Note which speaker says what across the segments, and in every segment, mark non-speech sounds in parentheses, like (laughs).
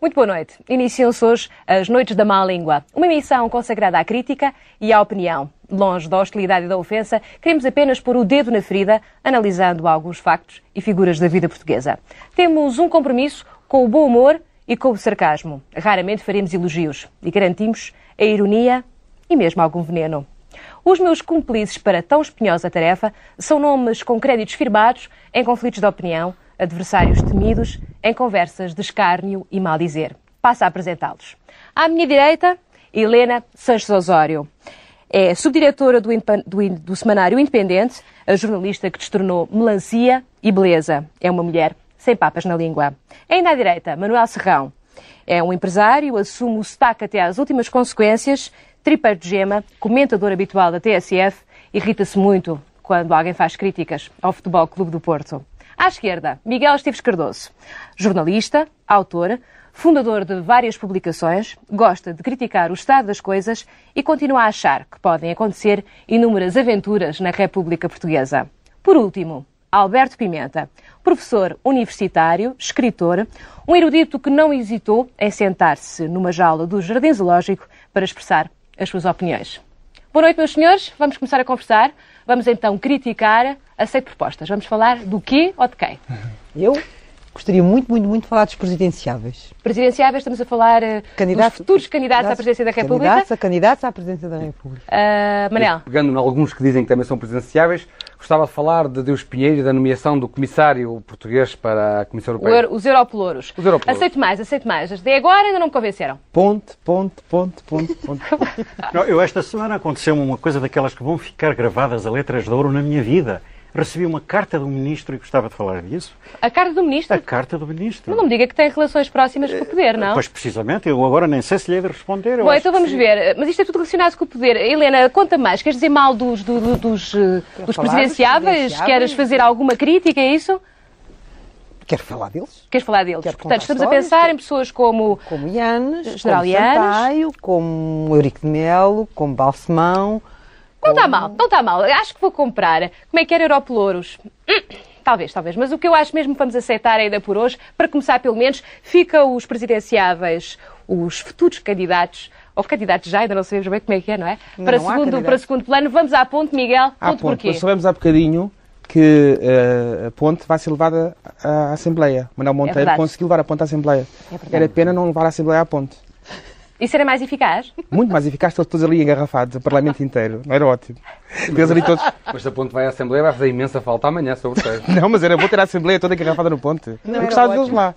Speaker 1: Muito boa noite. Iniciam-se hoje as Noites da Má Língua, uma emissão consagrada à crítica e à opinião. Longe da hostilidade e da ofensa, queremos apenas pôr o dedo na ferida, analisando alguns factos e figuras da vida portuguesa. Temos um compromisso com o bom humor e com o sarcasmo. Raramente faremos elogios e garantimos a ironia e mesmo algum veneno. Os meus cúmplices para tão espinhosa tarefa são nomes com créditos firmados em conflitos de opinião, adversários temidos, em conversas de escárnio e mal dizer. Passo a apresentá-los. À minha direita, Helena Sanches Osório. É subdiretora do, Indepen- do In- do Semanário Independente, a jornalista que destornou melancia e beleza. É uma mulher sem papas na língua. Ainda à direita, Manuel Serrão. É um empresário, assume o sotaque até às últimas consequências, tripar de gema, comentador habitual da TSF, irrita-se muito quando alguém faz críticas ao Futebol Clube do Porto. À esquerda, Miguel Esteves Cardoso, jornalista, autor, fundador de várias publicações, gosta de criticar o estado das coisas e continua a achar que podem acontecer inúmeras aventuras na República Portuguesa. Por último, Alberto Pimenta, professor universitário, escritor, um erudito que não hesitou em sentar-se numa jaula do Jardim Zoológico para expressar as suas opiniões. Boa noite, meus senhores. Vamos começar a conversar. Vamos então criticar, aceito propostas. Vamos falar do quê ou de quem?
Speaker 2: Eu gostaria muito, muito, muito de falar dos presidenciáveis.
Speaker 1: Presidenciáveis, estamos a falar eh, dos futuros candidatos à presidência da República.
Speaker 2: Candidatos a candidatos à presidência da República.
Speaker 1: Ah, Manel,
Speaker 3: Pegando em alguns que dizem que também são presidenciáveis, gostava de falar de Deus Pinheiro e da nomeação do comissário português para a Comissão
Speaker 1: o
Speaker 3: Europeia.
Speaker 1: euro- os Europlouros.
Speaker 3: Os Europlouros.
Speaker 1: Aceito mais, aceito mais. Até agora ainda não me convenceram.
Speaker 4: Ponte, ponte, ponte,
Speaker 3: (laughs)
Speaker 4: ponte, ponte.
Speaker 5: Não, eu esta semana aconteceu uma coisa daquelas que vão ficar gravadas a letras de ouro na minha vida. Recebi uma carta do ministro e gostava de falar disso.
Speaker 1: A carta do ministro,
Speaker 5: A carta do ministro.
Speaker 1: Mas não me diga que tem relações próximas com o poder, não?
Speaker 5: Pois precisamente, eu agora nem sei se lhe hei de responder. eu
Speaker 1: Bom,
Speaker 5: acho
Speaker 1: então
Speaker 5: que
Speaker 1: vamos
Speaker 5: sim.
Speaker 1: ver. Mas isto é tudo relacionado com o poder. Helena, conta mais. Queres dizer mal dos, do- do- dos, eh, dos
Speaker 2: falar dos
Speaker 1: presidenciáveis?
Speaker 2: presidenciáveis?
Speaker 1: Queres fazer alguma crítica a isso?
Speaker 2: Quero falar deles.
Speaker 1: Queres falar deles?
Speaker 2: Quero
Speaker 1: Portanto,
Speaker 2: contar
Speaker 1: estamos a
Speaker 2: histórias,
Speaker 1: pensar
Speaker 2: quero-
Speaker 1: em pessoas como
Speaker 2: Como Ianes,
Speaker 1: General
Speaker 2: como
Speaker 1: Ianes.
Speaker 2: Santaio, como Eurico de Melo, como Balsemão.
Speaker 1: Não está mal, não está mal. Acho que vou comprar. Como é que era Europlouros? Hum, Talvez, talvez. Mas o que eu acho mesmo que vamos aceitar ainda por hoje, para começar pelo menos, fica os presidenciáveis, os futuros candidatos, ou candidatos já, ainda não sabemos bem como é que é, não é?
Speaker 2: Não,
Speaker 1: para,
Speaker 2: não há
Speaker 1: segundo,
Speaker 2: candidatos.
Speaker 1: para segundo plano, vamos à ponte, Miguel.
Speaker 4: À
Speaker 1: Ponto porquê?
Speaker 4: Nós sabemos há bocadinho que eh, a ponte vai ser levada à à Assembleia. Manuel Monteiro
Speaker 1: É verdade. É
Speaker 4: conseguiu levar a ponte à Assembleia. Era pena não levar a Assembleia à ponte.
Speaker 1: Isso era mais eficaz?
Speaker 4: Muito mais eficaz, estão todos ali engarrafados, o Parlamento inteiro. Não era ótimo. Eles ali todos...
Speaker 3: Mas se a ponte vai à Assembleia, vai fazer imensa falta amanhã, sobre o
Speaker 4: Não, mas era bom ter a Assembleia toda engarrafada no ponte. Eu
Speaker 2: era
Speaker 4: gostava deles
Speaker 2: ótimo.
Speaker 4: lá.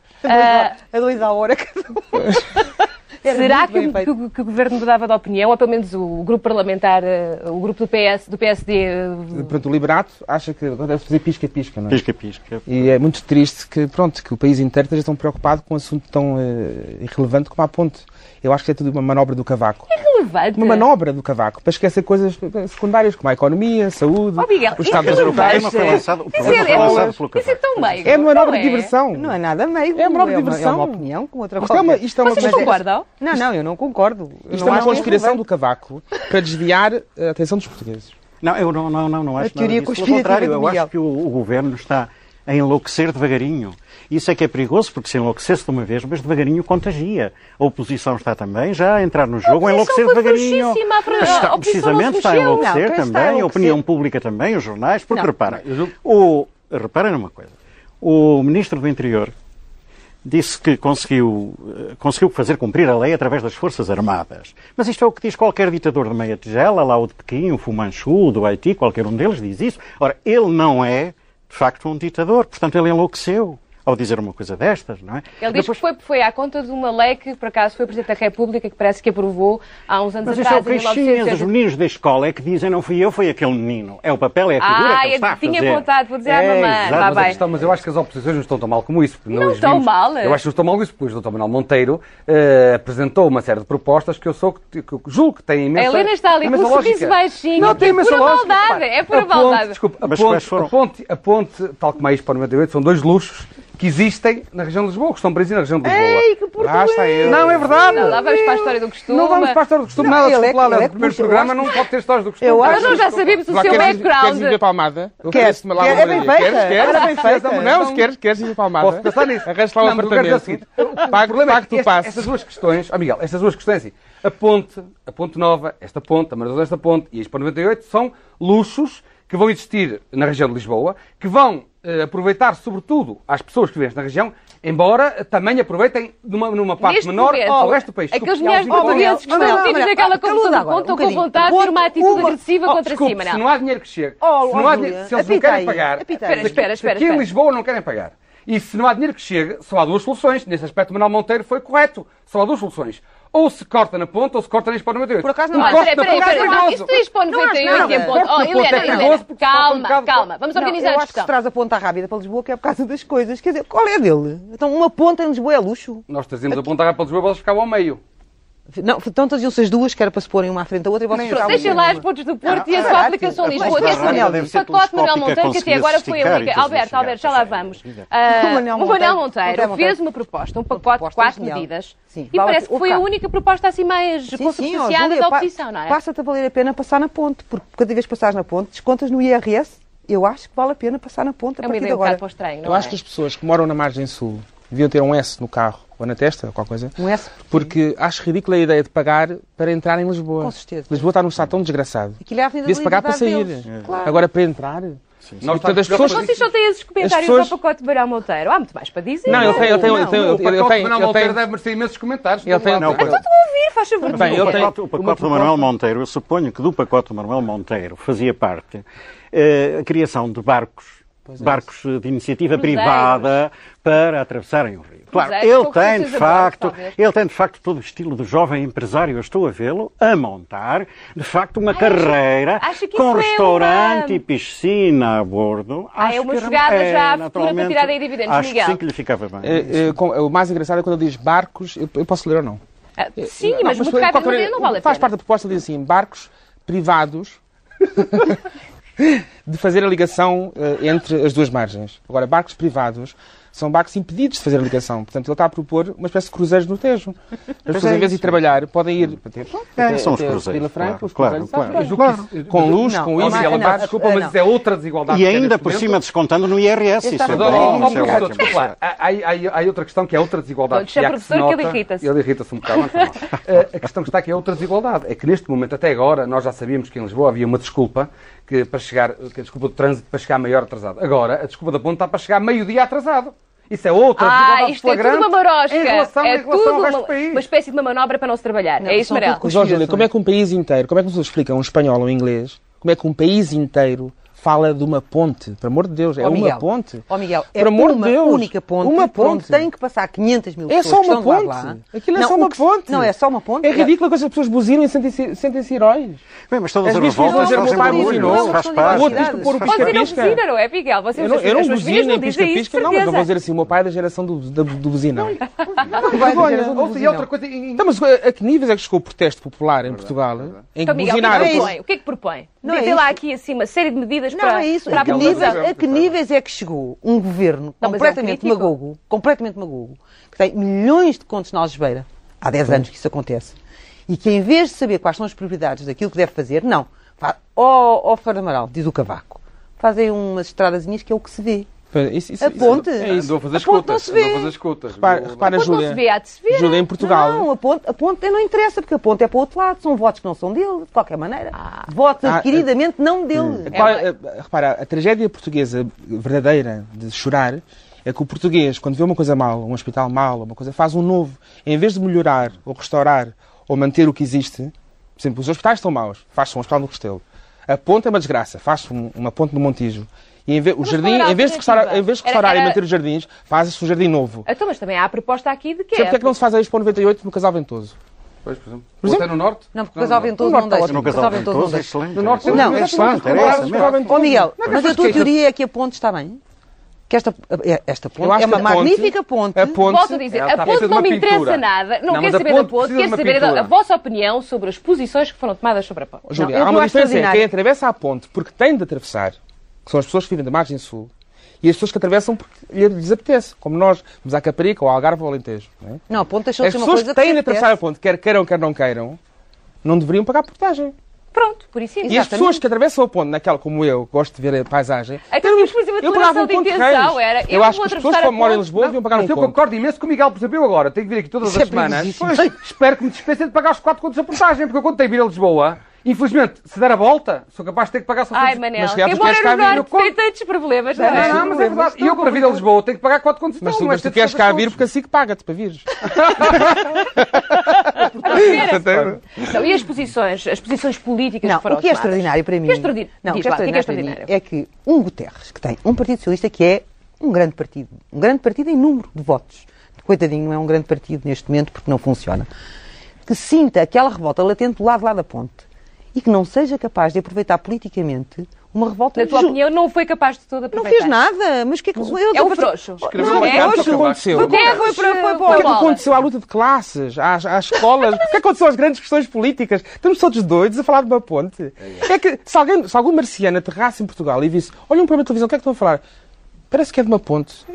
Speaker 2: A dois à hora cada um. (laughs) Era
Speaker 1: Será
Speaker 2: muito
Speaker 1: que,
Speaker 2: bem
Speaker 1: o-
Speaker 2: feito.
Speaker 1: que o- que o governo mudava de opinião, ou pelo menos o grupo parlamentar, eh, o grupo do, PS, do PSD? eh,
Speaker 4: Pronto, o Liberato acha que deve fazer pisca-pisca, não é?
Speaker 5: Pisca, pisca.
Speaker 4: E é muito triste que, pronto, que o país inteiro esteja tão preocupado com um assunto tão eh, irrelevante como a ponte. Eu acho que é tudo uma manobra do cavaco.
Speaker 1: Relevante.
Speaker 4: Uma manobra do cavaco, para esquecer coisas eh, secundárias como a economia, a saúde,
Speaker 1: Oh, Miguel,
Speaker 4: os
Speaker 1: isso
Speaker 4: estados
Speaker 1: é
Speaker 5: Quer dizer, o
Speaker 4: hospitais.
Speaker 5: problema foi lançado, o
Speaker 1: Isso é,
Speaker 5: problema foi lançado pelo
Speaker 1: é, isso é tão meio.
Speaker 4: É uma manobra
Speaker 1: não
Speaker 4: de diversão.
Speaker 2: Não é nada meio.
Speaker 4: É uma nova
Speaker 2: É
Speaker 4: diversão.
Speaker 2: uma opinião com outra
Speaker 4: Isto é uma,
Speaker 2: qualquer.
Speaker 4: isto é uma,
Speaker 1: Vocês
Speaker 4: mas
Speaker 1: não
Speaker 4: é-
Speaker 1: concordam?
Speaker 2: Não, não, eu não concordo. Eu
Speaker 4: isto
Speaker 2: não
Speaker 4: é uma
Speaker 2: acho
Speaker 4: conspiração do
Speaker 2: relevante.
Speaker 4: cavaco para desviar a atenção dos portugueses.
Speaker 5: Não, eu não, não, não, não acho
Speaker 2: teoria
Speaker 5: nada disso. Pelo
Speaker 2: conspiratória
Speaker 5: contrário,
Speaker 2: do
Speaker 5: eu
Speaker 2: Miguel.
Speaker 5: acho que o, o governo está a enlouquecer devagarinho. Isso é que é perigoso, porque se enlouquecesse de uma vez, mas devagarinho contagia. A oposição está também já a entrar no jogo, a enlouquecer
Speaker 1: foi
Speaker 5: devagarinho.
Speaker 1: frouxíssima, a fra-
Speaker 5: Mas
Speaker 1: a oposição
Speaker 5: está,
Speaker 1: não se
Speaker 5: precisamente está a
Speaker 1: mexeu.
Speaker 5: enlouquecer
Speaker 2: Não, quem está a
Speaker 5: também, a,
Speaker 2: enlouquecer?
Speaker 5: opinião pública também, os jornais, porque
Speaker 1: Não.
Speaker 5: repara,
Speaker 3: Não, eu julgo-
Speaker 5: o, reparem numa coisa, o Ministro do Interior disse que conseguiu, eh, conseguiu fazer cumprir a lei através das Forças Armadas. Mas isto é o que diz qualquer ditador de meia tigela, lá o de Pequim, o Fumanchu, do Haiti, qualquer um deles diz isso. Ora, ele não é, de facto, um ditador. Portanto, ele enlouqueceu ao dizer uma coisa destas, não é?
Speaker 1: Ele diz que foi, foi à conta de uma lei que, por acaso, foi o Presidente da República que parece que aprovou há uns anos
Speaker 5: Mas isso é o
Speaker 1: atrás, em
Speaker 5: Caixinhas, os
Speaker 1: 1980.
Speaker 5: meninos da escola é que dizem, não fui eu, foi aquele menino. É o papel, é a figura
Speaker 1: Ah,
Speaker 5: que ele
Speaker 1: eu
Speaker 5: está a
Speaker 1: tinha
Speaker 5: fazer. É,
Speaker 1: apontado, vou dizer à Tá, mamãe, vá
Speaker 5: exato, mas
Speaker 3: É, mas,
Speaker 1: bem.
Speaker 3: a questão- mas eu acho que as oposições não estão tão mal como isso. porque
Speaker 1: Não
Speaker 3: as
Speaker 1: estão
Speaker 3: vimos.
Speaker 1: mal. é.
Speaker 3: Eu acho que não estão mal isso, porque o Dr. Manuel Monteiro eh, apresentou uma série de propostas que eu sou que, que eu julgo que têm
Speaker 1: A
Speaker 3: imensa
Speaker 1: Helena está ali com
Speaker 3: imensa
Speaker 1: um sorriso
Speaker 3: lógica.
Speaker 1: baixinho.
Speaker 3: Não, tem
Speaker 1: É
Speaker 3: imensa
Speaker 1: pura
Speaker 3: lógica.
Speaker 1: maldade,
Speaker 3: Repare,
Speaker 1: é pura
Speaker 3: a ponte,
Speaker 1: maldade.
Speaker 3: Desculpe, a
Speaker 5: Mas
Speaker 3: ponte, é
Speaker 5: quais foram?
Speaker 3: a ponte, a ponte, tal como a Expo 98, são dois luxos que existem na região de Lisboa, que estão presos na região de Lisboa.
Speaker 2: Ei, que
Speaker 4: Lá está
Speaker 2: português!
Speaker 4: ele.
Speaker 3: Não, é verdade.
Speaker 1: Não, lá vamos para a história do costume.
Speaker 3: Não vamos para a história do costume,
Speaker 2: Não,
Speaker 3: nada.
Speaker 2: ele é
Speaker 3: Desculpe lá,
Speaker 2: que- ele
Speaker 3: no
Speaker 2: é que
Speaker 3: primeiro
Speaker 2: puxa, eu
Speaker 3: programa
Speaker 2: acho-
Speaker 3: não pode ter histórias do costume.
Speaker 2: Eu
Speaker 1: Mas
Speaker 2: acho
Speaker 1: nós já sabemos o
Speaker 3: Lá
Speaker 1: seu
Speaker 3: queres-
Speaker 1: background.
Speaker 4: Queres ir ver Palmada? Eu
Speaker 2: Queres?
Speaker 4: ofereço-me lá
Speaker 2: Quer-
Speaker 4: uma
Speaker 2: é bem
Speaker 4: moradia.
Speaker 2: feita,
Speaker 4: Queres, queres?
Speaker 2: era bem feita.
Speaker 4: Não, se queres, queres ir ver Palmada?
Speaker 3: Posso pensar nisso?
Speaker 4: Arranjas lá um
Speaker 3: Não, mas o que eu quero dizer é o
Speaker 4: apartamento.
Speaker 3: seguinte, o- o
Speaker 4: Pago-
Speaker 3: problema é
Speaker 4: Pago-te
Speaker 3: que
Speaker 4: o
Speaker 3: este-
Speaker 4: passo.
Speaker 3: Estas duas questões, ó Miguel, estas duas questões, assim, a ponte, a ponte nova, esta ponte, a Maratona desta ponte e a Expo 98 são luxos que vão existir na região de Lisboa, que vão eh, aproveitar sobretudo às pessoas que vivem na região, embora eh, também aproveitem numa, numa parte
Speaker 1: Neste
Speaker 3: menor
Speaker 1: momento, é
Speaker 3: ao resto do país. um
Speaker 1: Aqueles
Speaker 3: Desculpe,
Speaker 1: milhares de
Speaker 3: Miguel, desculpe, Miguel.
Speaker 1: portugueses que
Speaker 2: Manuel,
Speaker 1: estão metidos
Speaker 2: Manuel,
Speaker 1: naquela
Speaker 2: calma
Speaker 1: confusão da
Speaker 2: agora,
Speaker 1: conta,
Speaker 2: um
Speaker 1: estão com
Speaker 2: bocadinho.
Speaker 1: vontade de ter uma atitude
Speaker 2: Uma-
Speaker 1: agressiva
Speaker 2: Oh,
Speaker 1: contra si,
Speaker 3: Desculpe, se
Speaker 1: Manuel.
Speaker 3: não há dinheiro que chegue,
Speaker 2: Oh,
Speaker 3: se, não há
Speaker 2: oh,
Speaker 3: dinhe-
Speaker 2: Júlia,
Speaker 3: se eles não
Speaker 2: apita
Speaker 3: querem
Speaker 2: aí,
Speaker 3: pagar,
Speaker 2: apita
Speaker 1: aí.
Speaker 3: daqui-
Speaker 1: Espera, espera,
Speaker 3: daqui em
Speaker 1: espera.
Speaker 3: Lisboa não querem pagar. E se não há dinheiro que chegue, só há duas soluções. Nesse aspecto, Manuel Monteiro foi correto. Só há duas soluções. Ou se corta na ponta, ou se corta na Expo 98.
Speaker 2: Por acaso
Speaker 3: O
Speaker 2: não há.
Speaker 1: Olha,
Speaker 3: corte
Speaker 1: peraí,
Speaker 3: na
Speaker 1: peraí,
Speaker 3: ponta é
Speaker 1: peraí.
Speaker 3: perigoso.
Speaker 1: Isto diz ponto
Speaker 2: Não acho
Speaker 1: 98 em
Speaker 2: nada.
Speaker 1: ponto. Oh,
Speaker 3: Corte no ponto é
Speaker 1: Helena,
Speaker 3: perigoso
Speaker 1: Helena,
Speaker 3: porque falta um
Speaker 1: calma,
Speaker 3: bocado de-
Speaker 1: calma. Vamos
Speaker 2: Não,
Speaker 1: organizar
Speaker 2: eu
Speaker 1: a
Speaker 2: acho que se
Speaker 1: discussão.
Speaker 2: traz a ponta rápida para Lisboa que é por causa das coisas. Quer dizer, qual é a dele? Então uma ponta em Lisboa é luxo.
Speaker 3: Nós trazemos a ponta para Lisboa, eles ficavam ao meio.
Speaker 2: Não, então traziam-se as duas, que era para se porem uma à frente da outra e vocês
Speaker 3: Nem
Speaker 2: ficavam
Speaker 1: Deixem
Speaker 2: numa.
Speaker 1: lá as pontes do Porto e a sua
Speaker 2: caraca,
Speaker 1: aplicação
Speaker 2: a
Speaker 1: Lisboa.
Speaker 2: ponte
Speaker 1: Atenção,
Speaker 2: Manuel
Speaker 1: Manuel,
Speaker 5: deve
Speaker 1: o
Speaker 5: ser
Speaker 1: pacote Manuel
Speaker 5: telescópica,
Speaker 1: Monteiro, que até
Speaker 5: conseguia
Speaker 1: agora foi a
Speaker 5: esticar e
Speaker 1: única.
Speaker 5: depois
Speaker 1: Alberto,
Speaker 5: chegar,
Speaker 1: Alberto, já lá
Speaker 5: pois é.
Speaker 1: vamos. Ah,
Speaker 2: O Manuel
Speaker 1: O Manuel
Speaker 2: Monteiro.
Speaker 1: Monteiro
Speaker 2: Monteiro.
Speaker 1: fez uma proposta, um pacote de
Speaker 2: Proposta
Speaker 1: quatro
Speaker 2: genial.
Speaker 1: medidas.
Speaker 2: Sim.
Speaker 1: E parece que
Speaker 2: Vale-
Speaker 1: foi a
Speaker 2: opa.
Speaker 1: única proposta assim mais
Speaker 2: ó,
Speaker 1: consubstanciada
Speaker 2: Júlia,
Speaker 1: da
Speaker 2: pa-
Speaker 1: oposição, não é?
Speaker 2: Passa-te a valer a pena passar na ponte, porque cada vez que passares na ponte, descontas no IRS. Eu acho que vale a pena passar na ponte a
Speaker 1: É uma
Speaker 2: partir de
Speaker 1: ideia um bocado
Speaker 2: agora.
Speaker 1: para o estranho,
Speaker 4: Eu
Speaker 1: não é?
Speaker 4: acho que as pessoas que moram na margem sul deviam ter um S no carro ou na testa ou qualquer coisa.
Speaker 2: Um S.
Speaker 4: Porque acho ridícula a ideia de pagar para entrar em Lisboa.
Speaker 2: Com certeza.
Speaker 4: Lisboa está num estado tão desgraçado.
Speaker 2: Aquilo é a Avenida da
Speaker 4: Devia-se pagar para sair.
Speaker 2: Liberdade deles. Claro.
Speaker 4: Agora para entrar.
Speaker 3: Nós
Speaker 4: Portanto, as
Speaker 3: estamos
Speaker 4: pessoas-
Speaker 3: preocupados.
Speaker 1: Vocês só têm esses comentários
Speaker 4: pessoas-
Speaker 1: ao pacote de Manuel Monteiro. Há muito mais para dizer.
Speaker 4: Não, ele tem, ele tem, ele tem,
Speaker 3: O
Speaker 4: ele tem,
Speaker 3: pacote de Manuel
Speaker 4: ele
Speaker 3: Monteiro
Speaker 4: tem,
Speaker 3: deve merecer imensos comentários.
Speaker 4: ele tem,
Speaker 3: Vamos lá.
Speaker 1: Estou
Speaker 5: Não,
Speaker 1: a ouvir, faz favor.
Speaker 4: Bem,
Speaker 5: o
Speaker 4: ele tem
Speaker 5: pacote, o
Speaker 4: uma
Speaker 5: pacote do Manuel Monteiro, eu suponho que do pacote do Manuel Monteiro fazia parte eh, a criação de barcos, barcos eh, de iniciativa
Speaker 1: é. Cruzeiros.
Speaker 5: privada para atravessarem o rio. Claro,
Speaker 1: Cruzeiros,
Speaker 5: ele
Speaker 1: com
Speaker 5: tem, de
Speaker 1: cruceiros a bordo,
Speaker 5: facto,
Speaker 1: talvez.
Speaker 5: ele tem de facto todo o estilo do jovem empresário, eu estou a vê-lo, a montar, de facto, uma carreira
Speaker 1: acha que
Speaker 5: com
Speaker 1: isso é
Speaker 5: restaurante
Speaker 1: uma-
Speaker 5: e piscina a bordo.
Speaker 1: Ah, é
Speaker 5: Acho
Speaker 1: uma
Speaker 5: que era-
Speaker 1: jogada já à futura para
Speaker 5: naturalmente,
Speaker 1: tirar aí dividendos,
Speaker 5: acho
Speaker 1: Miguel.
Speaker 5: Que sim que lhe ficava bem.
Speaker 4: Eh, eh, com- o mais engraçado é quando ele diz barcos, eu, eu posso ler ou não?
Speaker 1: Ah, Sim, mas muito
Speaker 4: qualquer
Speaker 1: rápido
Speaker 4: maneira,
Speaker 1: não vale a
Speaker 4: Faz
Speaker 1: pena.
Speaker 4: parte da proposta, diz assim, barcos privados (laughs) de fazer a ligação eh, entre as duas margens. Agora, barcos privados são barcos impedidos de fazer a ligação. Portanto, ele está a propor uma espécie de cruzeiros
Speaker 2: (laughs)
Speaker 4: no Tejo. As pessoas,
Speaker 2: é
Speaker 4: em vez de ir trabalhar, podem ir até,
Speaker 5: É,
Speaker 4: até-
Speaker 5: são os
Speaker 4: até
Speaker 5: cruzeiros,
Speaker 4: eh, Vila Franca,
Speaker 5: claro,
Speaker 4: os cruzeiros,
Speaker 5: claro,
Speaker 4: sabe?
Speaker 5: claro.
Speaker 4: Mas o que isso- Com luz,
Speaker 2: Não,
Speaker 4: com
Speaker 3: Ó,
Speaker 4: isso.
Speaker 3: Miguel,
Speaker 2: Não,
Speaker 3: pá,
Speaker 2: não,
Speaker 3: desculpa,
Speaker 2: não.
Speaker 3: mas isso é outra desigualdade.
Speaker 5: E
Speaker 3: que é
Speaker 5: ainda
Speaker 3: neste
Speaker 5: por
Speaker 3: momento.
Speaker 5: cima descontando no IRS. Isso
Speaker 2: estava-
Speaker 5: é
Speaker 3: Mas, ó, ó,
Speaker 5: bom,
Speaker 3: ó,
Speaker 5: isso é
Speaker 3: professor,
Speaker 5: ótimo.
Speaker 3: desculpa lá. Há, há- há outra questão que é outra desigualdade.
Speaker 1: Deixa
Speaker 3: há
Speaker 1: o
Speaker 3: que se
Speaker 1: professor que ele
Speaker 3: nota.
Speaker 1: irrita-se.
Speaker 3: Ele irrita-se um bocado. não
Speaker 1: (laughs)
Speaker 3: é normal. Eh, a questão que está aqui é outra desigualdade. É que neste momento, até agora, nós já sabíamos que em Lisboa havia uma desculpa que, para chegar, que a desculpa do trânsito para chegar maior atrasado. Agora, a desculpa da ponte está para chegar meio-dia atrasado. Isso é outra
Speaker 1: Ah,
Speaker 3: desigualdade
Speaker 1: isto é tudo
Speaker 3: flagrante
Speaker 1: uma marosca.
Speaker 3: Em relação,
Speaker 1: é
Speaker 3: em relação ao
Speaker 1: tudo
Speaker 3: resto
Speaker 1: uma,
Speaker 3: do país.
Speaker 1: uma espécie de uma manobra para não se trabalhar.
Speaker 2: Não,
Speaker 1: é isso,
Speaker 2: são
Speaker 1: Manuel?
Speaker 2: tudo
Speaker 4: Jorge, Lula,
Speaker 2: Confia-se,
Speaker 4: como é que um país inteiro, como é que uma pessoa explica a um espanhol ou um inglês, como é que um país inteiro fala de uma ponte? Por amor de Deus, é
Speaker 2: Ó, Miguel,
Speaker 4: uma ponte.
Speaker 2: Ó Miguel, é
Speaker 4: Por amor de
Speaker 2: uma
Speaker 4: Deus,
Speaker 2: única ponte.
Speaker 4: Uma
Speaker 2: por onde
Speaker 4: ponte.
Speaker 2: Tem que passar 500 mil
Speaker 4: É
Speaker 2: pessoas.
Speaker 4: só
Speaker 2: que
Speaker 4: uma
Speaker 2: estão de
Speaker 4: ponte.
Speaker 2: lá a lá.
Speaker 4: Aquilo é
Speaker 2: Não,
Speaker 4: só
Speaker 2: o
Speaker 4: uma
Speaker 2: que-
Speaker 4: ponte.
Speaker 2: Não, é só uma ponte.
Speaker 4: É ridículo que as pessoas buzinam e sentem-se sentem-se heróis.
Speaker 5: Bem, mas todas
Speaker 4: As
Speaker 5: as
Speaker 4: minhas
Speaker 5: revoltas
Speaker 4: filhas
Speaker 5: fazem
Speaker 4: vão levar
Speaker 5: barulho,
Speaker 4: isso, não é
Speaker 5: isso
Speaker 4: uma
Speaker 5: faz
Speaker 2: questão de
Speaker 5: parte. tipo
Speaker 4: O outro diz que pôr o
Speaker 1: Pode dizer não
Speaker 4: pisca-pisca.
Speaker 1: buzina, não é, Miguel? Você
Speaker 4: Eu não, eu
Speaker 1: as
Speaker 4: não
Speaker 1: suas filhas
Speaker 4: buzino
Speaker 1: não
Speaker 4: em
Speaker 1: dizem
Speaker 4: pisca-pisca,
Speaker 1: isso,
Speaker 4: não, mas eu vou
Speaker 1: certeza.
Speaker 4: dizer assim, o meu pai é da geração do, do, do buzinão.
Speaker 3: Ouça, e outra coisa, em- em-
Speaker 4: Então, mas a, a que níveis é que chegou o protesto popular em Portugal? Em que
Speaker 1: Então, Miguel, o que
Speaker 4: buzinaram...
Speaker 1: é que
Speaker 2: isso.
Speaker 1: propõe? O que é que propõe?
Speaker 2: Não é
Speaker 1: Diz lá
Speaker 2: isso.
Speaker 1: aqui assim uma série de medidas
Speaker 2: Não,
Speaker 1: para
Speaker 2: é isso.
Speaker 1: para
Speaker 2: A
Speaker 1: a
Speaker 2: que,
Speaker 3: população.
Speaker 2: níveis,
Speaker 1: população.
Speaker 2: a que níveis é que chegou um governo
Speaker 1: Não, mas é um
Speaker 2: completamente
Speaker 1: crítico.
Speaker 2: demagogo, completamente demagogo, que tem milhões de contos na algebeira, há 10 anos que isso acontece, e que em vez de saber quais são as prioridades daquilo que deve fazer, não. Faz, ó, ó Fernando Amaral, diz o Cavaco, fazem umas estradazinhas que é o que se vê.
Speaker 4: Isso, isso,
Speaker 2: A ponte.
Speaker 4: É isso.
Speaker 3: Andou a fazer
Speaker 2: A ponte não
Speaker 3: escutas.
Speaker 2: se vê.
Speaker 3: Andou a fazer escutas.
Speaker 4: Repara,
Speaker 3: Vou-
Speaker 4: repara
Speaker 1: Mas não se
Speaker 4: Júlia.
Speaker 1: vê, há de se ver.
Speaker 4: Júlia, em Portugal.
Speaker 2: Não, a ponte, a ponte não interessa, porque a ponte é para o outro lado, são votos que não são dele, de qualquer maneira. votos
Speaker 4: Ah,
Speaker 2: adquiridamente não dele.
Speaker 4: Qual é- eh, repara, a tragédia portuguesa verdadeira de chorar é que o português, quando vê uma coisa mal, um hospital mal, uma coisa, faz um novo. Em vez de melhorar, ou restaurar, ou manter o que existe, por exemplo, os hospitais estão maus, faz-se um hospital no Costelo. A ponte é uma desgraça, faz-se um- uma ponte no Montijo. E em vez, o
Speaker 1: Mas
Speaker 4: jardim,
Speaker 1: qual era a
Speaker 4: em vez de restaurar, em vez de
Speaker 1: alternativa?
Speaker 4: restaurar
Speaker 1: Era-
Speaker 4: e manter os jardins, faz-se um jardim novo.
Speaker 1: Então, mas também há a proposta aqui de que
Speaker 4: Sabe
Speaker 1: é...
Speaker 4: porque é que não se faz a Expo 98 no Casal Ventoso?
Speaker 3: Pois, por exemplo.
Speaker 4: exemplo?
Speaker 3: Até é no Norte?
Speaker 2: Não, porque o Casal
Speaker 3: Norte.
Speaker 2: Ventoso não deixa.
Speaker 5: No
Speaker 2: O Casal
Speaker 5: casal
Speaker 2: Ventoso não
Speaker 5: ventoso,
Speaker 2: deixa.
Speaker 5: é excelente.
Speaker 3: No Norte
Speaker 2: Não,
Speaker 5: é excelente, era
Speaker 3: Norte-
Speaker 5: essa mesmo.
Speaker 2: Ó Miguel, mas a tua
Speaker 3: que-
Speaker 2: teoria é que a ponte está bem? Que esta, esta
Speaker 4: Eu
Speaker 2: ponte
Speaker 4: acho
Speaker 2: é uma
Speaker 4: que a ponte- é
Speaker 2: magnífica ponte.
Speaker 4: a ponte-
Speaker 1: Volto a dizer,
Speaker 3: Ela está
Speaker 1: a ponte
Speaker 3: feita de
Speaker 1: não
Speaker 3: uma
Speaker 1: me interessa
Speaker 3: pintura.
Speaker 1: nada, não,
Speaker 3: Não,
Speaker 1: quero
Speaker 3: mas a
Speaker 1: saber da
Speaker 3: ponte
Speaker 1: ponte, quero
Speaker 3: precisa de uma
Speaker 1: saber da- a
Speaker 3: pintura.
Speaker 1: vossa opinião sobre as posições que foram tomadas sobre a ponte.
Speaker 4: Ó, Júlia,
Speaker 2: Não, eu
Speaker 4: há uma
Speaker 2: acho
Speaker 4: diferença é entre
Speaker 2: extraordinário.
Speaker 4: quem atravessa a ponte porque tem de atravessar, que são as pessoas que vivem da margem sul, e as pessoas que atravessam porque lhe- lhes apetece, como nós, vamos à Caparica ou ao Algarve ou ao Alentejo. Não é?
Speaker 2: Não, a ponte deixou de
Speaker 4: As
Speaker 2: ser Então, uma
Speaker 4: pessoas
Speaker 2: coisa
Speaker 4: que têm de
Speaker 2: que apetece.
Speaker 4: atravessar a ponte, quer queiram, quer não queiram, não deveriam pagar portagem.
Speaker 1: Pronto, por isso é
Speaker 4: E as pessoas que atravessam a ponte, naquela como eu, gosto de ver a paisagem,
Speaker 1: É que
Speaker 4: eu-
Speaker 1: eu fui uma
Speaker 4: eu pagava
Speaker 1: declaração
Speaker 4: um
Speaker 1: de
Speaker 4: ponto de
Speaker 1: intenção,
Speaker 4: reis.
Speaker 1: era, eu vou
Speaker 4: Eu acho que as pessoas
Speaker 1: atravessar
Speaker 4: que
Speaker 1: a
Speaker 4: moram em
Speaker 1: ponte.
Speaker 4: Lisboa deviam pagar um
Speaker 3: Mas eu
Speaker 4: ponto.
Speaker 3: concordo imenso com o Miguel, por exemplo, eu agora tenho que vir aqui todas
Speaker 2: Isso
Speaker 3: as
Speaker 2: é
Speaker 3: semanas.
Speaker 2: perigosíssimo.
Speaker 3: Pois, espero que me dispensem de pagar os 4 contos da portagem, porque eu quando tenho que vir a Lisboa, infelizmente, se der a volta, sou capaz de ter que pagar só
Speaker 1: Ai,
Speaker 3: contos-
Speaker 1: Manel,
Speaker 4: Mas, se calhar,
Speaker 1: quem
Speaker 4: tu queres
Speaker 1: mora
Speaker 4: cá
Speaker 1: no
Speaker 4: vir no
Speaker 1: norte tem
Speaker 4: conto.
Speaker 1: tantos problemas, não
Speaker 3: Não,
Speaker 1: é?
Speaker 3: não, mas é verdade. E eu para vir a Lisboa tenho que pagar 4 contos e
Speaker 4: Mas,
Speaker 3: tal,
Speaker 4: tu,
Speaker 3: não é
Speaker 4: mas tu
Speaker 3: ter
Speaker 4: queres cá
Speaker 3: 50
Speaker 4: vir porque assim que paga-te para vires.
Speaker 3: contos.
Speaker 1: Não, Então, e as posições, as posições políticas
Speaker 2: Não,
Speaker 1: que foram
Speaker 2: o que é
Speaker 1: tomadas?
Speaker 2: extraordinário para mim.
Speaker 1: O que é extraordinário?
Speaker 2: Não, o
Speaker 1: Diz
Speaker 2: que é
Speaker 1: lá, o que é que é
Speaker 2: extraordinário
Speaker 1: extraordinário?
Speaker 2: para mim é que um Guterres, que tem um Partido Socialista que é um grande partido, um grande partido em número de votos. Coitadinho, não é um grande partido neste momento porque não funciona. Que sinta aquela revolta latente do lado lá da ponte e que não seja capaz de aproveitar politicamente uma revolta
Speaker 1: Na tua
Speaker 2: ju-
Speaker 1: opinião, não foi capaz de toda
Speaker 2: Não
Speaker 1: aproveitar.
Speaker 2: fez nada, mas o que é que eu
Speaker 1: É um frouxo.
Speaker 3: Escreveu
Speaker 1: Não,
Speaker 3: uma
Speaker 1: é
Speaker 3: carta
Speaker 1: hoje.
Speaker 4: o que aconteceu?
Speaker 1: Foi terra, foi para foi
Speaker 4: O
Speaker 1: para
Speaker 4: que
Speaker 1: a
Speaker 4: é que
Speaker 1: bola.
Speaker 4: aconteceu à luta de classes, às, às escolas? O que é que aconteceu às grandes questões políticas? Estamos todos doidos a falar de uma ponte. É que se, alguém, se algum marciano aterrasse em Portugal e visse, olha um programa de televisão, o que é que estão a falar? Parece que é de uma ponte.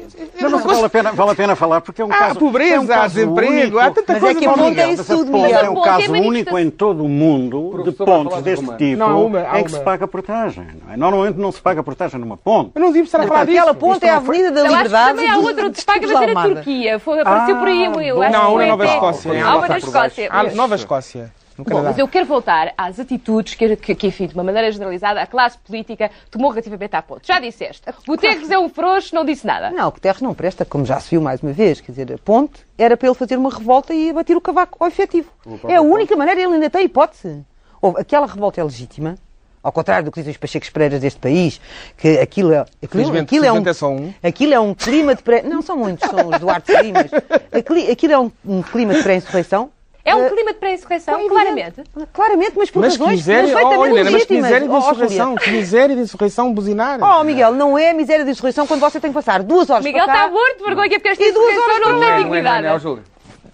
Speaker 5: Mas não vale a pena, vale a pena falar porque é um
Speaker 4: Há
Speaker 5: caso.
Speaker 4: Ah, pobreza,
Speaker 5: é um
Speaker 4: há
Speaker 5: caso
Speaker 4: desemprego,
Speaker 5: único.
Speaker 4: há tanta
Speaker 5: Mas
Speaker 4: coisa
Speaker 5: é que a
Speaker 4: para
Speaker 5: ponte
Speaker 2: falar.
Speaker 5: é isso tudo,
Speaker 2: Mas a
Speaker 5: Miguel. É um
Speaker 1: ponte é
Speaker 5: caso
Speaker 1: manifestação.
Speaker 5: único em todo o mundo de
Speaker 3: Professor, vai
Speaker 5: pontes
Speaker 3: falar de
Speaker 5: deste
Speaker 3: alguma?
Speaker 5: tipo
Speaker 4: Não, há uma, há
Speaker 5: em que
Speaker 4: uma.
Speaker 5: se paga portagem. Não é? Normalmente não se paga portagem numa ponte.
Speaker 4: Eu não devíamos estar a falar disso.
Speaker 2: Aquela ponte é a Avenida da
Speaker 1: Eu acho que
Speaker 2: Liberdade.
Speaker 1: também há outro
Speaker 2: dos-
Speaker 1: destaque,
Speaker 2: dos
Speaker 1: mas era a
Speaker 2: Almada.
Speaker 1: Turquia. Foi, apareceu
Speaker 5: Ah,
Speaker 1: por aí, eu acho que
Speaker 4: Não,
Speaker 1: foi
Speaker 4: na Nova
Speaker 1: até-
Speaker 4: Escócia. em
Speaker 1: Há uma
Speaker 4: Alta.
Speaker 1: da Escócia.
Speaker 4: Ah, Nova Escócia. No
Speaker 1: Bom, mas
Speaker 4: Canadá.
Speaker 1: eu quero voltar às atitudes que, que, que, enfim, de uma maneira generalizada, a classe política tomou relativamente à ponte. Já disseste. Guterres é um frouxo, não disse nada.
Speaker 2: Não, o Guterres não presta, como já se viu mais uma vez. Quer dizer, a ponte era para ele fazer uma revolta e bater o cavaco ao efetivo. É a única maneira, ele ainda tem hipótese. Houve, aquela revolta é legítima, ao contrário do que dizem os Pachecos Pereiras deste país, que aquilo é, aquilo,
Speaker 4: Felizmente,
Speaker 2: aquilo é, um,
Speaker 4: felizmente é só um.
Speaker 2: aquilo é um clima de pré... Não são muitos, são os Duarte Primas. Aquilo, aquilo é um, um clima de pré-insurreição.
Speaker 1: É um
Speaker 2: eh,
Speaker 1: clima de pré-insurreição,
Speaker 2: evidente.
Speaker 1: claramente.
Speaker 2: Claramente, mas por
Speaker 4: Mas que
Speaker 2: razões
Speaker 4: miséria, oh,
Speaker 2: perfeitamente
Speaker 4: Helena, mas que
Speaker 2: legítimas.
Speaker 4: miséria de
Speaker 2: Oh, Juliana.
Speaker 4: insurreição, que miséria de insurreição buzinar.
Speaker 2: Oh, Miguel, não é a miséria de insurreição quando você tem que passar duas horas
Speaker 1: Miguel tá
Speaker 2: para cá,
Speaker 1: está morto de vergonha porque esta
Speaker 2: E duas
Speaker 1: insurreição
Speaker 2: horas
Speaker 1: não
Speaker 3: Não é,
Speaker 1: tem
Speaker 3: não é, não é, não é,
Speaker 1: dignidade.
Speaker 3: Júlio.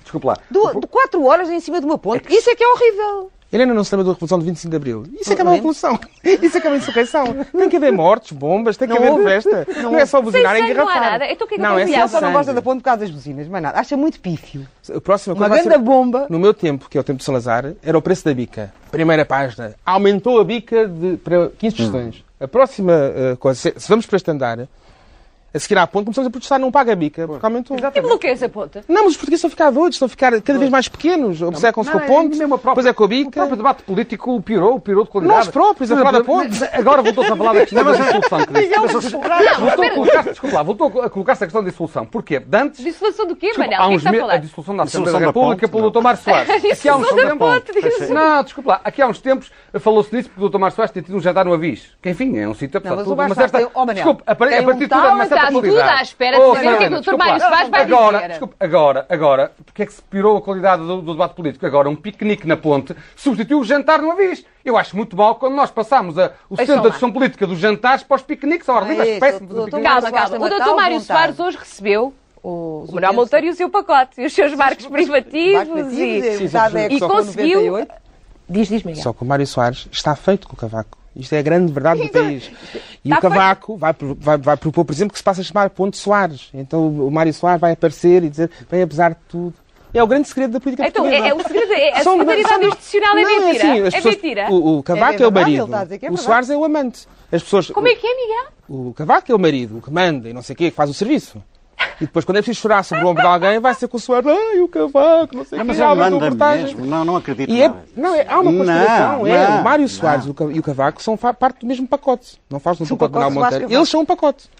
Speaker 3: Desculpa lá.
Speaker 2: du- de quatro horas em cima de uma ponte. Isso é que é horrível.
Speaker 4: Helena não se lembra da Revolução de 25 de Abril. Isso é que é uma
Speaker 2: Não
Speaker 4: revolução. (laughs) Isso é que é uma insurreição. Tem que haver mortes, bombas, tem que
Speaker 2: Não
Speaker 4: haver
Speaker 2: houve.
Speaker 4: festa. Não é só buzinar, é
Speaker 1: sangue não há
Speaker 4: engarrafar.
Speaker 1: nada. Então o que é que
Speaker 4: Não,
Speaker 1: eu
Speaker 4: é
Speaker 1: tenho
Speaker 4: sem
Speaker 1: Miguel
Speaker 2: Ela só não
Speaker 4: sangue.
Speaker 2: gosta da ponte por causa das buzinas, mais nada. Acha muito pífio.
Speaker 4: A próxima
Speaker 2: Uma
Speaker 4: coisa vai
Speaker 2: grande
Speaker 4: ser-
Speaker 2: bomba.
Speaker 4: No meu tempo, que é o tempo de Salazar, era o preço da bica. Primeira página. Aumentou a bica de, para
Speaker 3: Hum.
Speaker 4: 15 questões. A próxima eh, coisa, se, se vamos para este andar, a seguir à ponte, começamos a protestar, não paga a bica, porque aumentou. É
Speaker 1: E bloqueia essa ponta.
Speaker 4: Não, mas os portugueses estão a ficar doidos, estão a ficar cada vez mais pequenos. Obcecam-se com a
Speaker 3: Não,
Speaker 4: ponte,
Speaker 3: é mesmo a própria-
Speaker 4: depois é com a
Speaker 3: O próprio
Speaker 4: bica.
Speaker 3: debate político piorou, piorou de qualidade.
Speaker 4: Nós próprios, a falar da ponte.
Speaker 3: Agora voltou-se a falar da questão da dissolução. que disse. é um Voltou a colocar-se- Desculpa lá, voltou a colocar-se a questão da dissolução. Porquê? De antes...
Speaker 1: Dissolução do quê,
Speaker 3: Desculpa,
Speaker 1: Manel?
Speaker 3: há
Speaker 1: O que é
Speaker 3: uns
Speaker 1: que está a
Speaker 3: meses a
Speaker 1: falar?
Speaker 3: dissolução da Assembleia
Speaker 5: Dissolução
Speaker 3: da
Speaker 5: da
Speaker 3: República
Speaker 5: ponte,
Speaker 3: pelo
Speaker 5: não.
Speaker 3: Dr. Mário Soares.
Speaker 1: (laughs) A
Speaker 3: Aqui
Speaker 1: dissolução da
Speaker 3: há uns tempos-
Speaker 1: ponte, diz.
Speaker 3: Não, desculpa lá. Aqui há uns tempos eh, falou-se nisso porque o Dr. Mário Soares tinha tido um jantar no avis. Que enfim, é um sítio
Speaker 2: Não, mas
Speaker 3: absoluto.
Speaker 2: o Mário
Speaker 3: Uma
Speaker 2: Soares
Speaker 3: certa...
Speaker 2: tem- oh, Manel,
Speaker 3: Desculpe, a par-
Speaker 2: tem
Speaker 3: a
Speaker 2: um
Speaker 3: partir de tudo
Speaker 2: tal-
Speaker 3: há uma certa
Speaker 1: está tudo
Speaker 3: qualidade.
Speaker 1: à espera de
Speaker 3: Oh,
Speaker 1: saber o que é que o
Speaker 3: Fernanda,
Speaker 1: Dr.
Speaker 3: desculpa lá.
Speaker 1: Mário Soares vai
Speaker 3: agora,
Speaker 1: dizer.
Speaker 3: Desculpe, agora, agora, porque é que se pirou a qualidade do, do debate político? Agora, um piquenique na ponte substituiu o jantar no avis. Eu acho muito mal quando nós passámos a- o
Speaker 1: Deixa
Speaker 3: centro
Speaker 1: lá.
Speaker 3: da discussão política dos jantares para os piqueniques. Ora,
Speaker 2: Ah,
Speaker 3: livre,
Speaker 2: isso,
Speaker 3: acho péssimo fazer
Speaker 2: doutor
Speaker 3: piquenique.
Speaker 1: Calma,
Speaker 2: Mas basta
Speaker 1: calma. O
Speaker 2: uma
Speaker 1: doutor
Speaker 2: tal
Speaker 1: Mário
Speaker 2: vontade.
Speaker 1: Soares hoje recebeu o Manuel
Speaker 2: utensílios.
Speaker 1: Monteiro e o seu pacote, e os seus barcos privativos
Speaker 2: Sim,
Speaker 1: e...
Speaker 2: sim, metade é
Speaker 1: E
Speaker 2: só
Speaker 1: conseguiu-
Speaker 2: 98.
Speaker 1: Diz, diz, Miguel.
Speaker 4: Só que o Mário Soares está feito com o Cavaco. Isto é a grande verdade do país. E
Speaker 1: Então, Está
Speaker 4: o Cavaco vai, pro- vai- vai propor, por exemplo, que se passe a chamar Ponte Soares. Então o Mário Soares vai aparecer e dizer, bem, apesar de tudo. É o grande segredo da política
Speaker 1: Então,
Speaker 4: portuguesa.
Speaker 1: é, é o segredo, é, a
Speaker 4: São-
Speaker 1: solidariedade
Speaker 4: são-
Speaker 1: institucional é
Speaker 4: um Não,
Speaker 1: mentira.
Speaker 4: assim,
Speaker 1: É,
Speaker 4: as pessoas-
Speaker 1: mentira.
Speaker 4: O, o Cavaco é,
Speaker 2: É
Speaker 4: o
Speaker 2: verdade,
Speaker 4: marido.
Speaker 2: ele está a dizer que é
Speaker 4: o
Speaker 2: verdade.
Speaker 4: Soares é o amante. As pessoas,
Speaker 1: Como é que é, Miguel?
Speaker 4: O Cavaco é o marido, o que manda e não sei o quê, que faz o serviço. E depois, quando é preciso chorar sobre o ombro de alguém, vai ser com o Soares, ai, o Cavaco, não
Speaker 5: Não,
Speaker 4: sei o quê,
Speaker 5: Ah, mas
Speaker 4: já
Speaker 5: ele
Speaker 4: aumentou a
Speaker 5: manda
Speaker 4: portagem.
Speaker 5: mesmo. Não, não acredito.
Speaker 4: E é,
Speaker 5: nada.
Speaker 4: não, é, há uma
Speaker 5: Não,
Speaker 4: conspiração. é,
Speaker 5: não,
Speaker 4: o Mário
Speaker 5: não.
Speaker 4: Soares o Ca- e o Cavaco são fa- parte do mesmo pacote. Não faz um pacote
Speaker 2: pacotes
Speaker 4: Manuel
Speaker 2: Soares
Speaker 4: Monteiro.
Speaker 2: Cavaco.
Speaker 4: Eles são um pacote.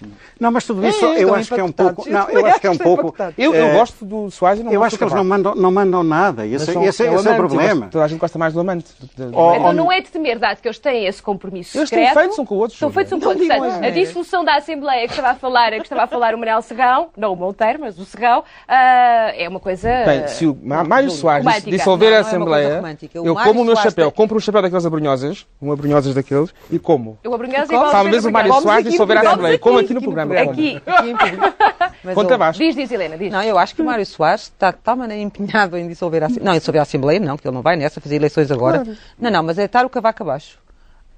Speaker 5: Não, mas tudo isso
Speaker 4: É,
Speaker 5: eu
Speaker 4: estão
Speaker 5: acho que é um
Speaker 2: impactados.
Speaker 5: pouco. Não,
Speaker 2: Eu
Speaker 5: eu acho que é um
Speaker 2: acho que estão
Speaker 5: pouco.
Speaker 2: impactados.
Speaker 4: Eu, eu
Speaker 5: eh,
Speaker 4: gosto do Soares e não
Speaker 5: Eu
Speaker 4: gosto
Speaker 5: acho que
Speaker 4: do
Speaker 5: eles não
Speaker 4: Cavaco.
Speaker 5: mandam, não mandam nada.
Speaker 4: Mas
Speaker 5: Esse,
Speaker 4: são-
Speaker 5: esse- esse é o
Speaker 4: amante,
Speaker 5: problema.
Speaker 4: gosto- Toda a gente gosta mais do amante. do- do-
Speaker 5: Oh,
Speaker 1: Então
Speaker 5: oh,
Speaker 1: não é de temer, dado que eles têm esse compromisso
Speaker 4: Eles têm
Speaker 1: secreto.
Speaker 4: feitos um com o outro,
Speaker 1: São
Speaker 4: Júlia.
Speaker 1: feitos um com o
Speaker 4: Não
Speaker 1: outro.
Speaker 4: digam
Speaker 1: Portanto,
Speaker 4: isso.
Speaker 1: A dissolução da Assembleia que estava a falar, que estava a falar o Manuel Segão, não o Monteiro, mas o Segão, ah, é uma coisa.
Speaker 4: Bem, se o Ma- Mário Soares
Speaker 1: romântica.
Speaker 2: Não,
Speaker 4: dissolver a
Speaker 2: não é uma coisa
Speaker 4: Assembleia,
Speaker 2: romântica. O
Speaker 4: eu
Speaker 2: Mário
Speaker 4: como o meu
Speaker 2: Soares
Speaker 4: chapéu,
Speaker 2: tem-
Speaker 4: compro um chapéu daquelas abrunhosas, um abrunhosas daqueles, e como.
Speaker 1: Eu abrunhoso e
Speaker 4: Sabe mesmo o Mário
Speaker 2: Vamos
Speaker 4: Soares
Speaker 2: aqui
Speaker 4: dissolver a
Speaker 2: no
Speaker 4: Assembleia,
Speaker 1: programa.
Speaker 4: como aqui no programa. como.
Speaker 1: Aqui.
Speaker 2: Aqui
Speaker 1: (laughs)
Speaker 2: em público. Mas,
Speaker 4: Conta
Speaker 2: oh,
Speaker 4: abaixo.
Speaker 1: Diz, diz, Helena, diz.
Speaker 2: Não, eu acho que o Mário Soares está de tal maneira empenhado em dissolver a Assembleia. Não, dissolver a Assembleia não, que ele não vai nessa, fazer eleições agora. Não, não, mas é estar o cavaco abaixo.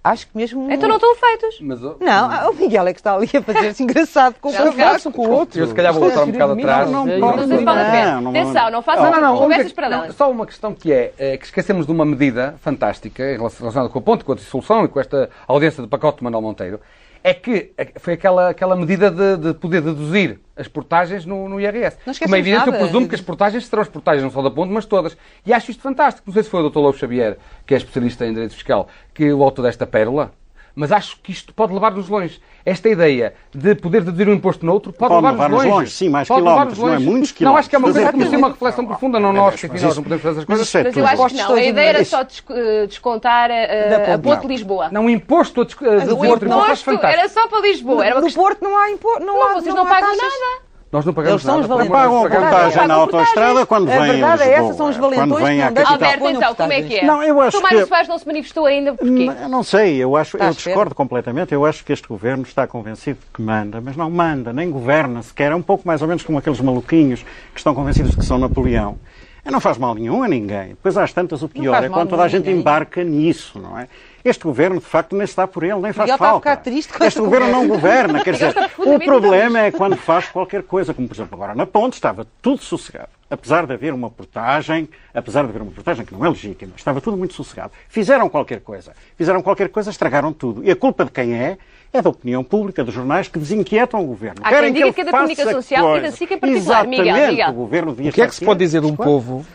Speaker 2: acho que mesmo.
Speaker 1: Então não estão feitos.
Speaker 3: Mas, oh,
Speaker 2: Não, ah, o Miguel é que está ali a fazer-se (laughs) engraçado com o
Speaker 4: Já
Speaker 2: cavaco.
Speaker 4: conversam com o outro.
Speaker 3: Eu se calhar vou voltar um bocado atrás.
Speaker 4: Não, não,
Speaker 1: Mas isso vale a pena. Atenção, não façam
Speaker 3: Não, não, não.
Speaker 1: conversas
Speaker 3: Outra- não,
Speaker 1: paralelas.
Speaker 3: Só uma questão que é, é que esquecemos de uma medida fantástica em relação- relacionada com o ponto, com a dissolução e com esta audiência do pacote de Manuel Monteiro, é que é- foi aquela, aquela medida de, de poder deduzir as portagens no, no IRS.
Speaker 2: Não esquecemos
Speaker 3: Como é evidente, eu
Speaker 2: nada.
Speaker 3: presumo que as portagens serão as portagens não só da ponte, mas todas. E acho isto fantástico. Não sei se foi o Dr. Lobo Xavier, que é especialista em direito fiscal, que o autor desta pérola. Mas acho que isto pode levar-nos longe. Esta ideia de poder deduzir um imposto noutro pode,
Speaker 5: Pode
Speaker 3: levar-nos
Speaker 5: levar-nos
Speaker 3: longe.
Speaker 5: longe, sim, mais
Speaker 3: Pode
Speaker 5: quilómetros,
Speaker 3: levar-nos
Speaker 5: não é? Muitos
Speaker 3: Não, acho que é uma coisa que
Speaker 5: quilómetros.
Speaker 3: merecia uma reflexão profunda, não nós, que aqui nós não podemos fazer essas
Speaker 5: Mas
Speaker 3: coisas.
Speaker 5: isso é
Speaker 1: Mas eu
Speaker 5: tudo.
Speaker 1: acho que não. A ideia era
Speaker 5: Isso.
Speaker 1: só des- eh, descontar eh,
Speaker 2: Da ponte,
Speaker 1: a Ponte de
Speaker 2: não.
Speaker 1: Lisboa.
Speaker 3: Não, o imposto a discu- a
Speaker 1: Mas o
Speaker 3: desenvolver tribunal faz
Speaker 1: imposto
Speaker 3: fantástico.
Speaker 1: era só para Lisboa. Era uma
Speaker 2: No
Speaker 1: questão.
Speaker 2: Porto não há imposto. Não, é há,
Speaker 1: Não, vocês não
Speaker 2: há
Speaker 1: pagam
Speaker 2: taxas.
Speaker 1: nada.
Speaker 3: Nós não
Speaker 2: Eles
Speaker 3: pagamos
Speaker 2: são
Speaker 3: nada.
Speaker 2: os
Speaker 3: por amor de
Speaker 5: Pagam a
Speaker 3: Deus, pagamos nada.
Speaker 5: contagem na autoestrada quando
Speaker 2: A
Speaker 5: vêm a
Speaker 2: verdade é essa, são os
Speaker 5: Lisboa, quando
Speaker 2: valentões que
Speaker 5: vêm à
Speaker 2: não deixam
Speaker 5: capital.
Speaker 2: cá.
Speaker 1: Alberto,
Speaker 2: Ponham
Speaker 1: então, como é
Speaker 2: portagens.
Speaker 1: que é?
Speaker 5: Não, eu acho
Speaker 1: Tomário
Speaker 5: que-
Speaker 1: Soares não se manifestou ainda,
Speaker 2: Hum,
Speaker 1: porquê?
Speaker 5: Hum,
Speaker 2: é
Speaker 5: Eu não sei, eu acho,
Speaker 2: Está à
Speaker 5: eu
Speaker 2: espera.
Speaker 5: discordo completamente. Eu acho que este governo está convencido de que manda, mas não manda, nem governa sequer. É um pouco mais ou menos como aqueles maluquinhos que estão convencidos de que são Napoleão. Eh, Não faz mal nenhum a ninguém. Depois às tantas o pior
Speaker 2: faz
Speaker 5: é
Speaker 2: mal
Speaker 5: quando toda a
Speaker 2: nenhum a
Speaker 5: gente
Speaker 2: ninguém.
Speaker 5: embarca nisso, não é? Este governo, de facto, nem está por ele, nem faz
Speaker 2: Miguel está a
Speaker 5: falta.
Speaker 2: ficar triste com
Speaker 5: este
Speaker 2: esta
Speaker 5: um governo não
Speaker 2: conversa.
Speaker 1: (laughs)
Speaker 5: governa, quer dizer, o
Speaker 1: profundamente
Speaker 5: problema é quando faz qualquer coisa, como por exemplo agora na ponte estava tudo sossegado. Apesar de haver uma portagem, apesar de haver uma portagem que não é legítima, estava tudo muito sossegado. Fizeram qualquer coisa. Fizeram qualquer coisa, estragaram tudo. E a culpa de quem é? É da opinião pública, dos jornais que desinquietam o governo.
Speaker 1: Há quem
Speaker 5: Querem
Speaker 1: diga
Speaker 5: ele
Speaker 1: que é da
Speaker 5: faça
Speaker 1: comunicação social e
Speaker 5: coisa.
Speaker 1: da SIC em particular. Miguel,
Speaker 5: Exatamente,
Speaker 1: Miguel.
Speaker 5: O governo devia assim.
Speaker 4: O que é
Speaker 5: estar
Speaker 4: que se pode
Speaker 5: quieto,
Speaker 4: dizer de um
Speaker 5: claro.
Speaker 4: povo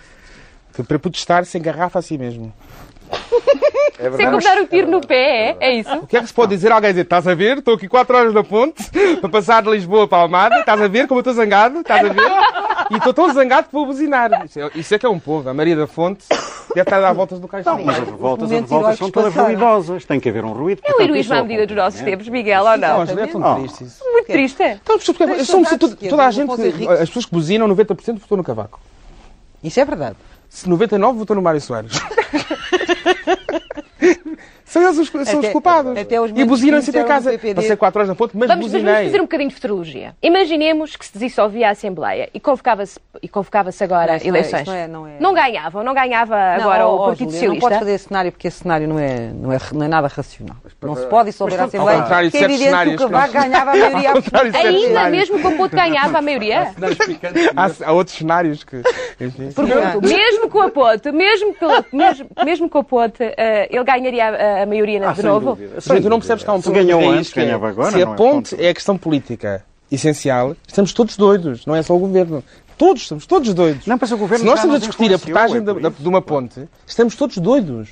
Speaker 4: que para protestar se engarrafa a si mesmo?
Speaker 3: É
Speaker 1: Sem
Speaker 3: verdade.
Speaker 1: cobrar o um tiro no pé, é? É isso?
Speaker 4: O que é que se pode dizer a alguém dizer, estás a ver, estou aqui 4 horas na (laughs) ponte para passar de Lisboa para Almada, estás a ver como eu estou zangado, estás a ver? E estou tão zangado que vou buzinar. Isso é, isso é que é um povo, a Maria da Fonte deve estar a dar voltas no caixão.
Speaker 5: Mas as revoltas, as
Speaker 2: momentos
Speaker 5: revoltas são
Speaker 2: heroicos
Speaker 5: todas
Speaker 2: passaram.
Speaker 5: ruidosas. Tem que haver um
Speaker 1: É o
Speaker 5: ruído.
Speaker 2: Então,
Speaker 5: portanto,
Speaker 1: heroísmo
Speaker 5: isso
Speaker 1: à medida dos
Speaker 2: né?
Speaker 1: nossos
Speaker 5: acompanhamento.
Speaker 1: tempos, Miguel, ou não?
Speaker 4: Não, as mulheres
Speaker 5: Oh.
Speaker 4: são tristes.
Speaker 1: Muito triste. é?
Speaker 4: Então, porque eu sou-
Speaker 2: Deixa eu dar-te
Speaker 4: toda, toda a
Speaker 2: esquerda,
Speaker 4: gente,
Speaker 2: vou fazer ricos.
Speaker 4: as pessoas que buzinam, 90% votou no Cavaco.
Speaker 2: Isso é verdade.
Speaker 4: Se 99% votou no Mário Soares. (laughs) são eles os, são os
Speaker 2: Até-
Speaker 4: culpados.
Speaker 2: até os
Speaker 4: e buzinam-se até
Speaker 2: eram
Speaker 4: casa.
Speaker 2: do PPD.
Speaker 4: Passei 4 horas na ponte, mas
Speaker 1: Vamos, mas
Speaker 4: buzinei.
Speaker 1: vamos fazer um bocadinho de futurologia. Imaginemos que se dissolvia a Assembleia e convocava-se e convocava-se
Speaker 2: Não,
Speaker 1: agora
Speaker 2: isso não é,
Speaker 1: eleições.
Speaker 2: isso não é, não é.
Speaker 1: ganhavam, não ganhava agora
Speaker 2: Não,
Speaker 1: o
Speaker 2: ó, ó,
Speaker 1: Partido
Speaker 2: Júlia, Não
Speaker 1: Socialista.
Speaker 2: podes fazer esse cenário porque esse cenário não é, não é, não é nada racional. Não se pode dissolver a Assembleia.
Speaker 4: contrário de
Speaker 2: que é
Speaker 4: certos
Speaker 2: evidente que o
Speaker 4: cenários que nós-
Speaker 2: Cavaco ganhava a maioria
Speaker 4: (laughs) Ao contrário de certos
Speaker 2: absoluta.
Speaker 1: Ainda
Speaker 4: cenários.
Speaker 1: mesmo que o Aponte ganhava a maioria.
Speaker 4: Há, há outros cenários que. Enfim.
Speaker 1: mesmo com o Aponte, mesmo,
Speaker 4: (laughs)
Speaker 1: pela, mesmo, mesmo com o Aponte, eh, ele ganharia a, a maioria
Speaker 5: Ah,
Speaker 1: de
Speaker 5: sem
Speaker 1: novo?
Speaker 5: dúvida, sem
Speaker 4: Mas tu não
Speaker 5: dúvida.
Speaker 4: percebes que há um
Speaker 5: Se
Speaker 4: problema. de
Speaker 5: ganhou
Speaker 4: raiz,
Speaker 5: antes,
Speaker 4: que é,
Speaker 5: ganhava agora.
Speaker 4: Se a
Speaker 5: não é
Speaker 4: ponte
Speaker 5: ponto.
Speaker 4: é a questão política essencial, estamos todos doidos, não é só o governo. Todos, estamos todos doidos.
Speaker 5: Não, mas o governo
Speaker 4: Se nós
Speaker 5: já
Speaker 4: estamos a
Speaker 5: nos
Speaker 4: discutir a
Speaker 5: influenciou,
Speaker 4: portagem
Speaker 5: é
Speaker 4: da-
Speaker 5: por
Speaker 4: da-
Speaker 5: isso.
Speaker 4: de uma ponte, estamos todos doidos.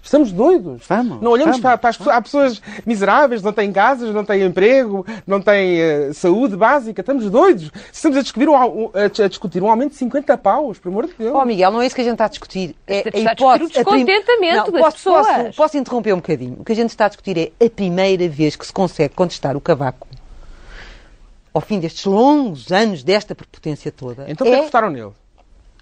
Speaker 4: Estamos doidos.
Speaker 5: Estamos,
Speaker 4: não olhamos
Speaker 5: estamos,
Speaker 4: para, para as pessoas. Há pessoas miseráveis, não têm casas, não têm emprego, não têm eh, saúde básica. Estamos doidos. Estamos a discutir um, au- a, a discutir um aumento de 50 paus, pelo amor de Deus.
Speaker 2: Ó Miguel, não é isso que a gente está a discutir. É
Speaker 1: Está a
Speaker 2: a
Speaker 1: discutir
Speaker 2: hipótese.
Speaker 1: o
Speaker 2: a prim-
Speaker 1: descontentamento
Speaker 2: Não,
Speaker 1: das
Speaker 2: posso,
Speaker 1: pessoas.
Speaker 2: Posso, posso interromper um bocadinho? O que a gente está a discutir é a primeira vez que se consegue contestar o cavaco ao fim destes longos anos desta prepotência toda.
Speaker 4: Então, por que é
Speaker 2: é-
Speaker 4: que votaram nele?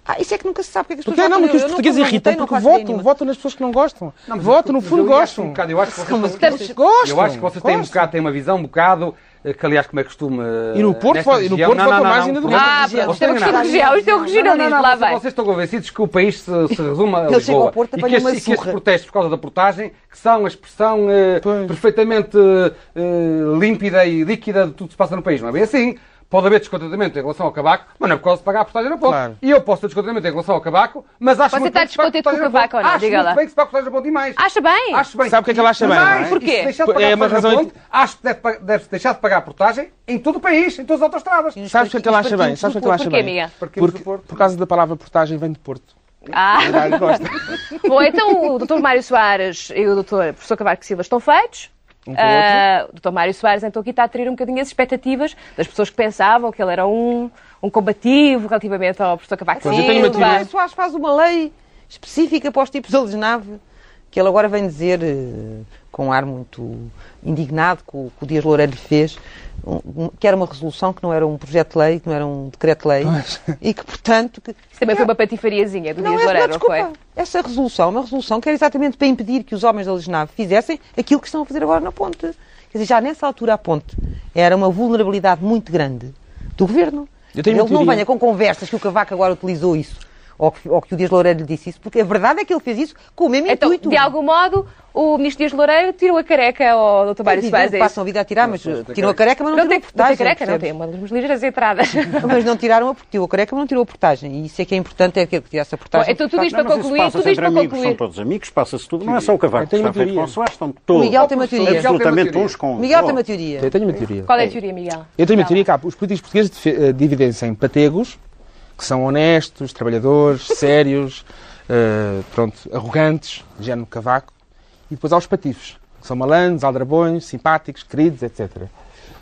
Speaker 2: Ah, isso é que nunca se sabe porque é que as
Speaker 4: Porque
Speaker 2: pessoas
Speaker 4: não,
Speaker 2: votam. Eu- eu
Speaker 4: porque os
Speaker 2: não
Speaker 4: portugueses
Speaker 2: votei,
Speaker 4: irritam,
Speaker 2: não
Speaker 4: porque
Speaker 2: faço ideia
Speaker 4: votam,
Speaker 2: nenhuma.
Speaker 4: votam nas pessoas que não gostam. votam, no fundo
Speaker 3: Eu acho Um
Speaker 4: gostam.
Speaker 3: bocado, eu acho que vocês estão-
Speaker 1: Estamos-
Speaker 4: Gostam.
Speaker 3: Eu acho que vocês têm um
Speaker 4: Gostam.
Speaker 3: bocado, têm uma visão um bocado, eh, que aliás, como é costume. eh,
Speaker 4: E no Porto
Speaker 3: nesta
Speaker 4: fo- e no
Speaker 3: região-
Speaker 4: Porto
Speaker 3: Não,
Speaker 4: votam
Speaker 3: não,
Speaker 4: mais
Speaker 3: não,
Speaker 4: ainda do
Speaker 3: não.
Speaker 4: que-
Speaker 1: Ah,
Speaker 3: Vocês
Speaker 1: pronto, isto é uma
Speaker 3: estão
Speaker 1: questão de
Speaker 3: enganados.
Speaker 1: região, isto é o
Speaker 3: Não,
Speaker 1: regionalismo,
Speaker 3: não, não,
Speaker 1: lá
Speaker 3: vocês-
Speaker 1: vai.
Speaker 3: Vocês estão convencidos que o país se, se resume a
Speaker 2: Ele
Speaker 3: Lisboa.
Speaker 2: chega ao Porto,
Speaker 3: e, que
Speaker 2: apanha uma
Speaker 3: este- e que estes
Speaker 2: surra.
Speaker 3: protestos por causa da portagem, que são a expressão eh,
Speaker 4: Pois.
Speaker 3: perfeitamente eh, límpida e líquida de tudo que se passa no país. Não é bem assim. Pode haver descontentamento em relação ao cabaco, mas não é por causa de pagar a portagem na ponte.
Speaker 4: Claro.
Speaker 3: E eu posso ter descontentamento em relação ao cabaco, mas acho
Speaker 1: Você
Speaker 3: muito
Speaker 1: está
Speaker 3: bem que se pague
Speaker 1: descontente com o
Speaker 3: portagem na
Speaker 1: Cavaco
Speaker 3: ponte.
Speaker 1: ou não?
Speaker 3: Acho
Speaker 1: Diga
Speaker 3: muito
Speaker 1: lá. Ah,
Speaker 3: bem que se paga a portagem na ponte e mais.
Speaker 1: Acha bem?
Speaker 3: Acho bem.
Speaker 4: Sabe o que é que ela acha bem, não
Speaker 3: Mas,
Speaker 4: é?
Speaker 1: Porquê?
Speaker 3: se deixar de pagar
Speaker 4: É
Speaker 3: a
Speaker 4: uma
Speaker 3: portagem na
Speaker 4: razão-
Speaker 3: ponte, acho que deve pa- deve-se deixar de pagar a portagem em todo o país, em todas as autostrastradas.
Speaker 4: Sabes o que é que ela acha bem? Sabes o que é que ela acha
Speaker 1: Porquê,
Speaker 4: bem?
Speaker 1: Miguel?
Speaker 3: Porque-
Speaker 4: Porque, por causa da palavra portagem vem de Porto.
Speaker 1: Ah.
Speaker 4: Caralho, gosta.
Speaker 1: (laughs) Bom, então o Dr. Mário Soares e o Dr. Professor Cavaco Silva estão feitos.
Speaker 4: Um com o outro.
Speaker 1: Ah, o Dr. Mário Soares então aqui está a trair um bocadinho as expectativas das pessoas que pensavam que ele era um, um combativo relativamente ao Professor Cavaco
Speaker 4: Pois, eu tenho uma
Speaker 1: Silva.
Speaker 2: Mas o Mário
Speaker 4: teoria.
Speaker 2: Soares faz uma lei específica para os tipos de alesnave, que ele agora vem dizer, eh, com um ar muito indignado com o que o Dias Loureiro lhe fez, um- um- que era uma resolução, que não era um projeto de lei, que não era um decreto-lei, e que, portanto... Que,
Speaker 1: Isso também foi uma patifariazinha do
Speaker 2: Não,
Speaker 1: Dias
Speaker 4: é
Speaker 2: essa,
Speaker 1: Loureiro, não
Speaker 2: desculpa,
Speaker 1: foi?
Speaker 2: essa resolução é uma resolução que era exatamente para impedir que os homens da Lesnave fizessem aquilo que estão a fazer agora na ponte. Quer dizer, já nessa altura a ponte era uma vulnerabilidade muito grande do governo.
Speaker 4: Eu tenho
Speaker 2: Ele
Speaker 4: uma
Speaker 2: não
Speaker 4: teoria.
Speaker 2: venha com conversas que o Cavaco agora utilizou isso. ou que, ou que o Dias Loureiro lhe disse isso, porque a verdade é que ele fez isso com o
Speaker 4: É
Speaker 2: mesmo
Speaker 1: Então,
Speaker 2: intuito.
Speaker 1: de algum modo, o ministro Dias Loureiro tirou a careca ao Dr. Mário Soares. é
Speaker 2: Eles dizem que
Speaker 1: isso?
Speaker 2: passam a vida a tirar, mas
Speaker 3: Não, só se tem
Speaker 2: tiram a careca, mas não,
Speaker 1: Não
Speaker 2: tiram
Speaker 1: tem
Speaker 2: a
Speaker 1: não tem
Speaker 2: portagem.
Speaker 1: careca, não tem
Speaker 2: percebes?
Speaker 1: umas ligeiras
Speaker 2: (laughs)
Speaker 1: entradas.
Speaker 2: Mas não tiraram a, tirou a careca, mas não tirou a portagem. E isso é que é importante, é que tirasse a portagem.
Speaker 1: Então, tudo
Speaker 2: porque,
Speaker 1: isto
Speaker 2: de
Speaker 4: Tá,
Speaker 1: para
Speaker 2: facto,
Speaker 5: mas isso
Speaker 1: concluir,
Speaker 5: passa-se
Speaker 1: tudo isto
Speaker 5: entre
Speaker 1: para
Speaker 5: amigos,
Speaker 1: concluir.
Speaker 5: São todos amigos, passa-se tudo. Não é só o cavaco
Speaker 4: Eu
Speaker 5: que
Speaker 4: tenho
Speaker 5: está
Speaker 4: uma
Speaker 5: feito com
Speaker 4: teoria.
Speaker 5: o Soares, estão todos
Speaker 2: Miguel tem uma teoria.
Speaker 5: absolutamente
Speaker 3: Miguel
Speaker 5: uns com os
Speaker 2: Miguel tem uma
Speaker 5: outros.
Speaker 2: teoria.
Speaker 6: Eu tenho uma teoria.
Speaker 1: Qual é a teoria, Miguel?
Speaker 4: Eu tenho uma teoria que há- os políticos portugueses defe- eh, dividem-se em pategos, que são honestos, trabalhadores, sérios, eh, pronto, arrogantes, género cavaco, e depois há os patifes, que são malandros, aldrabões, simpáticos, queridos, etc.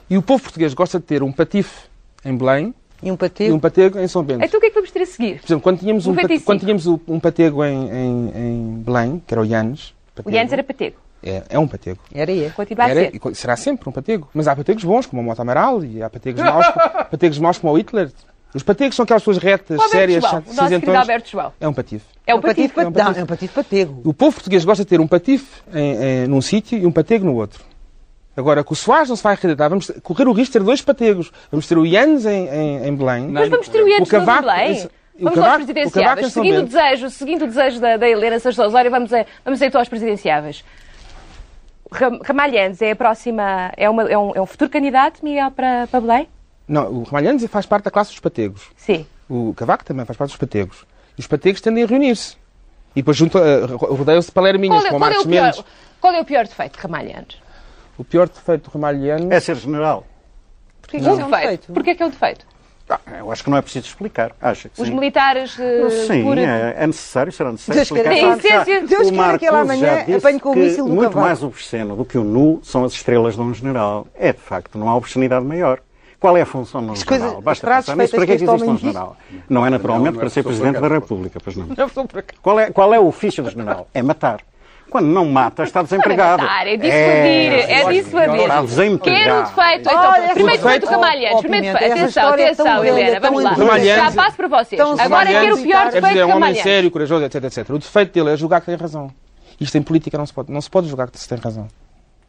Speaker 4: E o povo português gosta de ter um patife em Belém
Speaker 2: E um patego.
Speaker 4: e um patego em São Bento.
Speaker 1: Então, o que é que vamos ter a seguir?
Speaker 4: Por exemplo, quando tínhamos, um, pate-
Speaker 1: 95.
Speaker 4: quando tínhamos o- um patego em, em- em Belém, que era o Yanes,
Speaker 1: O
Speaker 4: patego,
Speaker 1: Yannis era patego.
Speaker 4: é, é um patego.
Speaker 2: Era ele.
Speaker 1: Continua a
Speaker 4: Era-
Speaker 1: ser.
Speaker 4: e co- será sempre um patego. Mas há pategos bons, como o Mota Amaral, e há
Speaker 1: (laughs)
Speaker 4: pategos maus, pategos maus como o Hitler. Os pategos são aquelas pessoas retas,
Speaker 1: é O Alberto
Speaker 4: sérias,
Speaker 1: João,
Speaker 4: chatas,
Speaker 1: o nosso querido
Speaker 4: cinzentonas.
Speaker 1: Alberto João.
Speaker 4: É um patife.
Speaker 1: É
Speaker 2: É
Speaker 1: o
Speaker 2: um patife
Speaker 1: patife.
Speaker 4: É um
Speaker 2: patego.
Speaker 4: patife.
Speaker 2: É um patife patego.
Speaker 4: O povo português gosta de ter um patife em- em- num sítio e um patego no outro. Agora, com o Soares não se vai arredentar. Vamos correr o risco de ter dois pategos. Vamos ter o Ianes em, em, em Belém.
Speaker 1: Mas vamos ter o Yannis no
Speaker 4: Cavaco-
Speaker 1: Belém.
Speaker 4: esse- o
Speaker 1: Vamos
Speaker 4: Cavaco-
Speaker 1: aos
Speaker 4: o Cavaco é em
Speaker 1: presidenciáveis.
Speaker 4: São
Speaker 1: Seguindo o
Speaker 4: Bento.
Speaker 1: desejo, seguindo o desejo da, da Helena Sassos Osório, vamos, a, vamos então aos presidenciáveis. Ram- Ramalhantes é a próxima, é, uma- é um, é um futuro candidato, Miguel, para, para Belém?
Speaker 4: Não, o Ramalhantes faz parte da classe dos pategos.
Speaker 1: Sim.
Speaker 4: O Cavaco também faz parte dos pategos. E os pategos tendem a reunir-se. E depois juntam, eh, ro- rodeiam-se de palerminhas,
Speaker 1: Qual é,
Speaker 4: como o
Speaker 1: qual é
Speaker 4: Marcos
Speaker 1: o pior,
Speaker 4: Mendes.
Speaker 1: qual é o pior defeito de Ramalhantes?
Speaker 4: O pior defeito do Ramalhiano (laughs)
Speaker 5: É ser general.
Speaker 1: Porquê que é um
Speaker 2: Não.
Speaker 1: defeito? Porquê que é um defeito?
Speaker 5: Ah, eu acho que não é preciso explicar. Acha que
Speaker 1: Os
Speaker 5: sim?
Speaker 1: militares eh,
Speaker 5: Sim,
Speaker 1: por...
Speaker 5: é, é necessário, será necessário
Speaker 2: Deus queira
Speaker 5: explicar.
Speaker 1: que- Sim, sim, sim.
Speaker 2: Deus
Speaker 5: O
Speaker 2: queira que ele
Speaker 5: Marcos já
Speaker 2: amanhã
Speaker 5: disse
Speaker 2: apanhe com o
Speaker 5: que
Speaker 2: míssil do
Speaker 5: Muito
Speaker 2: cavalo.
Speaker 5: mais obsceno do que o nu são as estrelas de um general. É, de facto, não há obscenidade maior. Qual é a função de um
Speaker 2: As
Speaker 5: general?
Speaker 2: coisas- as
Speaker 5: Basta
Speaker 2: frases
Speaker 5: pensar nisso. Para que é que
Speaker 2: feitas que
Speaker 5: existe um
Speaker 2: este homem
Speaker 5: general? Não é naturalmente
Speaker 3: Não, não é
Speaker 5: para ser
Speaker 3: só por
Speaker 5: Presidente da
Speaker 3: acaso.
Speaker 5: República, pois não. Qual é, qual é o ofício do general? É matar. Quando não mata, está desempregado.
Speaker 1: matar, é dissuadir, é
Speaker 3: eu acho
Speaker 1: dissuadir.
Speaker 3: que nós-
Speaker 5: Está
Speaker 1: Quer um
Speaker 5: desempregado.
Speaker 1: defeito,
Speaker 2: Olha,
Speaker 1: então.
Speaker 2: essa
Speaker 1: primeiro defeito
Speaker 2: história-
Speaker 1: do Ramalhantes.
Speaker 2: oh,
Speaker 1: Primeiro
Speaker 2: Pimenta,
Speaker 1: defeito.
Speaker 2: essa
Speaker 1: Atenção,
Speaker 2: história é
Speaker 1: atenção,
Speaker 2: tão velha,
Speaker 1: Helena.
Speaker 2: tão
Speaker 1: Vamos lá.
Speaker 2: antiga.
Speaker 1: Já
Speaker 4: Ramalhantes-
Speaker 1: passo para vocês.
Speaker 2: Tão
Speaker 1: Então, Agora quer o
Speaker 2: Ramalhantes-
Speaker 1: pior
Speaker 4: é
Speaker 1: defeito
Speaker 4: dizer,
Speaker 1: de
Speaker 4: é um homem sério,
Speaker 1: Ramalhantes.
Speaker 4: corajoso, etc, etc. O defeito dele é julgar que tem razão. Isto em política não se pode. Não se pode julgar que se tem razão.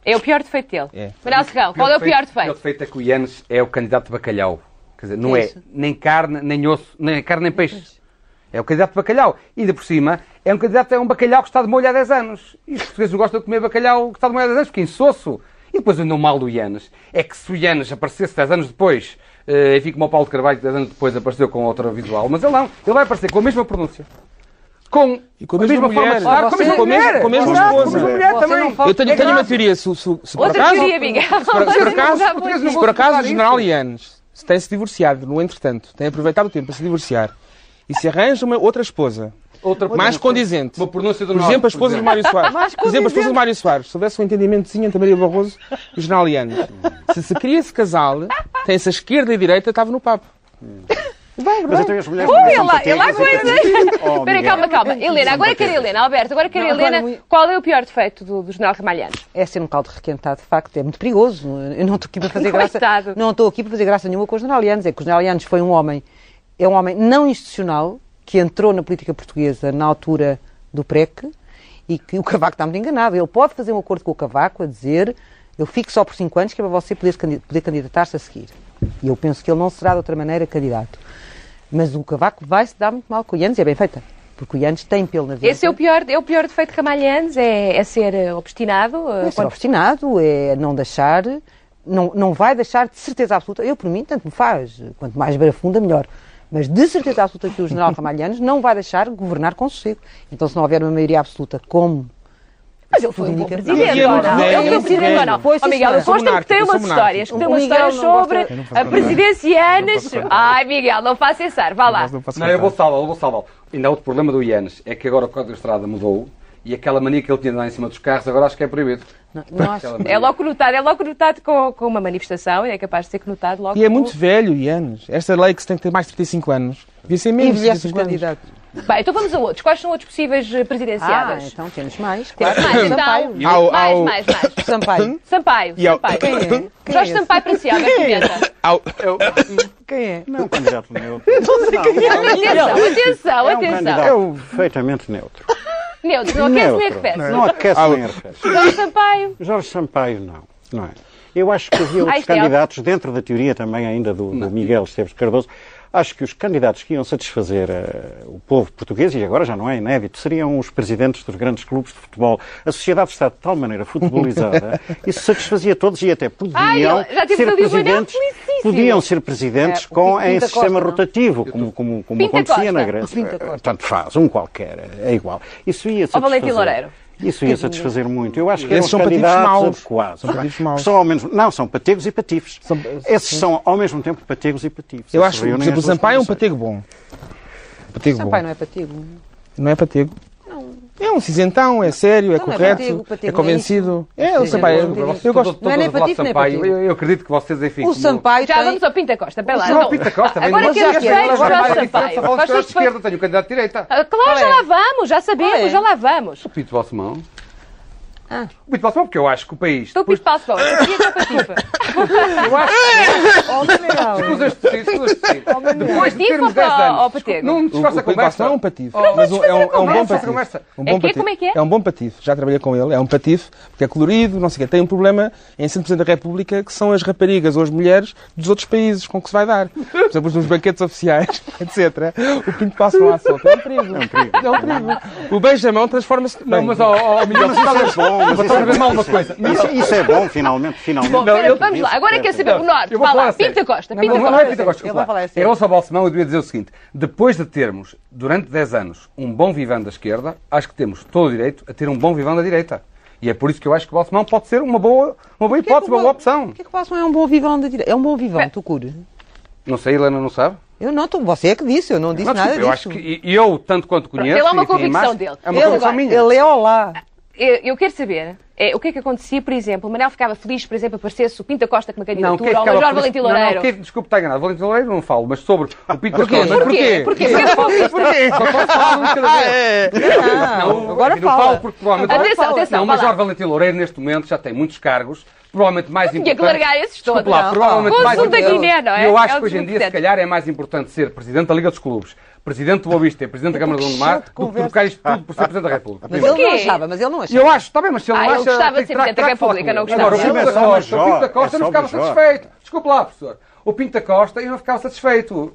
Speaker 1: É o pior defeito dele.
Speaker 4: É.
Speaker 1: Manuel Serrão, qual é o pior defeito?
Speaker 3: O defeito é que o Ianes é o candidato de bacalhau. Quer dizer, não é, nem carne, nem osso, nem carne, nem peixe. É o candidato de bacalhau. E ainda por cima, é um candidato, é um bacalhau que está de molho há 10 anos. E os portugueses não gostam de comer bacalhau que está de molho há 10 anos, porque é insosso. E depois, ainda o mal do Ianes é que se o Ianes aparecesse 10 anos depois, eh, enfim, como o Paulo de Carvalho 10 anos depois apareceu com outra visual, mas ele não, ele vai aparecer com a mesma pronúncia. Com,
Speaker 4: E com a mesma
Speaker 3: forma
Speaker 4: mulher.
Speaker 3: de falar, com a
Speaker 2: Você-
Speaker 3: mesma
Speaker 2: com a mesma-
Speaker 3: mulher.
Speaker 4: com a mesma
Speaker 3: Exato, com a
Speaker 4: esposa.
Speaker 3: mesma mulher
Speaker 2: Você não
Speaker 3: também.
Speaker 2: fala-
Speaker 4: Eu tenho,
Speaker 3: É
Speaker 4: tenho uma
Speaker 3: grave.
Speaker 4: teoria. Se, se, se por
Speaker 1: Outra
Speaker 4: acaso,
Speaker 1: teoria, Miguel.
Speaker 4: se por- se por acaso,
Speaker 3: Não, portugueses não
Speaker 4: se
Speaker 3: vão
Speaker 4: por acaso
Speaker 3: aceitar
Speaker 4: o
Speaker 3: isso.
Speaker 4: general Ianes se tem-se divorciado, no entretanto, tem aproveitado o tempo para se divorciar e se arranja uma outra esposa,
Speaker 3: Outra
Speaker 4: mais
Speaker 3: pronúncia.
Speaker 4: condizente.
Speaker 3: Uma pronúncia do
Speaker 4: Por
Speaker 3: norte,
Speaker 4: exemplo, a esposa
Speaker 3: por
Speaker 4: de Mário Soares. Por exemplo, a esposa
Speaker 2: condizente.
Speaker 4: de Mário Soares. Se houvesse um entendimentozinho entre Maria Barroso e o general Ianes. Se se queria esse casal, tem-se a esquerda e a direita, estava no papo.
Speaker 5: Mas então as mulheres
Speaker 1: Ui,
Speaker 5: também
Speaker 1: ele
Speaker 5: são
Speaker 1: lá- ele lá
Speaker 5: patetas
Speaker 1: coisa.
Speaker 5: e coisas. Oh,
Speaker 1: Espera aí,
Speaker 5: Miguel.
Speaker 1: calma, calma. Helena, agora quero a Helena. Alberto, agora quero a
Speaker 2: Não, agora
Speaker 1: Helena.
Speaker 2: muito-
Speaker 1: Qual é o pior defeito do, do general Ramalhantes?
Speaker 2: É ser um caldo requentado, de facto, é muito perigoso. Eu não estou aqui para (laughs) fazer graça.
Speaker 1: Coitado.
Speaker 2: Não estou aqui para fazer graça nenhuma com os generalianos. É que os generalianos foi um homem, é um homem não institucional, que entrou na política portuguesa na altura do PREC e que o Cavaco está muito enganado. Ele pode fazer um acordo com o Cavaco a dizer eu fico só por cinco anos que é para você poder, se candi- poder candidatar-se a seguir. E eu penso que ele não será de outra maneira candidato. Mas o Cavaco vai se dar muito mal com o Ianes e é bem feita. Porque o Ianes tem pelo na vida.
Speaker 1: Esse é o pior, é o pior defeito de Ramalhantes, é, é ser eh, obstinado. eh,
Speaker 2: É ser
Speaker 1: quando-
Speaker 2: obstinado, é não deixar, não, não vai deixar de certeza absoluta. Eu, por mim, tanto me faz. Quanto mais barafunda, melhor. Mas de certeza absoluta que o general Ramalhianos não vai deixar governar com sossego. Então, se não houver uma maioria absoluta, como?
Speaker 1: Mas ele foi um bom
Speaker 2: Não,
Speaker 1: presidente,
Speaker 4: ele é
Speaker 1: ou
Speaker 4: muito
Speaker 1: não?
Speaker 4: velho,
Speaker 1: Ele foi
Speaker 4: ele é
Speaker 1: presidente, ou
Speaker 4: muito
Speaker 1: não?
Speaker 2: velho.
Speaker 1: Ó, Miguel,
Speaker 2: Eu
Speaker 1: eu
Speaker 4: sou
Speaker 1: consta que
Speaker 4: monárquico,
Speaker 1: tem
Speaker 4: eu sou
Speaker 1: umas
Speaker 4: monárquico.
Speaker 1: histórias, que tem
Speaker 2: O
Speaker 1: umas
Speaker 2: Miguel
Speaker 1: histórias
Speaker 2: não gosta-
Speaker 1: sobre
Speaker 2: Eu
Speaker 4: não faço
Speaker 1: a
Speaker 4: nada.
Speaker 1: presidencianas. Ai, Miguel, não faça cessar, vá lá.
Speaker 2: Ah.
Speaker 4: Mas não posso
Speaker 3: Não, eu
Speaker 4: contar.
Speaker 3: vou salvá-lo, eu vou salvá-lo. Ainda há outro problema do Ianes, é que agora o Código de Estrada mudou e aquela mania que ele tinha lá em cima dos carros, agora acho que é proibido.
Speaker 2: Não, não acho.
Speaker 3: Aquela
Speaker 1: É
Speaker 3: mania.
Speaker 1: logo conotado, é logo conotado com, com uma manifestação, é capaz de ser conotado logo
Speaker 4: E é
Speaker 1: com-
Speaker 4: muito velho, Ianes. Esta lei que se tem que ter mais de 35 anos. Devia ser menos de
Speaker 2: Envelhece os
Speaker 4: 35 anos.
Speaker 2: candidatos.
Speaker 1: Bem, então vamos a outros. Quais são outros possíveis eh,
Speaker 2: Ah,
Speaker 1: presidenciáveis?
Speaker 2: então temos mais.
Speaker 1: Temos
Speaker 2: Claro.
Speaker 1: mais, então.
Speaker 2: Sampaio.
Speaker 4: Há o- há
Speaker 1: Mais,
Speaker 4: o-
Speaker 1: mais, mais.
Speaker 2: Sampaio.
Speaker 1: Sampaio,
Speaker 4: E ao-
Speaker 1: Sampaio.
Speaker 2: Quem é? Quem
Speaker 1: Jorge
Speaker 2: é esse?
Speaker 1: Sampaio para si, Alberto Pimenta.
Speaker 4: Au.
Speaker 2: Quem é?
Speaker 5: Não é um candidato neutro.
Speaker 1: Atenção, atenção,
Speaker 5: É um
Speaker 1: atenção.
Speaker 5: candidato perfeitamente neutro.
Speaker 1: Neutro, não aquece nem
Speaker 5: Neutro.
Speaker 1: arrefece.
Speaker 5: Não aquece
Speaker 4: Ah,
Speaker 5: nem arrefece.
Speaker 1: Jorge Sampaio.
Speaker 5: Jorge Sampaio, não. não é. Eu acho que havia
Speaker 1: Ah, (coughs)
Speaker 5: outros
Speaker 1: isto é
Speaker 5: candidatos, dentro da teoria também ainda do, do Miguel Esteves Cardoso, Acho que os candidatos que iam satisfazer eh, o povo português, e agora já não é inédito, seriam os presidentes dos grandes clubes de futebol. A sociedade está de tal maneira
Speaker 1: (laughs)
Speaker 5: futebolizada, isso satisfazia todos e até podiam
Speaker 1: Ai, já tive
Speaker 5: ser
Speaker 1: ali uma olhada
Speaker 5: presidentes,
Speaker 1: felicíssima.
Speaker 5: podiam ser presidentes
Speaker 2: É, o
Speaker 5: com,
Speaker 2: Pinto
Speaker 5: em
Speaker 2: da
Speaker 5: sistema
Speaker 2: Costa, não?
Speaker 5: rotativo, como, como, como
Speaker 1: Pinto da
Speaker 5: acontecia na
Speaker 1: Costa.
Speaker 5: Grécia.
Speaker 2: Pinto da Costa.
Speaker 5: Tanto faz, um qualquer, é igual. Isso ia satisfazer.
Speaker 1: Valentim Loureiro.
Speaker 5: Isso ia satisfazer muito. Eu acho que
Speaker 4: Esses
Speaker 5: eram
Speaker 4: são patifes
Speaker 5: candidatos
Speaker 4: maus.
Speaker 5: adequados.
Speaker 4: São patifes maus.
Speaker 5: São ao mesmo- não, são pategos e patifes.
Speaker 4: São-
Speaker 5: Esses são ao mesmo tempo pategos e patifes.
Speaker 4: Eu
Speaker 5: Esses
Speaker 4: acho, por
Speaker 5: reúnem
Speaker 4: exemplo, o
Speaker 5: as duas
Speaker 4: Sampaio é um
Speaker 5: condições.
Speaker 4: patego bom. Patego bom.
Speaker 2: Sampaio não é patigo.
Speaker 4: Não é patego? É um cinzentão, é sério, é
Speaker 2: Não, não é
Speaker 4: correto,
Speaker 2: patego, patego
Speaker 4: é
Speaker 2: não é
Speaker 4: convencido.
Speaker 2: isso.
Speaker 4: É, o
Speaker 2: Sim,
Speaker 4: Sampaio.
Speaker 2: eu
Speaker 4: Eu,
Speaker 2: gosto-
Speaker 4: eu gosto.
Speaker 2: Não é nem
Speaker 3: Vosso
Speaker 2: patife, nem
Speaker 3: Sampaio,
Speaker 2: patife.
Speaker 3: eu, eu acredito que vocês, enfim.
Speaker 2: O
Speaker 3: como-
Speaker 2: Sampaio
Speaker 1: Já
Speaker 2: tem-
Speaker 1: vamos ao Pinta Costa, pera lá.
Speaker 3: Não,
Speaker 1: não.
Speaker 3: Pinta Costa, assim, vem
Speaker 1: Agora
Speaker 3: de-
Speaker 1: queremos
Speaker 2: Já
Speaker 1: ver
Speaker 2: quero,
Speaker 1: os
Speaker 2: agora
Speaker 1: Jorge
Speaker 2: vai,
Speaker 1: Sampaio.
Speaker 3: Só
Speaker 1: Gostas
Speaker 3: vamos
Speaker 1: de-
Speaker 3: esquerda, tenho um candidato de direita.
Speaker 1: Ah, Claro, já lá vamos, já
Speaker 2: Qual é?
Speaker 1: sabemos, já lá vamos.
Speaker 3: O Pito Balsemão.
Speaker 2: Ah.
Speaker 3: O Pito Balsemão, porque eu acho que o país...
Speaker 1: Tu
Speaker 3: depois-
Speaker 1: pipa a bola,
Speaker 3: Eu acho
Speaker 2: Oh, Manuel.
Speaker 3: Escusas de ser, escusas de ser. Depois
Speaker 1: Patito
Speaker 3: de termos
Speaker 1: ou
Speaker 3: 10
Speaker 1: para- ou
Speaker 3: anos.
Speaker 1: Patego?
Speaker 3: escu- Não me
Speaker 4: O, o
Speaker 3: disfarça a
Speaker 4: Pedro Passos
Speaker 3: conversa.
Speaker 4: não é um patife.
Speaker 3: Oh,
Speaker 4: mas um, é, um, é um bom
Speaker 3: conversa,
Speaker 4: patife.
Speaker 3: conversa.
Speaker 4: Um
Speaker 1: É
Speaker 4: bom
Speaker 1: que é,
Speaker 4: patife.
Speaker 1: como é que é?
Speaker 4: É um bom patife. Já trabalhei com ele. É um patife porque é colorido, não sei o quê. Tem um problema em 100% da República que são as raparigas ou as mulheres dos outros países com que se vai dar. Por exemplo, nos banquetes oficiais, (laughs) etc. O Pinto Passo não há solta. É um perigo. É um perigo. O Benjamin transforma-se...
Speaker 3: Não,
Speaker 4: Bem,
Speaker 3: mas, ó, ó, Miguel,
Speaker 5: Mas isso é bom, mas
Speaker 3: Vou
Speaker 5: isso é
Speaker 3: saber
Speaker 5: bom.
Speaker 3: mal uma coisa.
Speaker 5: Isso, isso é bom, finalmente, finalmente.
Speaker 1: Bom, pera,
Speaker 3: eu-
Speaker 1: vamos lá, agora quer saber o norte.
Speaker 3: Eu vou
Speaker 1: Vá
Speaker 3: falar
Speaker 1: lá,
Speaker 3: a sério.
Speaker 1: Pinta Costa,
Speaker 3: Não,
Speaker 1: Pinta
Speaker 3: não, Não
Speaker 1: Costa.
Speaker 3: é Pinta Costa,
Speaker 2: Ele
Speaker 3: desculpa.
Speaker 2: vai falar a
Speaker 3: Em
Speaker 2: sério.
Speaker 3: relação ao Balsemão, eu devia dizer o seguinte. Depois de termos, durante 10 anos, um bom vivão da esquerda, acho que temos todo o direito a ter um bom vivão da direita. E é por isso que eu acho que o Balsemão pode ser uma boa, uma boa
Speaker 2: Porquê que
Speaker 3: hipótese, uma
Speaker 2: o
Speaker 3: boa
Speaker 2: Bo-
Speaker 3: opção.
Speaker 2: Porquê que o Balsemão é um bom vivão da direita? É um bom vivão, tu cura.
Speaker 3: Não sei, Helena não sabe?
Speaker 2: Eu não, tu- você é que disse, eu não disse
Speaker 3: Não,
Speaker 2: nada
Speaker 3: desculpa, eu
Speaker 2: disso.
Speaker 3: acho que e- eu, tanto quanto conheço...
Speaker 1: ele é uma
Speaker 3: e tenho
Speaker 1: convicção
Speaker 3: imagem,
Speaker 1: dele.
Speaker 3: É uma
Speaker 2: ele,
Speaker 3: convicção minha.
Speaker 2: ele é olá.
Speaker 1: Eu, eu quero saber é, o que é que acontecia, por exemplo, o Manel ficava feliz, por exemplo, aparecesse o Pinta Costa com uma
Speaker 3: Não, quem
Speaker 1: candidatura,
Speaker 3: é
Speaker 1: ou
Speaker 3: que
Speaker 1: o
Speaker 3: acaba
Speaker 1: Major
Speaker 3: por-
Speaker 1: Valentim
Speaker 3: Não, não,
Speaker 1: Loureiro.
Speaker 3: quem- desculpe, está enganado. Valentim Loureiro não falo, mas sobre o Pinto Costa.
Speaker 2: Mas
Speaker 1: Porquê? Porquê? Porque é uma convicção.
Speaker 3: Porquê? Só posso falar
Speaker 4: Ah, é,
Speaker 3: um cada vez.
Speaker 2: Não, agora
Speaker 3: não falo
Speaker 2: fala.
Speaker 3: porque provavelmente...
Speaker 1: Atenção, atenção,
Speaker 3: Não, o
Speaker 1: vá
Speaker 3: Major
Speaker 1: lá.
Speaker 3: Valentim Loureiro neste momento já tem muitos cargos, provavelmente mais
Speaker 1: Tinha
Speaker 3: importantes.
Speaker 1: que largar esses
Speaker 3: Desculpe
Speaker 1: todos.
Speaker 3: lá,
Speaker 1: Não.
Speaker 3: provavelmente
Speaker 1: Pôs
Speaker 3: mais
Speaker 1: um da
Speaker 3: importante-
Speaker 1: Guiné, não é?
Speaker 3: Eu acho
Speaker 1: É o
Speaker 3: que hoje em dia, se
Speaker 1: desinfetante.
Speaker 3: calhar, é mais importante ser Presidente da Liga dos Clubes, Presidente do Boavista e Presidente da Câmara do Mar, do que trocar isto tudo por ser Presidente da República.
Speaker 2: Mas
Speaker 3: Primeiro.
Speaker 2: ele não
Speaker 1: Porquê?
Speaker 2: achava, mas ele não
Speaker 3: E
Speaker 2: achava.
Speaker 3: eu acho, está bem, mas se ele
Speaker 1: é Ah,
Speaker 3: não
Speaker 1: ele
Speaker 3: acha...
Speaker 1: gostava
Speaker 3: tem
Speaker 1: de
Speaker 3: que
Speaker 1: ser
Speaker 3: tra-
Speaker 1: Presidente da
Speaker 3: terá que falar
Speaker 1: República,
Speaker 3: com ele.
Speaker 1: não gostava.
Speaker 3: Agora, o
Speaker 5: Ele
Speaker 3: Pinto
Speaker 5: é só
Speaker 3: da Costa, o
Speaker 5: major,
Speaker 3: Pinto da Costa
Speaker 5: é
Speaker 3: não
Speaker 5: só
Speaker 3: ficava
Speaker 5: major.
Speaker 3: satisfeito. Desculpe lá, professor. O Pinto da Costa eu não ficava satisfeito.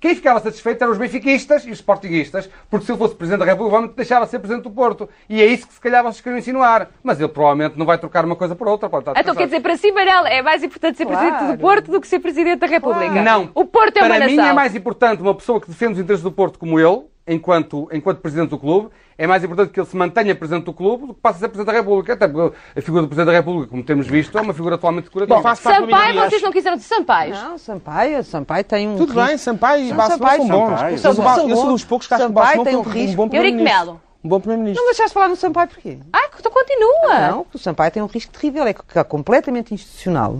Speaker 3: Quem ficava satisfeito eram os benfiquistas e os sportinguistas, porque se ele fosse Presidente da República, provavelmente deixava de ser Presidente do Porto. E é isso que se calhar vocês queriam insinuar. Mas ele provavelmente não vai trocar uma coisa por outra. quando está
Speaker 1: Então quer
Speaker 3: descansado.
Speaker 1: dizer, para si, Manel, é mais importante ser presidente do
Speaker 2: Claro.
Speaker 1: Porto do que ser presidente da República.
Speaker 3: Não.
Speaker 1: O Porto é uma
Speaker 3: Para
Speaker 1: nação.
Speaker 3: mim é mais importante uma pessoa que defende os interesses do Porto como ele, enquanto, enquanto presidente do clube, é mais importante que ele se mantenha presidente do clube do que passe a ser presidente da República. Até porque a figura do presidente da República, como temos visto, é uma figura atualmente decorativa.
Speaker 4: Bom, faço parte da
Speaker 1: Sampaio,
Speaker 4: minoria,
Speaker 1: vocês não quiseram de Sampaio.
Speaker 2: Não, Sampaio, Sampaio tem um.
Speaker 4: Tudo
Speaker 2: ritmo.
Speaker 4: bem, Sampaio e
Speaker 2: Não,
Speaker 4: Basso
Speaker 2: Sampaio,
Speaker 4: são bons.
Speaker 5: Sampaio.
Speaker 4: Mas o
Speaker 2: São
Speaker 4: Ba-
Speaker 2: bons.
Speaker 4: eu sou dos poucos que acho que o
Speaker 2: Sampaio
Speaker 4: Basso
Speaker 2: tem um
Speaker 4: foi um
Speaker 2: risco.
Speaker 4: bom
Speaker 1: Eurico
Speaker 4: primeiro-ministro.
Speaker 1: Melo.
Speaker 4: Um bom
Speaker 2: Não
Speaker 4: primeiro-ministro.
Speaker 2: deixaste falar no Sampaio porquê?
Speaker 1: Ah, então continua.
Speaker 2: Não, que o Sampaio tem um risco terrível, é que é completamente institucional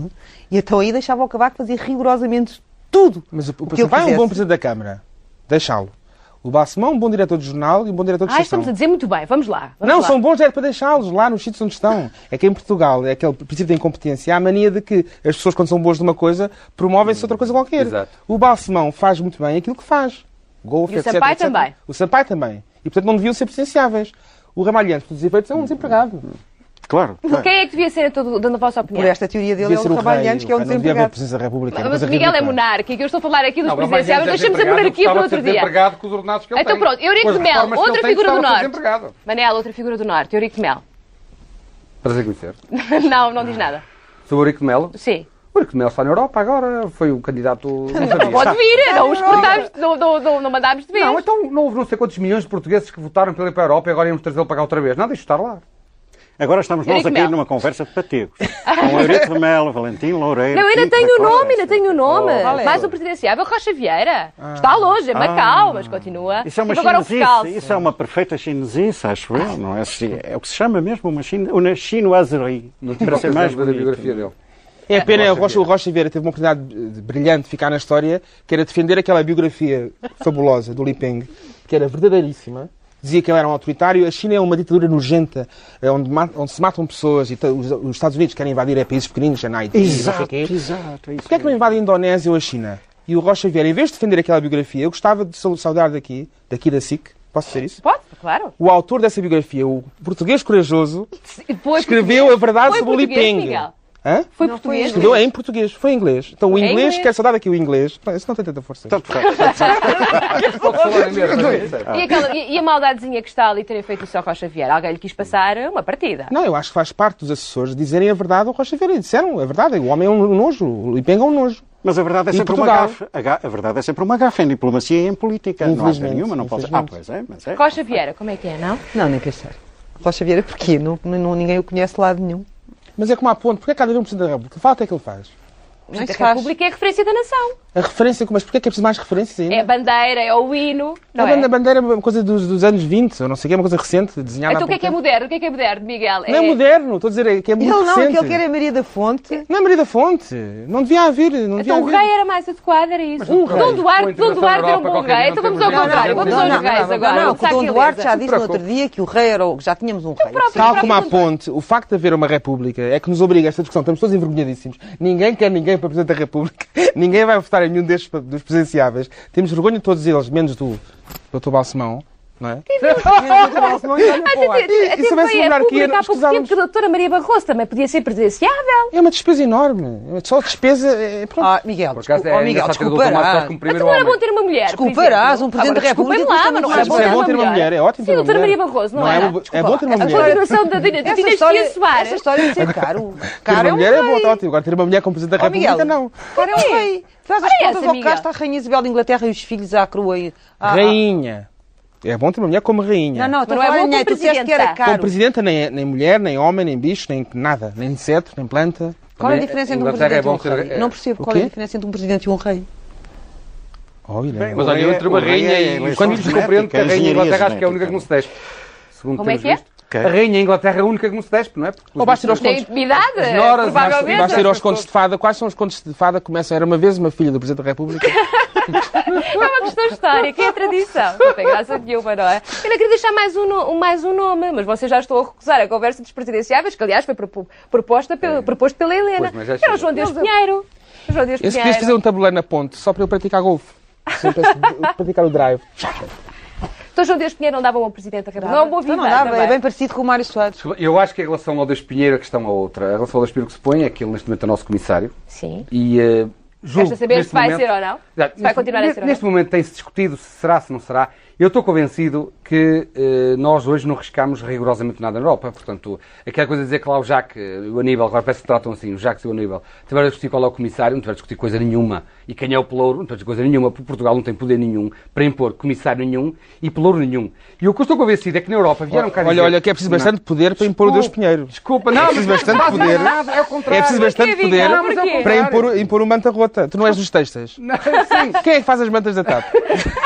Speaker 2: e então aí deixava o Cavaco fazer rigorosamente tudo.
Speaker 4: Mas o, o,
Speaker 2: que ele
Speaker 4: Sampaio é um bom
Speaker 2: quisesse.
Speaker 4: presidente da Câmara. Deixá-lo. O Balsemão é um bom diretor de jornal e um bom diretor de
Speaker 1: Ah,
Speaker 4: sessão.
Speaker 1: estamos a dizer muito bem, vamos lá. vamos
Speaker 4: Não,
Speaker 1: lá.
Speaker 4: são bons é para deixá-los lá nos sítios onde estão. É que em Portugal é aquele princípio da incompetência. Há a mania de que as pessoas, quando são boas de uma coisa, promovem-se de outra coisa qualquer.
Speaker 3: Exato.
Speaker 4: O Balsemão faz muito bem aquilo que faz. Golfe,
Speaker 1: E o
Speaker 4: etc,
Speaker 1: Sampaio
Speaker 4: etc.
Speaker 1: também.
Speaker 4: O Sampaio também. E, portanto, não deviam ser presenciáveis. O Ramalhante, por todos os efeitos, é um desempregado.
Speaker 5: Claro. claro.
Speaker 1: Quem é que devia ser, então, dando a vossa opinião?
Speaker 2: Por esta teoria dele,
Speaker 4: Devia
Speaker 2: é
Speaker 4: ser
Speaker 2: um
Speaker 4: o rei.
Speaker 2: trabalhante que é
Speaker 4: o
Speaker 2: um
Speaker 4: rei não devia haver
Speaker 2: desempregado.
Speaker 4: presidência da República.
Speaker 1: Mas o Miguel é
Speaker 4: monarca.
Speaker 1: monarca, que eu estou a falar aqui dos
Speaker 3: Não, mas vai
Speaker 1: presidenciáveis,
Speaker 3: dizer
Speaker 1: deixamos a
Speaker 3: desempregado,
Speaker 1: monarquia
Speaker 3: gostava
Speaker 1: para
Speaker 3: de ser
Speaker 1: outro dia.
Speaker 3: desempregado com os ordenados que ele
Speaker 1: Então
Speaker 3: tem.
Speaker 1: pronto,
Speaker 3: Com
Speaker 1: Eurico
Speaker 3: as
Speaker 1: de Mel,
Speaker 3: reformas que
Speaker 1: outra
Speaker 3: ele tem,
Speaker 1: figura do
Speaker 3: gostava de ser
Speaker 1: Norte.
Speaker 3: desempregado.
Speaker 1: Manel, outra figura do Norte, Eurico de
Speaker 3: (laughs)
Speaker 1: Mel.
Speaker 3: Prazer em conhecer.
Speaker 1: não, não diz nada.
Speaker 3: Sou o Eurico de Melo.
Speaker 1: Sim.
Speaker 3: O Eurico de Melo está na Europa agora. Foi o
Speaker 1: (laughs)
Speaker 3: candidato... Não
Speaker 1: Pode
Speaker 3: sabia.
Speaker 1: vir, não os cortámos, não, não, não, não mandámos de vez.
Speaker 3: Não, então não houve não sei quantos milhões de portugueses que votaram pela para a Europa e agora íamos trazê-lo para cá outra vez. Não, deixa estar lá.
Speaker 5: Agora estamos nós
Speaker 1: Eurico
Speaker 5: aqui
Speaker 1: Melo.
Speaker 5: numa conversa de
Speaker 1: (laughs)
Speaker 5: pategos. Com Eurico de Melo, Valentim Loureiro.
Speaker 1: Não, ainda
Speaker 5: Pinto da
Speaker 1: tenho o
Speaker 3: é
Speaker 5: Costa.
Speaker 1: nome, ainda
Speaker 3: Oh,
Speaker 1: tenho o nome.
Speaker 2: qual é?
Speaker 1: Mais o presidenciável Rocha Vieira.
Speaker 3: Ah.
Speaker 1: Está longe, é Macau, mas continua.
Speaker 5: Isso é uma
Speaker 1: Tive agora o Ah.
Speaker 5: chinesice,
Speaker 1: Focalce.
Speaker 5: isso é uma perfeita chinesice, acho eu, não é? Se- É o que se chama mesmo uma, chine, uma chinoiserie,
Speaker 3: Não tive
Speaker 5: para
Speaker 3: a
Speaker 5: ser mais
Speaker 3: mais da
Speaker 5: bonito.
Speaker 3: biografia dele.
Speaker 4: É a pena,
Speaker 3: Rocha
Speaker 4: o Rocha, o Rocha Vieira teve uma oportunidade eh, de- brilhante de ficar na história, que era defender aquela biografia fabulosa do Li Peng, que era verdadeiríssima. Dizia que ele era um autoritário. A China é uma ditadura nojenta, eh, onde, ma- onde se matam pessoas e ta- os, os Estados Unidos querem invadir é países pequeninos, é na Haiti, não
Speaker 5: Exato,
Speaker 4: sei o quê.
Speaker 5: exato. é isso
Speaker 4: Porquê é que não
Speaker 5: mesmo.
Speaker 4: invade a Indonésia ou a China? E o Rocha Vieira, em vez de defender aquela biografia, eu gostava de sal- saudar daqui, daqui da SIC, posso dizer isso?
Speaker 1: Pode, claro.
Speaker 4: O autor dessa biografia, o português corajoso,
Speaker 1: Foi
Speaker 4: escreveu a verdade
Speaker 1: Foi
Speaker 4: sobre o Li
Speaker 1: português,
Speaker 4: Peng.
Speaker 1: Miguel.
Speaker 4: Hã?
Speaker 1: Foi
Speaker 2: Não foi
Speaker 1: português? É
Speaker 2: inglês.
Speaker 4: Estudou é em português, foi em inglês. Então
Speaker 1: Em
Speaker 4: o inglês,
Speaker 1: inglês? Então-
Speaker 4: quero só dar aqui o inglês. Não, Isso não tem tanta força.
Speaker 5: Tanto faz.
Speaker 3: Pode falar em merda, não é?
Speaker 1: E, aquela, e, e a maldadezinha que está ali terem feito o seu Rocha Vieira? Alguém lhe quis passar uma partida.
Speaker 4: Não, eu acho que faz parte dos assessores dizerem a verdade ao Rocha Vieira. E Disseram a verdade. O homem é um nojo. O Ipenga é um nojo.
Speaker 5: Mas a verdade é
Speaker 4: E
Speaker 5: sempre uma
Speaker 4: Portugal?
Speaker 5: gafe. A, ga- a verdade é sempre uma gafe em diplomacia e em política. Não há dúvida
Speaker 4: Infelizmente,
Speaker 5: nenhuma, não pode ser. Ah,
Speaker 4: infelizmente.
Speaker 5: pois é, mas é.
Speaker 1: Rocha Vieira, como é que é, não?
Speaker 2: Não, nem pensar. Rocha Vieira, porquê? Não, não- ninguém o conhece de lado nenhum.
Speaker 4: Mas é como há ponto. Porquê é que há de haver um Presidente da República? Fala até que ele faz.
Speaker 1: O
Speaker 2: Não se
Speaker 1: Presidente da
Speaker 2: faz.
Speaker 1: República é a referência da nação.
Speaker 4: A referência, mas porquê é que é preciso mais referências ainda?
Speaker 1: É a bandeira, é o hino, não
Speaker 4: a
Speaker 1: é?
Speaker 4: banda- bandeira é uma coisa dos, dos anos 20, ou não sei o que, é uma coisa recente, desenhada
Speaker 1: Então
Speaker 4: há
Speaker 1: o que é
Speaker 4: pouco
Speaker 1: que é
Speaker 4: tempo.
Speaker 1: moderno? O que é que é moderno, Miguel?
Speaker 4: Não é moderno, estou a dizer, é que é
Speaker 2: Ele
Speaker 4: muito
Speaker 2: não,
Speaker 4: recente.
Speaker 2: aquele que era Maria da Fonte.
Speaker 4: Não é Maria da Fonte, não devia haver, não devia
Speaker 1: Então o
Speaker 4: haver.
Speaker 1: rei era mais adequado, era isso.
Speaker 3: não
Speaker 1: Um Dom
Speaker 3: tem rei. Com a
Speaker 1: Duarte, Dom
Speaker 3: integração
Speaker 1: Duarte era um
Speaker 3: na
Speaker 1: bom
Speaker 3: Europa,
Speaker 1: rei.
Speaker 3: qualquer
Speaker 1: Então
Speaker 3: não
Speaker 1: vamos ao
Speaker 3: temos nada a
Speaker 1: contrário,
Speaker 3: ver.
Speaker 1: vamos
Speaker 3: Não,
Speaker 1: aos
Speaker 3: não,
Speaker 1: reis agora.
Speaker 2: Não,
Speaker 1: O
Speaker 2: que o
Speaker 1: saco
Speaker 2: Dom
Speaker 1: e a
Speaker 2: Duarte
Speaker 1: lesa.
Speaker 2: já disse no outro dia que o rei era o... Já tínhamos um rei.
Speaker 1: próprio-
Speaker 4: Tal
Speaker 1: Sim.
Speaker 4: como a ponte, o facto de haver uma república é que nos obriga a esta discussão. Estamos todos envergonhadíssimos. Ninguém quer ninguém para Presidente da República. (laughs) Ninguém vai votar em nenhum destes pa- dos presenciáveis. Temos vergonha de todos eles, menos do Dr. Balsemão, não é? (laughs)
Speaker 1: é
Speaker 4: E-
Speaker 1: Ah, Até
Speaker 4: e se
Speaker 1: foi
Speaker 4: houvesse
Speaker 1: a
Speaker 4: monarquia,
Speaker 1: pública há
Speaker 4: nós
Speaker 1: pouco tempo
Speaker 4: precisávamos-
Speaker 1: que a doutora Maria Barroso também podia ser presidenciável.
Speaker 4: É uma despesa enorme. Só despesa. É, pronto.
Speaker 2: Ah, Miguel,
Speaker 3: Por acaso
Speaker 2: desculpa,
Speaker 3: é
Speaker 2: oh, Miguel,
Speaker 3: engraçado ter o Dr. Marcos Sá
Speaker 2: desculparás.
Speaker 3: como
Speaker 1: Mas
Speaker 3: um primeiro
Speaker 1: não era bom
Speaker 3: homem.
Speaker 1: ter uma mulher. por
Speaker 2: Desculparás,
Speaker 1: exemplo.
Speaker 2: um Presidente
Speaker 1: Agora,
Speaker 2: da República
Speaker 1: Desculpem lá,
Speaker 2: tem
Speaker 1: mas não
Speaker 2: uma
Speaker 1: era
Speaker 4: Mas
Speaker 1: bom
Speaker 2: mulher.
Speaker 1: ter
Speaker 4: é bom ter uma mulher, é ótimo.
Speaker 1: Sim,
Speaker 4: ter uma
Speaker 1: doutora Maria
Speaker 4: mulher.
Speaker 1: Barroso, não,
Speaker 4: é?
Speaker 1: era?
Speaker 4: bo- É bom ter uma
Speaker 1: A
Speaker 4: mulher.
Speaker 1: continuação da din- da
Speaker 2: Essa
Speaker 1: dinastia
Speaker 2: história, essa
Speaker 1: Soares.
Speaker 2: história de ser caro.
Speaker 4: Ter
Speaker 2: Caro
Speaker 4: uma
Speaker 2: é um
Speaker 4: mulher é bom,
Speaker 2: rei.
Speaker 4: ótimo. Agora, ter uma mulher como Presidente da
Speaker 2: Ó,
Speaker 4: República,
Speaker 2: Miguel,
Speaker 4: não.
Speaker 2: Cara, é um rei. Faz as
Speaker 1: Olha
Speaker 2: contas
Speaker 1: essa,
Speaker 2: ao
Speaker 1: Miguel.
Speaker 2: castro, à Rainha Isabel de Inglaterra e os filhos à crua. e- à-
Speaker 4: Rainha. É bom ter uma mulher como rainha.
Speaker 2: Não, não,
Speaker 1: Ah,
Speaker 2: estou
Speaker 1: não
Speaker 2: a
Speaker 1: é
Speaker 2: falar
Speaker 1: bom
Speaker 2: em dinheiro.
Speaker 1: como
Speaker 2: Tu disseste que era
Speaker 1: presidenta.
Speaker 4: Como
Speaker 2: caro.
Speaker 4: presidenta, nem, é- nem mulher, nem homem, nem bicho, nem nada. Nem inseto, nem planta.
Speaker 2: Qual é a
Speaker 3: Também,
Speaker 2: diferença entre um
Speaker 3: Inglaterra é
Speaker 2: presidente e um
Speaker 3: bom ser-
Speaker 2: rei?
Speaker 3: é-
Speaker 2: Não percebo
Speaker 4: O
Speaker 2: qual é a
Speaker 4: quê?
Speaker 2: diferença entre um presidente e um rei.
Speaker 4: Olha,
Speaker 3: Mas
Speaker 5: O
Speaker 3: olha,
Speaker 5: rei é-
Speaker 3: entre uma
Speaker 5: o rei
Speaker 3: rainha
Speaker 5: é
Speaker 3: e os
Speaker 5: eleição
Speaker 3: filhos compreendo que a
Speaker 5: genética,
Speaker 3: rainha
Speaker 5: engenharia
Speaker 3: Inglaterra acho que é a única que não se
Speaker 5: genética.
Speaker 3: despe. Segundo
Speaker 1: Como é
Speaker 3: temos
Speaker 1: que é?
Speaker 3: visto. A rainha Inglaterra é a única que não se despe, não é? Porque
Speaker 4: Ou basta ir aos
Speaker 1: Tem
Speaker 4: contos.
Speaker 1: intimidade,
Speaker 3: As noras,
Speaker 1: provavelmente.
Speaker 4: Basta ir aos
Speaker 3: Essas
Speaker 4: contos de fada. Quais são os contos de fada que começam? Era uma vez uma filha do Presidente da República.
Speaker 3: (laughs)
Speaker 1: É uma questão histórica, é a tradição. Não tem graça nenhuma, não é? Eu não queria deixar mais um, no- um- mais um nome, mas vocês já estão a recusar a conversa dos presidenciáveis, que aliás foi propo- proposta pelo- proposto pela Helena.
Speaker 3: Pois, mas já
Speaker 1: que era o
Speaker 3: chega.
Speaker 1: João Deus Pinheiro. O João Deus
Speaker 4: Eu se
Speaker 1: Pinheiro.
Speaker 4: podias fazer um tabuleiro na ponte, só para eu praticar golfe. Sempre a- praticar o drive.
Speaker 1: Então João Deus Pinheiro não dava um bom presidente da República. Não, um bom
Speaker 2: Então não
Speaker 1: vivan
Speaker 2: dá, é
Speaker 1: também.
Speaker 2: bem parecido com o Mário Soares.
Speaker 3: Desculpa, Eu acho que em relação ao Deus Pinheiro a questão é outra. Em relação ao Deus Pinheiro que se põe, é que ele neste momento é nosso comissário.
Speaker 1: Sim.
Speaker 3: E eh, julgo
Speaker 1: Resta saber
Speaker 3: neste
Speaker 1: se vai
Speaker 3: momento-
Speaker 1: ser ou não.
Speaker 3: Exato.
Speaker 1: Se vai continuar a
Speaker 3: neste,
Speaker 1: ser ou
Speaker 3: Neste momento tem-se discutido se será, se não será. Eu estou convencido que eh, nós hoje não riscamos rigorosamente nada na Europa. Portanto, aquela coisa de dizer que lá o Jacques eh, e o Aníbal, claro, parece que se tratam assim, o Jacques e o Aníbal, tiveram a discutir qual é o comissário, não tiveram a discutir coisa nenhuma. E quem é o pelouro, não tiveram a discutir coisa nenhuma, porque Portugal não tem poder nenhum para impor comissário nenhum e pelouro nenhum. E o que eu estou convencido é que na Europa vieram cá
Speaker 4: Olha,
Speaker 3: dizer-
Speaker 4: olha, que é preciso bastante poder para impor o Deus Pinheiro. É
Speaker 3: Desculpa, não,
Speaker 4: preciso
Speaker 3: mas
Speaker 4: bastante
Speaker 3: não fazem
Speaker 4: poder.
Speaker 3: Nada, é o contrário.
Speaker 4: É preciso bastante
Speaker 1: Porquê,
Speaker 4: poder
Speaker 1: Vitor? Porquê?
Speaker 4: para impor, impor um manta rota. Tu não és dos textas.
Speaker 3: é Não, sim,
Speaker 4: Quem é que faz as mantas da TAP?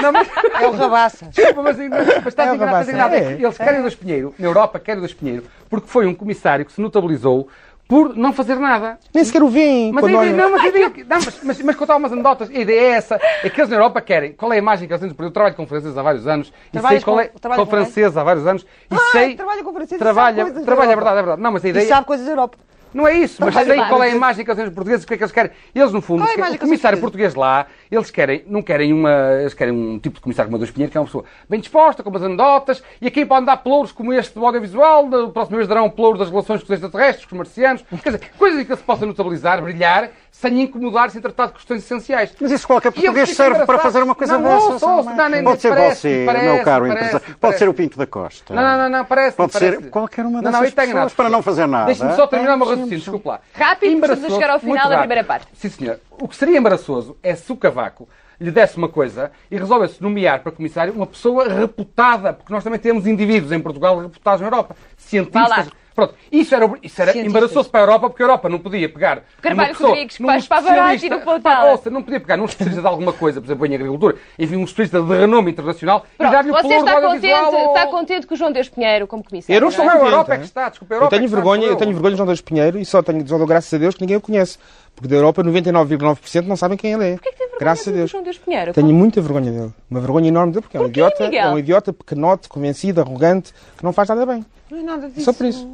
Speaker 3: não, mas
Speaker 2: É o Rabaça.
Speaker 3: Desculpa, mas, ainda- mas está
Speaker 4: É,
Speaker 3: indignado,
Speaker 4: Rabassa,
Speaker 3: está indignado.
Speaker 4: é.
Speaker 3: Eles querem o Luís Pinheiro, na Europa querem o Luís Pinheiro, porque foi um comissário que se notabilizou por não fazer nada.
Speaker 4: Nem sequer o vim.
Speaker 3: Mas, é a ideia, não, mas, a ideia, não, mas, mas, mas contar umas anedotas, a ideia é essa, é que eles na Europa querem, qual é a imagem que eles têm, porque eu trabalho com franceses há vários anos, e sei
Speaker 2: Trabalhas
Speaker 3: qual é,
Speaker 2: com- trabalhas
Speaker 3: com
Speaker 2: com quem?
Speaker 3: franceses há vários anos, e sei...
Speaker 2: trabalha com franceses e sabe
Speaker 3: Trabalha,
Speaker 2: coisas da
Speaker 3: trabalha, é
Speaker 2: Europa.
Speaker 3: verdade, é verdade. Não, mas a
Speaker 2: E
Speaker 3: ideia...
Speaker 2: sabe coisas da Europa.
Speaker 3: Não é isso, mas
Speaker 2: Trabalho
Speaker 3: sei
Speaker 2: lá.
Speaker 3: qual é a imagem que eles têm dos portugueses, o que é que eles querem. Eles, no fundo,
Speaker 2: Qual é a
Speaker 3: querem-
Speaker 2: imagem
Speaker 3: o
Speaker 2: que eles
Speaker 3: comissário
Speaker 2: têm?
Speaker 3: português lá, eles querem, não querem uma, eles querem um tipo de comissário como o dos Pinheiro, que é uma pessoa bem disposta, com umas anedotas, e aqui podem dar pelouros como este do audiovisual, no próximo mês darão um pelouro das relações com os extraterrestres, com os marcianos, quer dizer, coisas em que ele se possa notabilizar, brilhar, sem incomodar, sem tratar de questões essenciais.
Speaker 5: Mas isso qualquer
Speaker 3: E eu
Speaker 5: português
Speaker 3: fico
Speaker 5: serve para
Speaker 3: engraçado.
Speaker 5: fazer uma coisa
Speaker 3: Não,
Speaker 5: dessas.
Speaker 3: ouça, ouça, não, nem-
Speaker 5: pode ser
Speaker 3: parece,
Speaker 5: você,
Speaker 3: parece,
Speaker 5: meu caro
Speaker 3: parece,
Speaker 5: empresário. Pode
Speaker 3: parece.
Speaker 5: ser o Pinto da Costa.
Speaker 3: Não, não, não, não parece.
Speaker 5: Então. Pode
Speaker 3: parece.
Speaker 5: ser qualquer uma
Speaker 3: Não,
Speaker 5: dessas
Speaker 3: não, isso tem
Speaker 5: pessoas
Speaker 3: nada.
Speaker 5: para não fazer nada.
Speaker 3: Deixe-me só terminar o meu
Speaker 5: Sim,
Speaker 3: raciocínio,
Speaker 5: sim.
Speaker 3: desculpe lá.
Speaker 1: Rápido,
Speaker 3: Embaraçoso-
Speaker 1: precisamos chegar ao final
Speaker 3: muito
Speaker 1: da
Speaker 3: rápido.
Speaker 1: primeira parte.
Speaker 3: Sim, senhor. O que seria embaraçoso é se o Cavaco lhe desse uma coisa e resolvesse nomear para comissário uma pessoa reputada, porque nós também temos indivíduos em Portugal reputados na Europa.
Speaker 1: Vá
Speaker 3: Cientistas.
Speaker 1: lá.
Speaker 3: Pronto, isso era, isso era
Speaker 2: Cientistas.
Speaker 3: embaraçoso para a Europa, porque a Europa não podia pegar.
Speaker 1: Carvalho
Speaker 3: numa pessoa,
Speaker 1: Rodrigues, que
Speaker 3: num
Speaker 1: faz Pavarotti
Speaker 3: especialista-
Speaker 1: no Pontal.
Speaker 3: Pá, ouça, não podia pegar num especialista de alguma coisa, por exemplo, em agricultura, enfim, um especialista de renome internacional e
Speaker 1: Pronto,
Speaker 3: dar-lhe o
Speaker 1: você
Speaker 3: pelouro
Speaker 1: está
Speaker 3: do audiovisual
Speaker 1: contente,
Speaker 3: ao-
Speaker 1: está contente com o João Deus Pinheiro como comissário?
Speaker 4: Eu não estou
Speaker 3: Não, a
Speaker 4: contente,
Speaker 3: Europa é que
Speaker 4: hein?
Speaker 3: está, desculpa, a
Speaker 4: Eu
Speaker 3: Europa é
Speaker 4: tenho
Speaker 3: que está,
Speaker 4: vergonha,
Speaker 3: sou
Speaker 4: eu tenho
Speaker 3: eu.
Speaker 4: vergonha de João Deus Pinheiro e só tenho só dou graças a Deus que ninguém o conhece. Porque da Europa 99,9% não sabem quem ele é.
Speaker 1: Porquê que tem vergonha
Speaker 4: graças a
Speaker 1: do
Speaker 4: Deus.
Speaker 1: João Deus Pinheiro?
Speaker 4: Tenho muita vergonha dele. Uma vergonha enorme dele, porque é um
Speaker 1: Porquê,
Speaker 4: idiota,
Speaker 1: Miguel?
Speaker 4: é um idiota pequenote, convencido, arrogante, que não faz nada bem.
Speaker 2: Não é nada disso.
Speaker 4: Só por isso.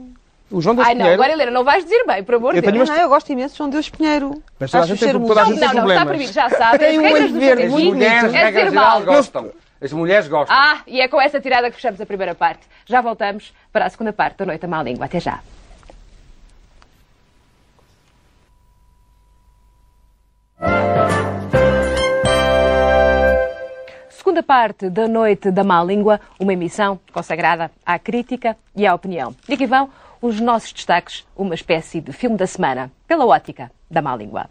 Speaker 4: O João Deus
Speaker 1: Ai não,
Speaker 4: Pinheiro.
Speaker 1: agora Helena, não vais dizer bem, por amor de
Speaker 4: Eu
Speaker 1: Deus.
Speaker 4: tenho
Speaker 2: Não, eu gosto imenso de João Deus Pinheiro.
Speaker 4: Mas toda a
Speaker 2: Acho
Speaker 4: gente tem-
Speaker 2: ser um-
Speaker 4: toda a
Speaker 1: Não,
Speaker 4: gente tem
Speaker 1: não, não, está
Speaker 4: problemas.
Speaker 1: proibido, já é sabem.
Speaker 4: Tem um
Speaker 1: As regras
Speaker 4: olho
Speaker 1: do jogo
Speaker 3: é
Speaker 4: verde,
Speaker 1: aqui
Speaker 3: As
Speaker 4: muito
Speaker 3: mulheres,
Speaker 1: É
Speaker 3: regra
Speaker 1: verbal.
Speaker 3: geral, gostam. As mulheres gostam.
Speaker 1: Ah, e é com essa tirada que fechamos a primeira parte. Já voltamos para a segunda parte da Noite à Má Língua. Até já. segunda parte da Noite da Má Língua, uma emissão consagrada à crítica e à opinião. E aqui vão os nossos destaques, uma espécie de filme da semana, pela ótica da Má Língua.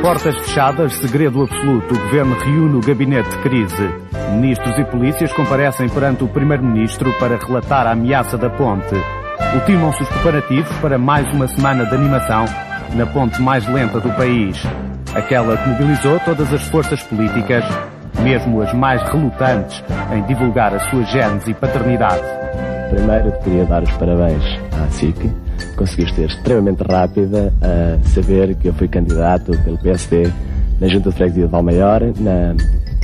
Speaker 6: Portas fechadas, segredo absoluto. O governo reúne o gabinete de crise. Ministros e polícias comparecem perante o primeiro-ministro para relatar a ameaça da ponte. Ultimam-se os preparativos para mais uma semana de animação na ponte mais lenta do país. Aquela que mobilizou todas as forças políticas, mesmo as mais relutantes, em divulgar a sua genes e paternidade.
Speaker 7: Primeiro, eu te queria dar os parabéns à SIC. Conseguiste ser extremamente rápida a saber que eu fui candidato pelo PSD na Junta de Freguesia de Valmaior, na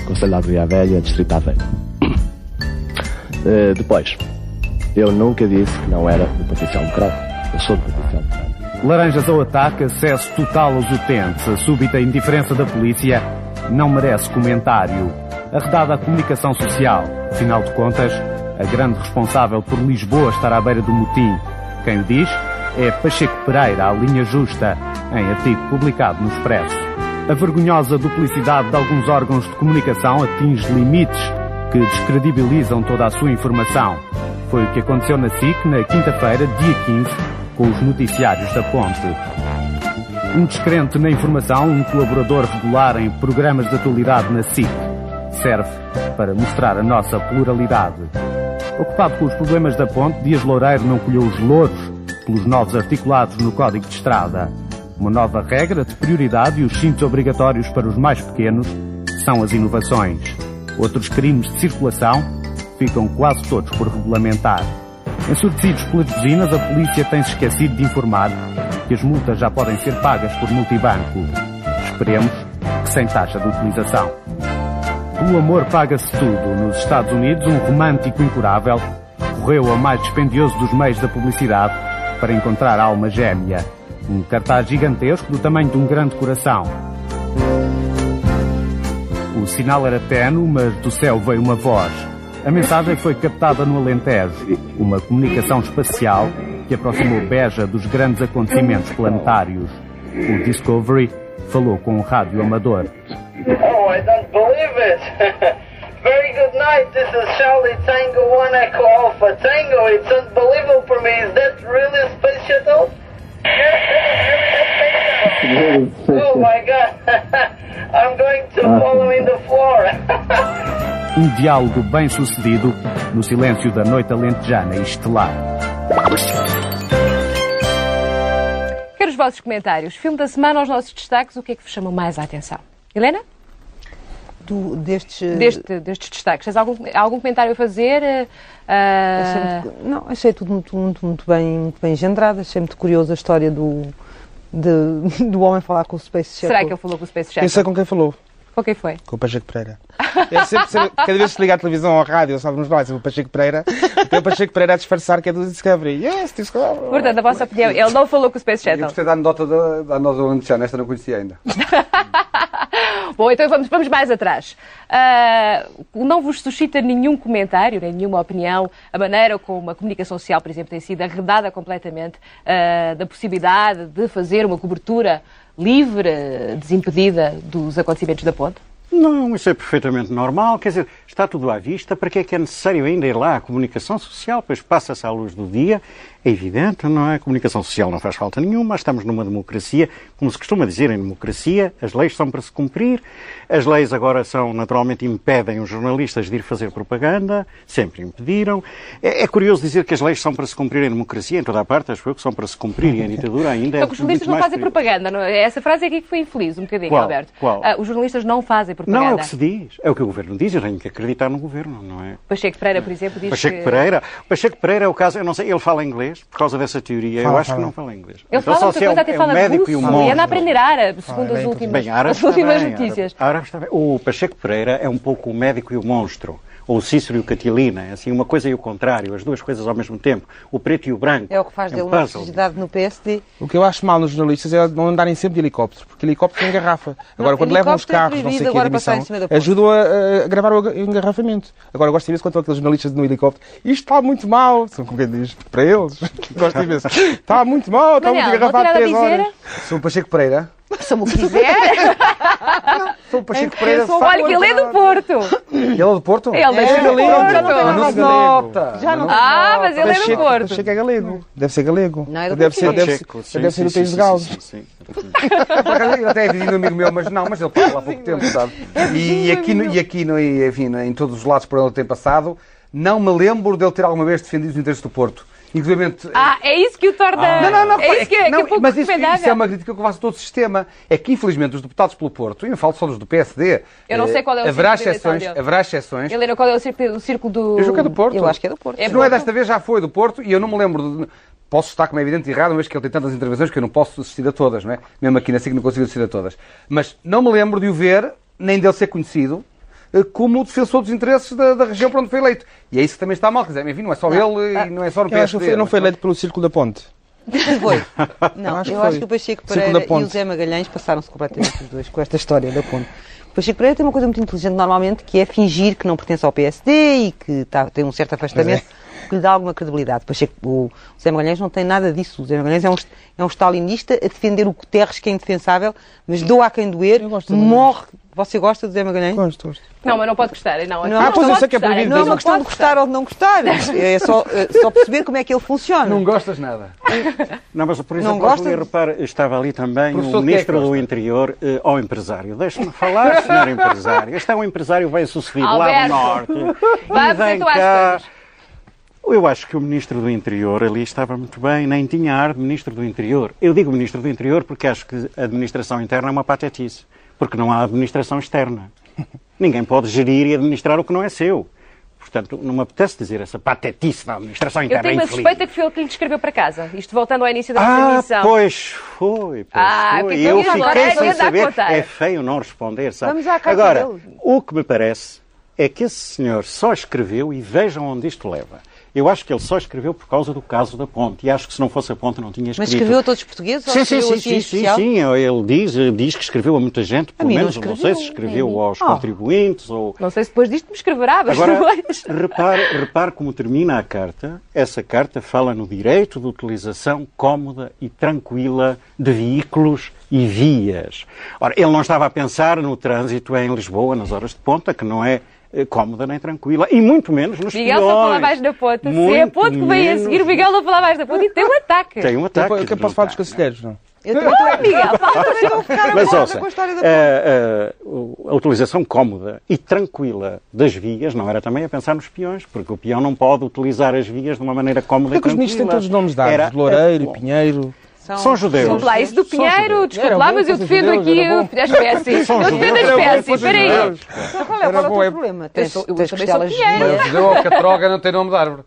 Speaker 7: Conselho da Aldeia Velha, Distrito de Aveiro. Eh, depois, eu nunca disse que não era do Partido Social Democrata. Eu sou do Partido Social Democrata.
Speaker 6: Laranjas ao ataque, acesso total aos utentes, a súbita indiferença da polícia não merece comentário. Arredada a comunicação social, afinal de contas, a grande responsável por Lisboa estar à beira do motim. Quem o diz é Pacheco Pereira, à linha justa, em artigo publicado no Expresso. A vergonhosa duplicidade de alguns órgãos de comunicação atinge limites que descredibilizam toda a sua informação. Foi o que aconteceu na SIC na quinta-feira, dia 15, com os noticiários da Ponte. Um descrente na informação, um colaborador regular em programas de atualidade na SIC. Serve para mostrar a nossa pluralidade. Ocupado com os problemas da ponte, Dias Loureiro não colheu os louros pelos novos articulados no Código de Estrada. Uma nova regra de prioridade e os cintos obrigatórios para os mais pequenos são as inovações. Outros crimes de circulação ficam quase todos por regulamentar. Ensurdecidos pelas buzinas, a polícia tem-se esquecido de informar que as multas já podem ser pagas por multibanco. Esperemos que sem taxa de utilização. Pelo amor paga-se tudo. Nos Estados Unidos, um romântico incurável correu ao mais dispendioso dos meios da publicidade para encontrar a alma gêmea. Um cartaz gigantesco do tamanho de um grande coração. O sinal era tenue, mas do céu veio uma voz. A mensagem foi captada no Alentejo, uma comunicação espacial que aproximou Beja dos grandes acontecimentos planetários. O Discovery falou com um rádio amador.
Speaker 8: Oh, I don't believe it. (laughs) Very good night. This is Charlie Tango One Echo Alpha Tango. It's unbelievable for me. Is that really a space shuttle? Yes, it is really a space shuttle. oh my god. (laughs) I'm going to follow in the floor. (laughs)
Speaker 6: Um diálogo bem sucedido no silêncio da noite alentejana e estelar.
Speaker 1: Quero os vossos comentários. Filme da semana, aos nossos destaques, o que é que vos chamou mais a atenção? Helena,
Speaker 2: Do, destes.
Speaker 1: deste, destes destaques, tens algum, algum comentário a fazer? Eh,
Speaker 2: é
Speaker 1: ah,
Speaker 2: Achei muito- não, achei tudo muito, muito, muito bem, muito bem engendrado. Achei muito curiosa a história do, de- (laughs) do homem falar com o Space Shuttle.
Speaker 1: será que ele falou com o Space
Speaker 4: Eu sei
Speaker 1: Shuttle?
Speaker 4: com quem falou.
Speaker 1: Com quem foi?
Speaker 4: Com o Pacheco Pereira. É sempre, sempre- cada vez que se liga à televisão ou à rádio, estávamos nós, o Pacheco Pereira. Tem o Pacheco Pereira a disfarçar que é do Discovery. Yes, Discovery.
Speaker 1: Portanto, a vossa opinião, ele não falou com o Space
Speaker 3: Eu
Speaker 1: Shuttle.
Speaker 3: gostei da anedota é da, da anedota do Alentejano, esta não conhecia ainda.
Speaker 1: Bom, então vamos, vamos mais atrás. Ah, não vos suscita nenhum comentário, nem nenhuma opinião, a maneira como a comunicação social, por exemplo, tem sido arredada completamente ah, da possibilidade de fazer uma cobertura livre, desimpedida dos acontecimentos da ponte?
Speaker 5: Não, isso é perfeitamente normal. Quer dizer, está tudo à vista. Para que é que é necessário ainda ir lá à comunicação social? Pois passa-se à luz do dia. É evidente, não é? A comunicação social não faz falta nenhuma. Estamos numa democracia. Como se costuma dizer em democracia, as leis são para se cumprir. As leis agora são, naturalmente, impedem os jornalistas de ir fazer propaganda. Sempre impediram. É, é curioso dizer que as leis são para se cumprir em democracia. Em toda a parte, acho eu que são para se cumprir. E em ditadura ainda é
Speaker 1: Só que os jornalistas
Speaker 5: muito
Speaker 1: não
Speaker 5: mais
Speaker 1: fazem
Speaker 5: perigoso.
Speaker 1: propaganda. não é? Essa frase aqui que foi infeliz um bocadinho,
Speaker 5: Qual?
Speaker 1: Alberto.
Speaker 5: Qual?
Speaker 1: Ah, os jornalistas não fazem propaganda.
Speaker 5: Não é o que se diz. É o que o governo diz. Eu tenho que acreditar no governo, não é?
Speaker 1: Pacheco Pereira, por exemplo, diz
Speaker 5: Pacheco
Speaker 1: que...
Speaker 5: Pereira. Pacheco Pereira é o caso, eu não sei, ele fala inglês por causa dessa teoria. eu
Speaker 4: Fala,
Speaker 5: acho que
Speaker 4: fala.
Speaker 5: não fala Então, inglés.
Speaker 1: Ele fala muita coisa, até fala
Speaker 5: médico
Speaker 1: russo,
Speaker 5: e é um
Speaker 1: e anda a
Speaker 5: monge.
Speaker 1: aprender árabe, segundo as últimas, (laughs)
Speaker 5: Bem, árabe
Speaker 1: as últimas
Speaker 5: também,
Speaker 1: notícias.
Speaker 5: árabe- árabe também. O Pacheco Pereira é um pouco o médico e o monstro. Ou o Cícero e o Catilina, é assim, uma coisa e o contrário, as duas coisas ao mesmo tempo, o preto e o branco.
Speaker 2: É o que faz
Speaker 5: um
Speaker 2: dele uma
Speaker 5: puzzle.
Speaker 2: sociedade no PSD.
Speaker 4: O que eu acho mal nos jornalistas é não andarem sempre de helicóptero, porque helicóptero engarrafa. Agora,
Speaker 2: Não,
Speaker 4: quando levam os
Speaker 2: helicóptero é
Speaker 4: carros, não sei
Speaker 2: proibido
Speaker 4: o que, a
Speaker 2: agora passar em
Speaker 4: dimensão,
Speaker 2: cima da ponte.
Speaker 4: ajudam a, a gravar o aga- engarrafamento. Agora, eu gosto imenso quando estão aqueles jornalistas no helicóptero. Isto está muito mal. São como quem diz, para eles. (laughs) Gosto imenso. Está muito mal, está
Speaker 1: Manel, não
Speaker 4: muito
Speaker 1: tem
Speaker 4: engarrafado
Speaker 1: nada a
Speaker 4: três
Speaker 1: dizer?
Speaker 4: horas.
Speaker 3: Sou o Pacheco Pereira.
Speaker 9: Faça-me o que quiser.
Speaker 10: Sou o Pacheco
Speaker 2: Em-
Speaker 10: Pereira.
Speaker 2: eu sou-
Speaker 10: fala-
Speaker 2: Olha,
Speaker 1: Olha que ele é do Porto.
Speaker 10: Ele é do Porto?
Speaker 1: Ele
Speaker 2: É,
Speaker 1: nasceu no
Speaker 2: ele é do Porto.
Speaker 1: Porto.
Speaker 10: Mas não se nota.
Speaker 2: Já não
Speaker 1: Ah, mas ele é do
Speaker 4: Pacheco,
Speaker 1: Porto.
Speaker 4: Pacheco é galego. Deve ser galego.
Speaker 9: Não, é do
Speaker 4: deve ser,
Speaker 9: Pacheco.
Speaker 4: deve, ser- deve ser do País de Gales.
Speaker 3: Por acaso, ele até é vizinho de um amigo meu, mas não, mas é ele passou lá há pouco tempo, sabe? E, e aqui, no- e aqui no, e, enfim, em todos os lados por onde ele tem passado, não me lembro dele ter alguma vez defendido os interesses do Porto. Inclusive,
Speaker 1: Ah, é isso que o torna.
Speaker 5: Ah.
Speaker 3: Não, não, não.
Speaker 1: É isso que é, que
Speaker 3: não,
Speaker 1: é pouco
Speaker 3: mas isso,
Speaker 1: recomendável.
Speaker 3: isso é uma crítica que eu faço a todo o sistema. É que, infelizmente, os deputados pelo Porto, e não falo só dos do PSD,
Speaker 1: Eu não
Speaker 3: eh,
Speaker 1: sei qual é o círculo
Speaker 3: haverá
Speaker 1: de eleição
Speaker 3: exceções,
Speaker 1: dele.
Speaker 3: haverá exceções.
Speaker 1: Helena, qual é o círculo, o círculo do.
Speaker 3: Eu julgo que é do Porto.
Speaker 9: Eu acho que é do Porto.
Speaker 1: É
Speaker 3: Se não é
Speaker 1: Porto.
Speaker 3: desta vez, já foi do Porto e eu não me lembro. De... Posso estar, como é evidente, errado, mas que ele tem tantas intervenções que eu não posso assistir a todas, não é? Mesmo aqui na SIC não consigo assistir a todas. Mas não me lembro de o ver, nem dele ser conhecido, eh, como defensor dos interesses da, da região para onde foi eleito. E é isso que também está mal, quer dizer, enfim, não é só ele e não é só no
Speaker 4: Eu
Speaker 3: PSD.
Speaker 4: acho Ah, que foi- não foi
Speaker 3: mas-
Speaker 4: eleito pelo Círculo da Ponte.
Speaker 2: foi. Não,
Speaker 4: (laughs) Eu acho que
Speaker 2: eu
Speaker 4: foi.
Speaker 2: acho que o Pacheco
Speaker 4: Círculo da
Speaker 2: Pereira e o
Speaker 4: Ponte.
Speaker 2: Zé Magalhães passaram-se completamente os dois com esta história da ponte. O Pacheco Pereira tem uma coisa muito inteligente normalmente, que é fingir que não pertence ao PSD e que tá- tem um certo
Speaker 4: é.
Speaker 2: afastamento, que lhe dá alguma credibilidade. O Pacheco, o Zé Magalhães não tem nada disso. O Zé Magalhães é um, é um stalinista a defender o Guterres, que é indefensável, mas doa a quem doer,
Speaker 4: Eu gosto do Zé
Speaker 2: morre. Você gosta do Zé Magalhães?
Speaker 4: Gosto, gosto.
Speaker 1: Não, mas não pode gostar. Não, aqui
Speaker 2: Ah,
Speaker 1: não
Speaker 2: pois eu
Speaker 1: pode
Speaker 4: sei que é
Speaker 1: gostar,
Speaker 4: proibido,
Speaker 2: Não é
Speaker 1: aqui
Speaker 2: uma questão de
Speaker 1: pode
Speaker 2: gostar ou de não
Speaker 4: (laughs)
Speaker 2: gostar, é só, é só perceber como é que ele funciona.
Speaker 3: Não gostas nada.
Speaker 5: Não, mas por
Speaker 2: Não
Speaker 5: exemplo,
Speaker 2: gosta?
Speaker 5: eu reparo, estava ali também
Speaker 3: Professor,
Speaker 5: o
Speaker 3: de que é que
Speaker 5: Ministro do
Speaker 3: gosta?
Speaker 5: Interior eh, ao empresário. Deixe-me falar, senhor empresário. Este é um empresário bem sucedido lá do
Speaker 1: Alberto,
Speaker 5: Norte.
Speaker 1: (laughs) vá
Speaker 5: E vem
Speaker 1: acentuar as
Speaker 5: cá.
Speaker 1: coisas.
Speaker 5: Eu acho que o Ministro do Interior ali estava muito bem, nem tinha ar de Ministro do Interior. Eu digo Ministro do Interior porque acho que a administração interna é uma patetice, porque não há administração externa. Ninguém pode gerir e administrar o que não é seu. Portanto, não me apetece dizer essa patetice da administração
Speaker 1: Eu
Speaker 5: interna.
Speaker 1: tenho uma
Speaker 5: infeliz.
Speaker 1: suspeita que foi ele que lhe descreveu para casa. Isto voltando ao início da nossa
Speaker 5: Ah,
Speaker 1: emissão.
Speaker 5: pois foi. Pois
Speaker 1: Ah,
Speaker 5: foi.
Speaker 1: porque
Speaker 5: Eu
Speaker 1: então agora é
Speaker 5: fiquei sem
Speaker 1: dia da
Speaker 5: saber.
Speaker 1: contar.
Speaker 5: É feio não responder, sabe?
Speaker 2: Vamos à carta
Speaker 5: agora,
Speaker 2: dele.
Speaker 5: o que me parece é que esse senhor só escreveu, e vejam onde isto leva. Eu acho que ele só escreveu por causa do caso da ponte. E acho que se não fosse a ponte não tinha escrito.
Speaker 2: Mas escreveu a todos os portugueses? ou
Speaker 5: Sim, sim,
Speaker 2: escreveu
Speaker 5: sim,
Speaker 2: assim em
Speaker 5: sim, sim,
Speaker 2: especial?
Speaker 5: sim. Ele diz, diz que escreveu a muita gente, pelo
Speaker 2: mim não
Speaker 5: menos eu não sei se
Speaker 2: escreveu,
Speaker 5: escreveu
Speaker 2: nem a mim.
Speaker 5: aos
Speaker 2: Ah.
Speaker 5: contribuintes ou
Speaker 1: Não sei se depois disto me escreverá, (laughs) mas é.
Speaker 5: Agora,
Speaker 1: depois.
Speaker 5: repare, repare como termina a carta. Essa carta fala no direito de utilização cómoda e tranquila de veículos e vias. Ora, ele não estava a pensar no trânsito em Lisboa, nas horas de ponta, que não é eh, cómoda nem tranquila, e muito menos nos
Speaker 1: Miguel
Speaker 5: peões.
Speaker 1: só fala mais da ponta. Se é a
Speaker 5: Muito
Speaker 1: ponte que vem a
Speaker 5: menos-
Speaker 1: seguir, o Miguel não fala mais da ponta e tem um ataque.
Speaker 5: Tem um ataque.
Speaker 4: Eu, eu posso falar dos conselheiros, não?
Speaker 2: Eu também estou-
Speaker 1: Miguel, fala.
Speaker 5: um
Speaker 2: também estou a ficar a
Speaker 5: Mas
Speaker 2: borda
Speaker 5: ouça,
Speaker 2: com a história da
Speaker 5: eh, eh, o- a, utilização cómoda e tranquila das vias não era também a pensar nos peões, porque o peão não pode utilizar as vias de uma maneira cómoda
Speaker 4: Porquê É que os
Speaker 5: e
Speaker 4: ministros têm
Speaker 5: tranquila.
Speaker 4: todos os nomes dados?
Speaker 5: Era-
Speaker 4: Loureiro,
Speaker 5: eh,
Speaker 4: Pinheiro.
Speaker 5: São judeus.
Speaker 1: Desculpe lá, isso do
Speaker 5: São
Speaker 1: Pinheiro,
Speaker 5: judeus.
Speaker 1: desculpe
Speaker 4: Era
Speaker 1: lá,
Speaker 4: bom,
Speaker 1: mas eu
Speaker 4: fosse
Speaker 1: defendo
Speaker 4: judeus,
Speaker 1: aqui
Speaker 4: era bom.
Speaker 1: o- a espécie. Eu defendo a espécie, peraí.
Speaker 2: Então qual é, qual é o teu problema? Tens,
Speaker 1: sou- eu
Speaker 2: tens
Speaker 1: também sou
Speaker 2: costelas
Speaker 1: pinheira.
Speaker 2: giras.
Speaker 3: Mas o judeu é o Catroga não tem nome de árvore.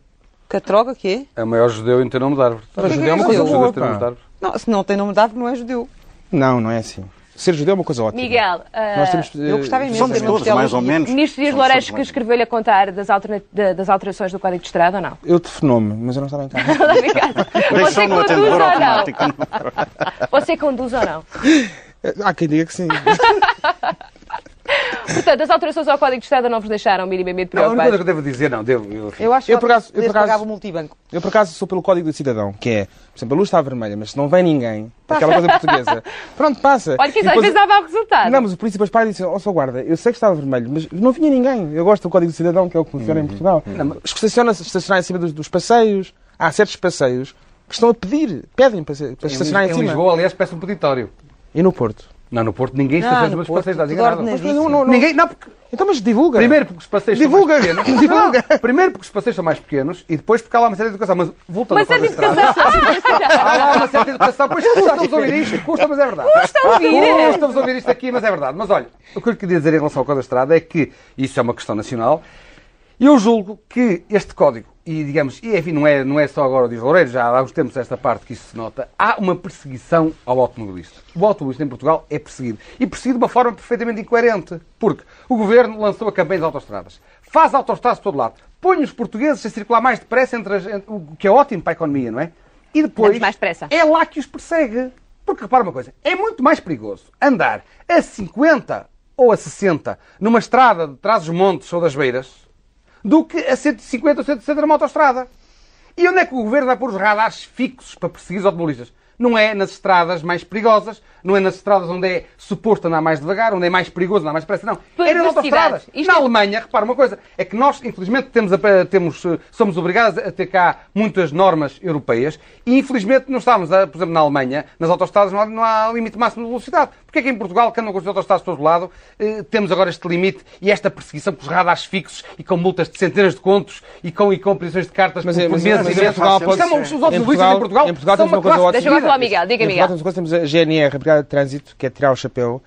Speaker 2: Catroga o quê?
Speaker 3: É o maior judeu e não tem nome de árvore.
Speaker 2: que
Speaker 3: Mas judeu
Speaker 2: é
Speaker 3: é uma coisa,
Speaker 2: judeu?
Speaker 3: judeu tem nome de árvore.
Speaker 2: Não, se não tem nome dado, não é judeu.
Speaker 4: Não, não é assim. Ser judeu é uma coisa ótima.
Speaker 1: Miguel, ah,
Speaker 4: Nós temos,
Speaker 2: Eu
Speaker 4: eh,
Speaker 2: gostava imenso
Speaker 5: Somos
Speaker 2: de ter uma
Speaker 5: todos,
Speaker 2: costela
Speaker 5: mais ou
Speaker 2: gira.
Speaker 5: menos.
Speaker 1: ministro Dias
Speaker 5: Somos
Speaker 1: Loureiro
Speaker 5: todos
Speaker 1: que
Speaker 5: mais-
Speaker 1: escreveu-lhe a contar das, alterna- da- das alterações do Código de Estrada ou
Speaker 5: (laughs)
Speaker 1: não?
Speaker 4: Eu telefono-me, mas eu não estava em casa.
Speaker 1: (laughs) Você
Speaker 5: Deixou-me
Speaker 1: conduz ou
Speaker 5: atendedor
Speaker 1: não?
Speaker 5: automático.
Speaker 1: Você conduz ou não?
Speaker 4: Eh, Há quem diga que sim.
Speaker 1: Portanto, as alterações ao Código de Estrada não vos deixaram minimamente
Speaker 3: Não, a única é coisa
Speaker 1: preocupados.
Speaker 3: que eu devo dizer, não, devo. Eu,
Speaker 2: Eu acho
Speaker 4: Eu, por acaso- eu,
Speaker 2: que eu
Speaker 4: por acaso-
Speaker 2: pagava o multibanco.
Speaker 4: Eu, por acaso, sou pelo Código do Cidadão, que é, por exemplo, a luz está vermelha, mas se não vem ninguém, aquela coisa
Speaker 1: (laughs)
Speaker 4: portuguesa, pronto, passa.
Speaker 1: Olha que
Speaker 4: E
Speaker 1: isso às
Speaker 4: depois-
Speaker 1: vezes dava resultado.
Speaker 4: Não, mas o polícia depois para e disse, ó, só guarda, eu sei que estava vermelho, mas não vinha ninguém. Eu gosto do Código do Cidadão, que é o que funciona em Portugal. Estaciona, estacionar em cima dos, dos passeios, há certos passeios que estão a pedir, pedem para, se- para estacionar em,
Speaker 3: em, em
Speaker 4: cima.
Speaker 3: Lisboa, aliás, peço um peditório.
Speaker 4: E no Porto.
Speaker 3: Não, no Porto ninguém estaciona
Speaker 2: no
Speaker 3: nos meus
Speaker 2: Porto,
Speaker 3: passeios, não diga
Speaker 2: tudo
Speaker 3: nada.
Speaker 2: ordenadíssimo.
Speaker 4: Mas não- não- não-
Speaker 3: é Ninguém, não, porque,
Speaker 4: Então, mas divulga.
Speaker 3: primeiro porque os passeios
Speaker 4: Divulga.
Speaker 3: são (laughs) mais pequenos.
Speaker 4: Divulga.
Speaker 3: Não, primeiro porque os passeios são mais pequenos e depois porque há lá uma série de educação. Mas voltando
Speaker 1: Mas
Speaker 3: ao
Speaker 1: a
Speaker 3: Código de Estrada,
Speaker 1: assim,
Speaker 4: Ah,
Speaker 3: Há lá uma série de educação. Pois (laughs) custa-vos ouvir isto, custa, mas é verdade.
Speaker 1: a
Speaker 4: tá
Speaker 1: ouvir, é.
Speaker 3: Custa-vos ouvir isto aqui, mas é verdade. Mas olha, o que eu lhe queria dizer em relação ao Código de Estrada é que isso é uma questão nacional. Eu julgo que este código, e digamos, e enfim, não é, não é só agora o Dias Loureiro, já há uns tempos esta parte que isso se nota, há uma perseguição ao automobilista. O automobilista em Portugal é perseguido. E perseguido de uma forma perfeitamente incoerente. Porque o governo lançou a campanha das autostradas. Faz autostradas por todo lado. Põe os portugueses a circular mais depressa, entre as- entre- o que é ótimo para a economia, não é? E depois
Speaker 1: Vamos mais depressa.
Speaker 3: é lá que os persegue. Porque repara uma coisa, é muito mais perigoso andar a 50 ou a 60 numa estrada de trás dos montes ou das beiras do que a 150 ou 160 numa autostrada. E onde é que o governo vai pôr os radares fixos para perseguir os automobilistas? não é nas estradas mais perigosas, não é nas estradas onde é suposto andar mais devagar, onde é mais perigoso andar mais depressa, não. Era nas
Speaker 1: Perversidade.
Speaker 3: autostradas.
Speaker 1: Isto
Speaker 3: Na
Speaker 1: é-
Speaker 3: Alemanha, repara uma coisa, é que nós, infelizmente, temos, a- temos, eh, somos obrigados a ter cá muitas normas europeias e, infelizmente, não estamos, a, por exemplo, na Alemanha, nas autostradas não há, não há limite máximo de velocidade. Porquê é que em Portugal, que andam com as autostradas de todo lado, eh, temos agora este limite e esta perseguição com os radares fixos e com multas de centenas de contos e com, e com prisões de cartas
Speaker 4: Mas
Speaker 3: por,
Speaker 4: é-
Speaker 3: por
Speaker 4: mas é-
Speaker 3: meses
Speaker 4: mas
Speaker 3: e
Speaker 4: é
Speaker 3: meses?
Speaker 4: fácil.
Speaker 3: Os autos
Speaker 4: Em
Speaker 3: em
Speaker 4: Portugal-
Speaker 3: Portugal,
Speaker 4: em
Speaker 3: são
Speaker 4: Portugal temos uma
Speaker 3: uma
Speaker 4: coisa
Speaker 3: classe
Speaker 4: ótima.
Speaker 1: Deixa eu falar com o
Speaker 3: decidida.
Speaker 1: Miguel. Diga,
Speaker 4: Em Portugal
Speaker 1: Miguel.
Speaker 4: temos uma coisa, temos a GNR, a Brigada de Trânsito, que é tirar o chapéu,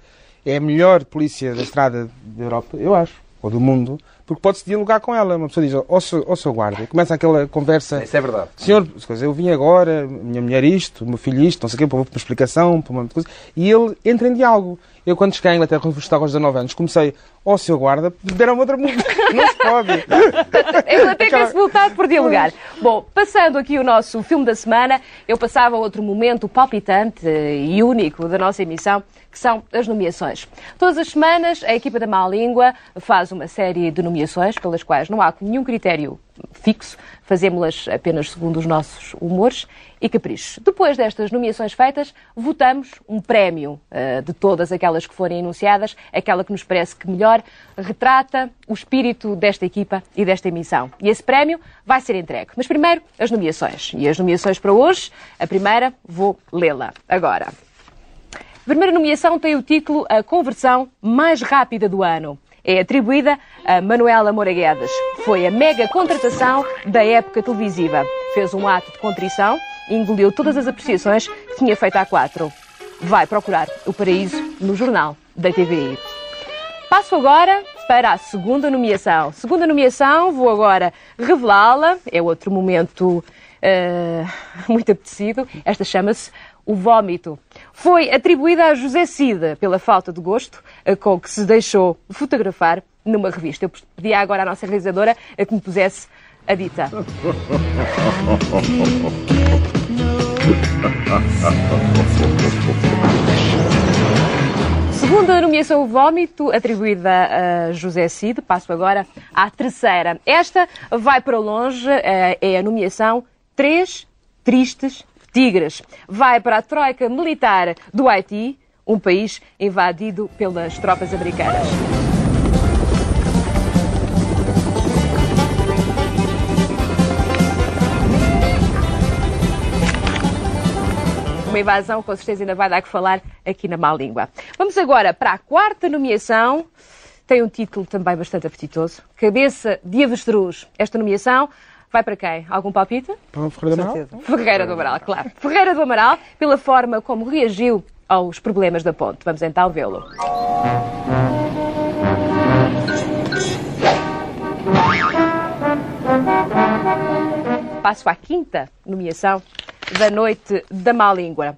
Speaker 4: é a melhor polícia da estrada da Europa, eu acho, ou do mundo, porque pode-se dialogar com ela. Uma pessoa diz, ó seu- ó, seu guarda, e começa aquela conversa.
Speaker 3: Isso é verdade.
Speaker 4: Senhor, coisa, eu vim agora, minha mulher isto, meu filho isto, não sei o quê, para uma explicação, para uma coisa. E ele entra em diálogo. Eu, quando cheguei à Inglaterra, quando estava aos 19 anos, comecei, ó seu guarda, deram outra multa. (laughs) Não se pode.
Speaker 1: Ele até quer se voltar por dialogar. Bom, passando aqui o nosso filme da semana, eu passava a outro momento palpitante e único da nossa emissão, que são as nomeações. Todas as semanas, a equipa da Má Língua faz uma série de nomeações, pelas quais não há nenhum critério fixo, fazemos-las apenas segundo os nossos humores e caprichos. Depois destas nomeações feitas, votamos um prémio eh, de todas aquelas que forem enunciadas, aquela que nos parece que melhor retrata o espírito desta equipa e desta emissão. E esse prémio vai ser entregue. Mas primeiro, as nomeações. E as nomeações para hoje, a primeira, vou lê-la agora. A primeira nomeação tem o título A Conversão Mais Rápida do Ano. É atribuída a Manuela Moura Guedes. Foi a mega contratação da época televisiva. Fez um ato de contrição e engoliu todas as apreciações que tinha feito à quatro. Vai procurar o paraíso no jornal da TVI. Passo agora para a segunda nomeação. Segunda nomeação, vou agora revelá-la. É outro momento eh, muito apetecido. Esta chama-se O Vómito. Foi atribuída a José Cida pela falta de gosto eh, com que se deixou fotografar numa revista. Eu pedia agora à nossa realizadora eh, que me pusesse a dita. Segunda nomeação, o Vómito, atribuída a José Cid. Passo agora à terceira. Esta vai para longe, eh, é a nomeação Três Tristes Tigres. Vai para a troika militar do Haiti, um país invadido pelas tropas americanas. Uma invasão com certeza ainda vai dar que falar aqui na má língua. Vamos agora para a quarta nomeação. Tem um título também bastante apetitoso. Cabeça de avestruz. Esta nomeação vai para quem? Algum palpite?
Speaker 4: Para Ferreira da Amaral?
Speaker 1: Ferreira do Amaral, claro. Ferreira do Amaral, pela forma como reagiu aos problemas da ponte. Vamos então vê-lo. Passo à quinta nomeação da Noite da Má Língua.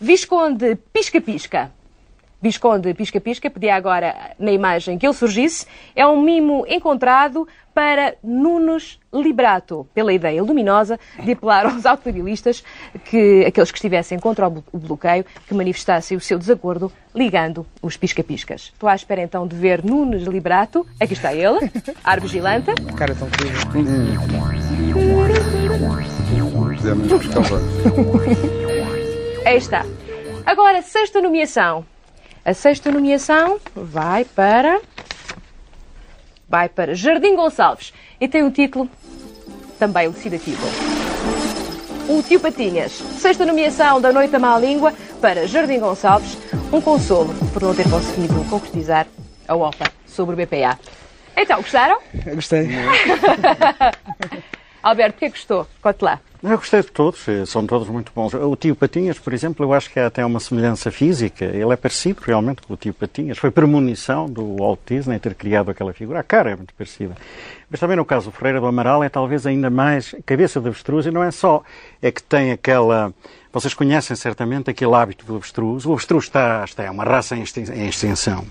Speaker 1: Visconde Pisca-Pisca. Visconde Pisca-Pisca, pedia agora na imagem que ele surgisse, é um mimo encontrado para Nunes Librato, pela ideia luminosa de apelar aos automobilistas, que, aqueles que estivessem contra o blo- o bloqueio, que manifestassem o seu desacordo ligando os pisca-piscas. Estou à espera então de ver Nunes Librato, aqui está ele, ar vigilante.
Speaker 4: Cara tão querido.
Speaker 1: Aí está. Agora, sexta nomeação. A sexta nomeação vai para. Vai para Jardim Gonçalves. E tem o título também elucidativo. O Tio Patinhas. Sexta nomeação da Noite à Má Língua para Jardim Gonçalves. Um consolo por não ter conseguido concretizar a OPA sobre o BPA. Então, gostaram?
Speaker 4: Gostei.
Speaker 1: Alberto, porquê gostou? Conte lá.
Speaker 5: Eu gostei de todos, eh, são todos muito bons. O tio Patinhas, por exemplo, eu acho que há até uma semelhança física. Ele é parecido realmente com o tio Patinhas. Foi premonição do Walt Disney ter criado aquela figura. A cara é muito parecida. Mas também no caso do Ferreira do Amaral é talvez ainda mais cabeça de avestruz e não é só. É que tem aquela. Vocês conhecem certamente aquele hábito do avestruz. O avestruz está, está é uma raça em extin- em extinção.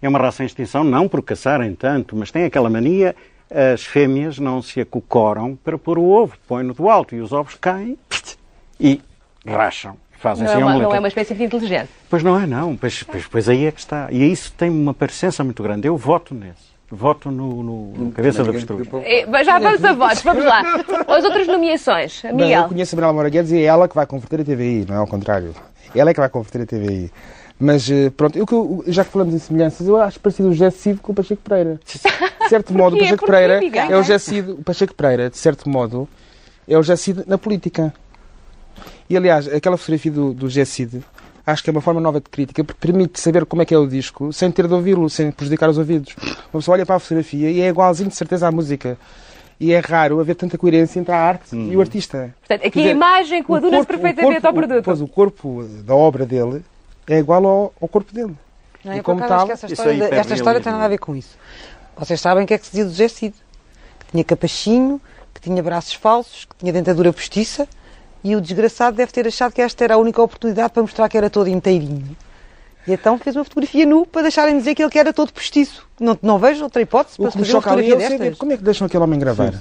Speaker 5: É uma raça em extinção, não por caçarem tanto, mas tem aquela mania, as fêmeas não se acocoram para pôr o ovo, põe-no do alto e os ovos caem pst, e racham. assim
Speaker 1: Não
Speaker 5: Fazem-se
Speaker 1: é,
Speaker 5: em
Speaker 1: uma,
Speaker 5: omeleta.
Speaker 1: não é uma espécie de inteligente.
Speaker 5: Pois não é, não. Pois, pois, pois aí é que está. E isso tem uma parecença muito grande. Eu voto nesse. Voto no, no- no Cabeça da Avestruz.
Speaker 3: tipo.
Speaker 1: Eh, mas Já vamos a votos, vamos lá. As outras nomeações.
Speaker 4: Bem, eu
Speaker 1: Miguel.
Speaker 4: conheço a Manuela Moura Guedes e é ela que vai converter a TVI, não é ao contrário. Ela é que vai converter a TVI. Mas eh, pronto, eu, que eu- já que falamos em semelhanças, eu acho parecido o José Cid com o
Speaker 1: (laughs)
Speaker 4: Pacheco Pereira. De certo modo, o
Speaker 1: Porquê?
Speaker 4: Pacheco
Speaker 1: Porquê,
Speaker 4: Pereira
Speaker 1: Miguel?
Speaker 4: é o José Cid, o Pacheco Pereira, de certo modo, é o José Cid na política. E aliás, aquela fotografia do, do José Cid, acho que é uma forma nova de crítica, porque permite saber como é que é o disco sem ter de ouvi-lo, sem prejudicar os ouvidos. Uma pessoa olha para a fotografia e é igualzinho de certeza à música. E é raro haver tanta coerência entre a arte e o artista.
Speaker 1: Portanto, aqui
Speaker 4: Quer
Speaker 1: a
Speaker 4: dizer,
Speaker 1: imagem coaduna-se
Speaker 4: O corpo- o
Speaker 1: perfeitamente
Speaker 4: corpo-
Speaker 1: ao
Speaker 4: o- Pois
Speaker 1: produto.
Speaker 4: o corpo da obra dele é igual ao, ao corpo dele.
Speaker 2: Não,
Speaker 4: E
Speaker 2: eu, por
Speaker 4: como
Speaker 2: acaso, acho
Speaker 4: tal,
Speaker 2: que essa
Speaker 5: Isso
Speaker 2: história,
Speaker 5: aí
Speaker 2: da-
Speaker 5: perde
Speaker 2: esta história
Speaker 5: realismo.
Speaker 2: tem nada a ver com isso. Vocês sabem o que é que se dizia do José Cid. Que tinha capachinho, que tinha braços falsos, que tinha dentadura postiça e o desgraçado deve ter achado que esta era a única oportunidade para mostrar que era todo inteirinho. E então fez uma fotografia nu para deixarem dizer que ele que era todo postiço. Não, não vejo outra hipótese para
Speaker 4: o
Speaker 2: se
Speaker 4: que me
Speaker 2: fazer uma
Speaker 4: choca ali
Speaker 2: fotografia
Speaker 4: é o CD.
Speaker 2: destas.
Speaker 4: Como é que deixam aquele homem gravar?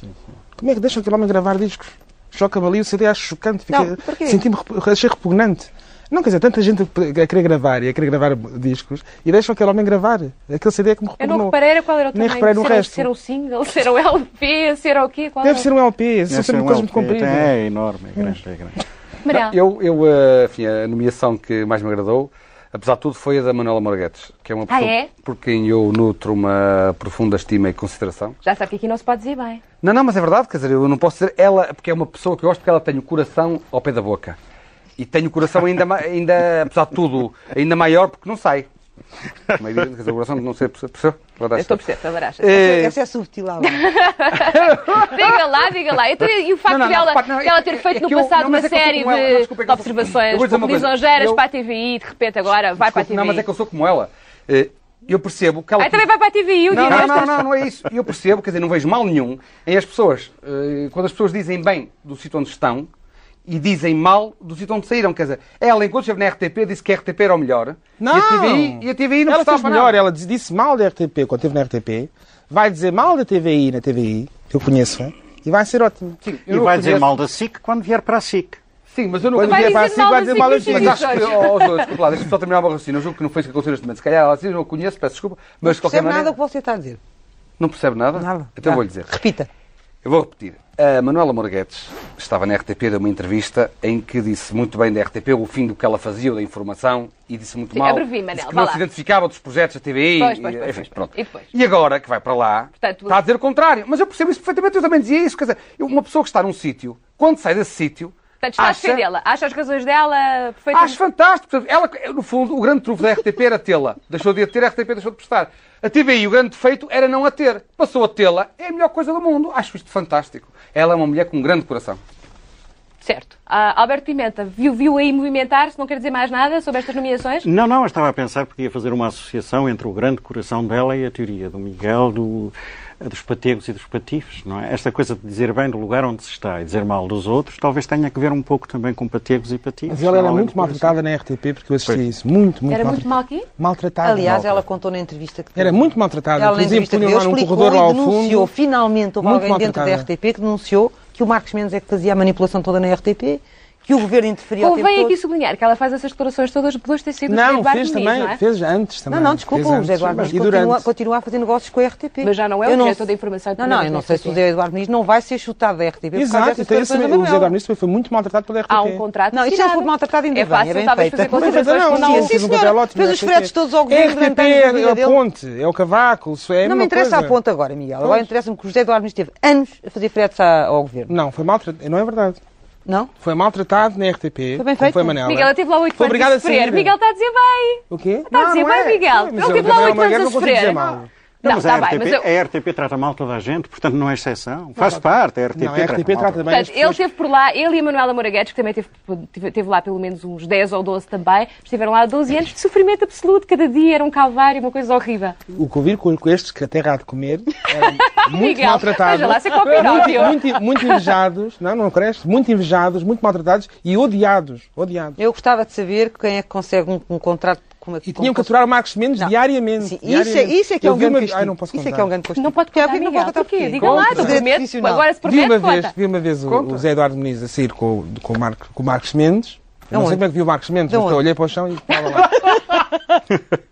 Speaker 4: Como é que deixam aquele homem gravar discos? Choca-me ali o CD, acho chocante. fiquei-
Speaker 2: Não, porquê?
Speaker 4: Senti-me, repu- achei repugnante. Não, quer dizer, tanta gente a a querer gravar e a querer gravar discos e deixam aquele homem gravar. Aquele CD é que me
Speaker 1: Eu não
Speaker 4: repugnou.
Speaker 1: reparei era qual era o
Speaker 4: Nem
Speaker 1: tamanho.
Speaker 4: reparei no
Speaker 1: se era,
Speaker 4: resto.
Speaker 1: Se era um single, se era um LP, se era o quê? Qual
Speaker 4: Deve
Speaker 1: era?
Speaker 4: ser um LP, são
Speaker 5: Deve ser
Speaker 4: sempre
Speaker 5: um
Speaker 4: coisas muito
Speaker 5: LP,
Speaker 4: compridas.
Speaker 5: É enorme, é grande, é grande.
Speaker 1: Manuel.
Speaker 3: Eu, eu eh, enfim, a nomeação que mais me agradou, apesar de tudo, foi a da Manuela Morguetes, que é uma pessoa
Speaker 1: é?
Speaker 3: por quem eu nutro uma profunda estima e consideração.
Speaker 1: Já sabe que aqui não se pode dizer bem.
Speaker 3: Não, não, mas é verdade, quer dizer, eu não posso dizer ela, porque é uma pessoa que eu gosto porque ela tem o coração ao pé da boca. E tenho o coração ainda, ma- ainda apesar de tudo, ainda maior porque não sai. Como é evidente, quer dizer, o coração não sei, percebeu?
Speaker 1: Eu estou a perceber, está baracha.
Speaker 3: Eh,
Speaker 2: Essa é subtil, Alan.
Speaker 1: Diga lá, diga lá. Então, e o facto
Speaker 3: Não, não,
Speaker 1: de
Speaker 3: não,
Speaker 1: ela,
Speaker 3: repare, não,
Speaker 1: de ela
Speaker 3: é-
Speaker 1: ter
Speaker 3: é
Speaker 1: feito
Speaker 3: que
Speaker 1: no
Speaker 3: eu-
Speaker 1: passado
Speaker 3: não,
Speaker 1: uma
Speaker 3: mas é que eu sou
Speaker 1: série
Speaker 3: como ela, não,
Speaker 1: de,
Speaker 3: desculpa, é
Speaker 1: de
Speaker 3: que eu sou-
Speaker 1: observações
Speaker 3: eu vou dizer uma coisa.
Speaker 1: lisonjeiras
Speaker 3: Eu-
Speaker 1: para a TVI e de repente agora vai para a TVI.
Speaker 3: Não, mas é que eu sou como ela. Eh, Eu percebo que ela.
Speaker 1: Aí também vai para a TVI o
Speaker 3: Não,
Speaker 1: dia
Speaker 3: não,
Speaker 1: destas.
Speaker 3: não, não, não é isso. Eu percebo, quer dizer, não vejo mal nenhum em as pessoas, eh, quando as pessoas dizem bem do sítio onde estão e dizem mal do sítio onde saíram. Quer dizer, ela, enquanto esteve na RTP, disse que a RTP era o melhor.
Speaker 4: Não!
Speaker 3: E a TVI, e a TVI não
Speaker 4: ela fez
Speaker 3: prestava
Speaker 4: melhor,
Speaker 3: nada.
Speaker 4: ela disse- disse mal da RTP quando esteve na RTP, vai dizer mal da TVI na TVI, que eu conheço, hein? e vai ser ótimo.
Speaker 3: Sim, eu
Speaker 5: E
Speaker 3: não
Speaker 5: vai
Speaker 3: conheço-
Speaker 5: dizer mal da SIC quando vier para a SIC.
Speaker 3: Sim, mas eu não
Speaker 4: Quando
Speaker 1: Vai
Speaker 4: vier para a
Speaker 1: dizer
Speaker 4: SIC,
Speaker 1: mal
Speaker 4: vai
Speaker 1: da
Speaker 4: dizer
Speaker 1: SIC
Speaker 4: mal da
Speaker 1: nos
Speaker 4: SIC.
Speaker 3: Mas acho que, oh, oh, João, desculpa lá, deixa-me só terminar o meu raciocínio. Eu julgo que não foi isso que aconteceu neste momento. Se calhar ela assim, eu não conheço, peço desculpa, mas de
Speaker 2: Não
Speaker 3: qualquer
Speaker 2: percebe
Speaker 3: maneira.
Speaker 2: nada o que você está a dizer.
Speaker 3: Não percebe nada?
Speaker 2: Nada.
Speaker 3: Então
Speaker 2: Ah,
Speaker 3: vou-lhe dizer.
Speaker 2: Repita.
Speaker 3: Eu vou repetir. A Manuela Morguetes estava na RTP de uma entrevista em que disse muito bem da RTP o fim do que ela fazia, da informação, e disse muito
Speaker 1: Sim,
Speaker 3: mal.
Speaker 1: abrevie, Manel,
Speaker 3: disse que
Speaker 1: vá
Speaker 3: não
Speaker 1: lá.
Speaker 3: se identificava dos projetos da TVI.
Speaker 1: Pois, pois,
Speaker 3: e,
Speaker 1: pois,
Speaker 3: enfim,
Speaker 1: pois.
Speaker 3: pronto.
Speaker 1: E depois?
Speaker 3: agora que vai para lá,
Speaker 1: Portanto,
Speaker 3: está a dizer o contrário. Mas eu percebo isso perfeitamente, eu também dizia isso. Quer dizer, eu- uma pessoa que está num sítio, quando sai desse sítio.
Speaker 1: Portanto, está
Speaker 3: acha-
Speaker 1: a defendê-la. Acha as razões dela perfeitamente.
Speaker 3: Acho fantástico. Portanto, Ela, no fundo, o grande trufo da RTP era tê-la. Deixou de a ter, a RTP deixou de prestar. A TVI, o grande defeito era não a ter. Passou a tê-la. É a melhor coisa do mundo. Acho isto fantástico. Ela é uma mulher com um grande coração.
Speaker 1: Certo. Ah, Alberto Pimenta, viu, viu aí movimentar-se, não quer dizer mais nada sobre estas nomeações?
Speaker 5: Não, não, eu estava a pensar porque ia fazer uma associação entre o grande coração dela e a teoria do Miguel, do- eh, dos pategos e dos patifes, não é? Esta coisa de dizer bem do lugar onde se está e dizer mal dos outros, talvez tenha que ver um pouco também com pategos e patifes.
Speaker 4: Mas ela era
Speaker 5: não,
Speaker 4: muito
Speaker 5: do coração.
Speaker 4: maltratada na RTP porque eu assisti a isso. Muito, muito
Speaker 1: Era muito
Speaker 4: maltratada.
Speaker 1: mal aqui?
Speaker 4: Maltratada.
Speaker 2: Aliás,
Speaker 4: malta.
Speaker 2: ela contou na entrevista que
Speaker 4: Era muito maltratada.
Speaker 2: Ela na
Speaker 4: Inclusive,
Speaker 2: entrevista que
Speaker 4: punham
Speaker 2: deu
Speaker 4: lá num
Speaker 2: explicou
Speaker 4: corredor lá
Speaker 2: e
Speaker 4: ao
Speaker 2: denunciou,
Speaker 4: fundo.
Speaker 2: finalmente houve
Speaker 4: Muito
Speaker 2: alguém dentro da
Speaker 4: maltratada.
Speaker 2: RTP que denunciou que o Marcos Mendes é que fazia a manipulação toda na RTP, que o governo interferia o tempo
Speaker 1: Convém
Speaker 2: todo.
Speaker 1: aqui sublinhar que ela faz essas declarações todas depois de ter sido o José
Speaker 4: Não,
Speaker 1: Eduardo
Speaker 4: fez
Speaker 1: Muniz,
Speaker 4: também.
Speaker 1: não é?
Speaker 4: Fez antes também.
Speaker 2: Não, não, desculpa,
Speaker 4: Fez
Speaker 2: o
Speaker 4: antes,
Speaker 2: José Eduardo Muniz
Speaker 4: E
Speaker 2: continua,
Speaker 4: durante.
Speaker 2: continua a fazer negócios com a RTP.
Speaker 1: Mas já não é
Speaker 2: Eu
Speaker 1: objeto da informação que
Speaker 2: Não, não,
Speaker 1: temos
Speaker 2: eu não
Speaker 1: na
Speaker 2: sei
Speaker 1: RTP.
Speaker 2: se o José Eduardo Muniz não vai ser chutado da RTP. por causa
Speaker 4: Exato,
Speaker 2: dessas
Speaker 4: então esse, o
Speaker 2: declarações
Speaker 4: José
Speaker 2: da Manuela.
Speaker 4: Eduardo Muniz também foi muito maltratado pela RTP.
Speaker 1: Há um contrato
Speaker 2: Não, isso já
Speaker 1: assinado.
Speaker 2: foi maltratado ainda
Speaker 1: É
Speaker 2: bem,
Speaker 1: fácil,
Speaker 2: é bem
Speaker 1: talvez, fazer
Speaker 2: feita.
Speaker 4: Não, mas
Speaker 1: considerações
Speaker 4: não,
Speaker 1: com
Speaker 4: não,
Speaker 1: sim,
Speaker 4: não,
Speaker 2: sim,
Speaker 4: fez um
Speaker 2: senhora.
Speaker 4: papel ótimo,
Speaker 2: Fez
Speaker 4: não
Speaker 2: os
Speaker 4: sei
Speaker 2: fretes
Speaker 4: quê.
Speaker 2: todos ao governo durante
Speaker 4: RTP
Speaker 2: anos da vida
Speaker 4: é
Speaker 2: dele.
Speaker 4: a ponte, é o cavaco, isso é a
Speaker 2: Não me
Speaker 4: mesma
Speaker 2: interessa
Speaker 4: coisa.
Speaker 2: a ponta agora, Miguel. Agora
Speaker 4: Pois.
Speaker 2: interessa-me que o José Eduardo Muniz teve anos a fazer fretes à- ao governo.
Speaker 4: Não, foi maltratado. Não é verdade.
Speaker 2: Não?
Speaker 4: Foi maltratado na RTP.
Speaker 2: Foi bem
Speaker 4: como
Speaker 2: feito.
Speaker 4: Foi a Manela.
Speaker 1: Miguel, eu tive lá oito
Speaker 4: Foi
Speaker 1: anos
Speaker 4: obrigado
Speaker 1: a
Speaker 4: a
Speaker 1: sofrer.
Speaker 4: sair.
Speaker 1: Miguel está a dizer bem.
Speaker 4: O quê?
Speaker 1: Está a dizer bem, Miguel.
Speaker 4: Mas
Speaker 1: Ele teve
Speaker 4: eu-
Speaker 1: lá
Speaker 4: Gabriel
Speaker 1: oito anos
Speaker 4: Magalhães
Speaker 1: a
Speaker 4: não consigo dizer
Speaker 1: sofrer.
Speaker 4: mal.
Speaker 5: Não,
Speaker 1: Não,
Speaker 5: mas, é,
Speaker 1: está
Speaker 5: a,
Speaker 1: bem,
Speaker 5: RTP,
Speaker 1: mas eu...
Speaker 5: a RTP trata mal toda a gente, portanto não é exceção. Faz parte, a RTP,
Speaker 4: Não, a RTP
Speaker 5: mal toda
Speaker 4: trata
Speaker 5: a
Speaker 4: bem as
Speaker 1: Portanto, ele
Speaker 4: pessoas.
Speaker 1: esteve por lá, ele e a Manuela Moraguetes, que também teve, teve, teve lá pelo menos uns 10 ou 12 também, estiveram lá 12 anos de sofrimento absoluto, cada dia era um calvário, uma coisa horrível.
Speaker 4: O que eu vi com com estes que a terra há de comer
Speaker 1: (laughs)
Speaker 4: eram muito
Speaker 1: Miguel,
Speaker 4: maltratados.
Speaker 1: veja lá, é sem combinar, viu?
Speaker 4: muito, muito, muito invejados, não, não cresce, muito invejados, muito maltratados e odiados. odiados.
Speaker 2: Eu gostava de saber quem é que consegue um, um contrato com uma
Speaker 4: E tinham que aturar o Marcos Mendes
Speaker 2: Não.
Speaker 4: diariamente.
Speaker 2: Sim, isso, é,
Speaker 4: diariamente.
Speaker 2: isso é que é
Speaker 4: Eu
Speaker 2: um
Speaker 4: vi
Speaker 2: grande
Speaker 4: uma-
Speaker 2: castigo.
Speaker 4: Ai, não posso
Speaker 2: Isso é que
Speaker 4: contar.
Speaker 2: é um grande castigo.
Speaker 1: Não pode
Speaker 2: Porque há
Speaker 1: contar,
Speaker 2: bem que não
Speaker 1: Miguel.
Speaker 2: pode contar
Speaker 1: Porquê?
Speaker 2: porquê.
Speaker 1: Diga lá,
Speaker 2: Conta.
Speaker 1: documento.
Speaker 2: Segredo
Speaker 4: É,
Speaker 2: profissional.
Speaker 1: Agora, se
Speaker 4: Vi
Speaker 1: promete,
Speaker 4: uma vez,
Speaker 1: conta.
Speaker 4: vi uma vez o,
Speaker 3: Conta.
Speaker 4: o Zé Eduardo Muniz a sair com, o- com, o Marco- com o Marcos Mendes Eu não
Speaker 2: onde?
Speaker 4: sei como é que vi o Marcos Mendes,
Speaker 2: Da
Speaker 4: mas eu
Speaker 2: onde?
Speaker 4: olhei para o chão e estava lá. (laughs)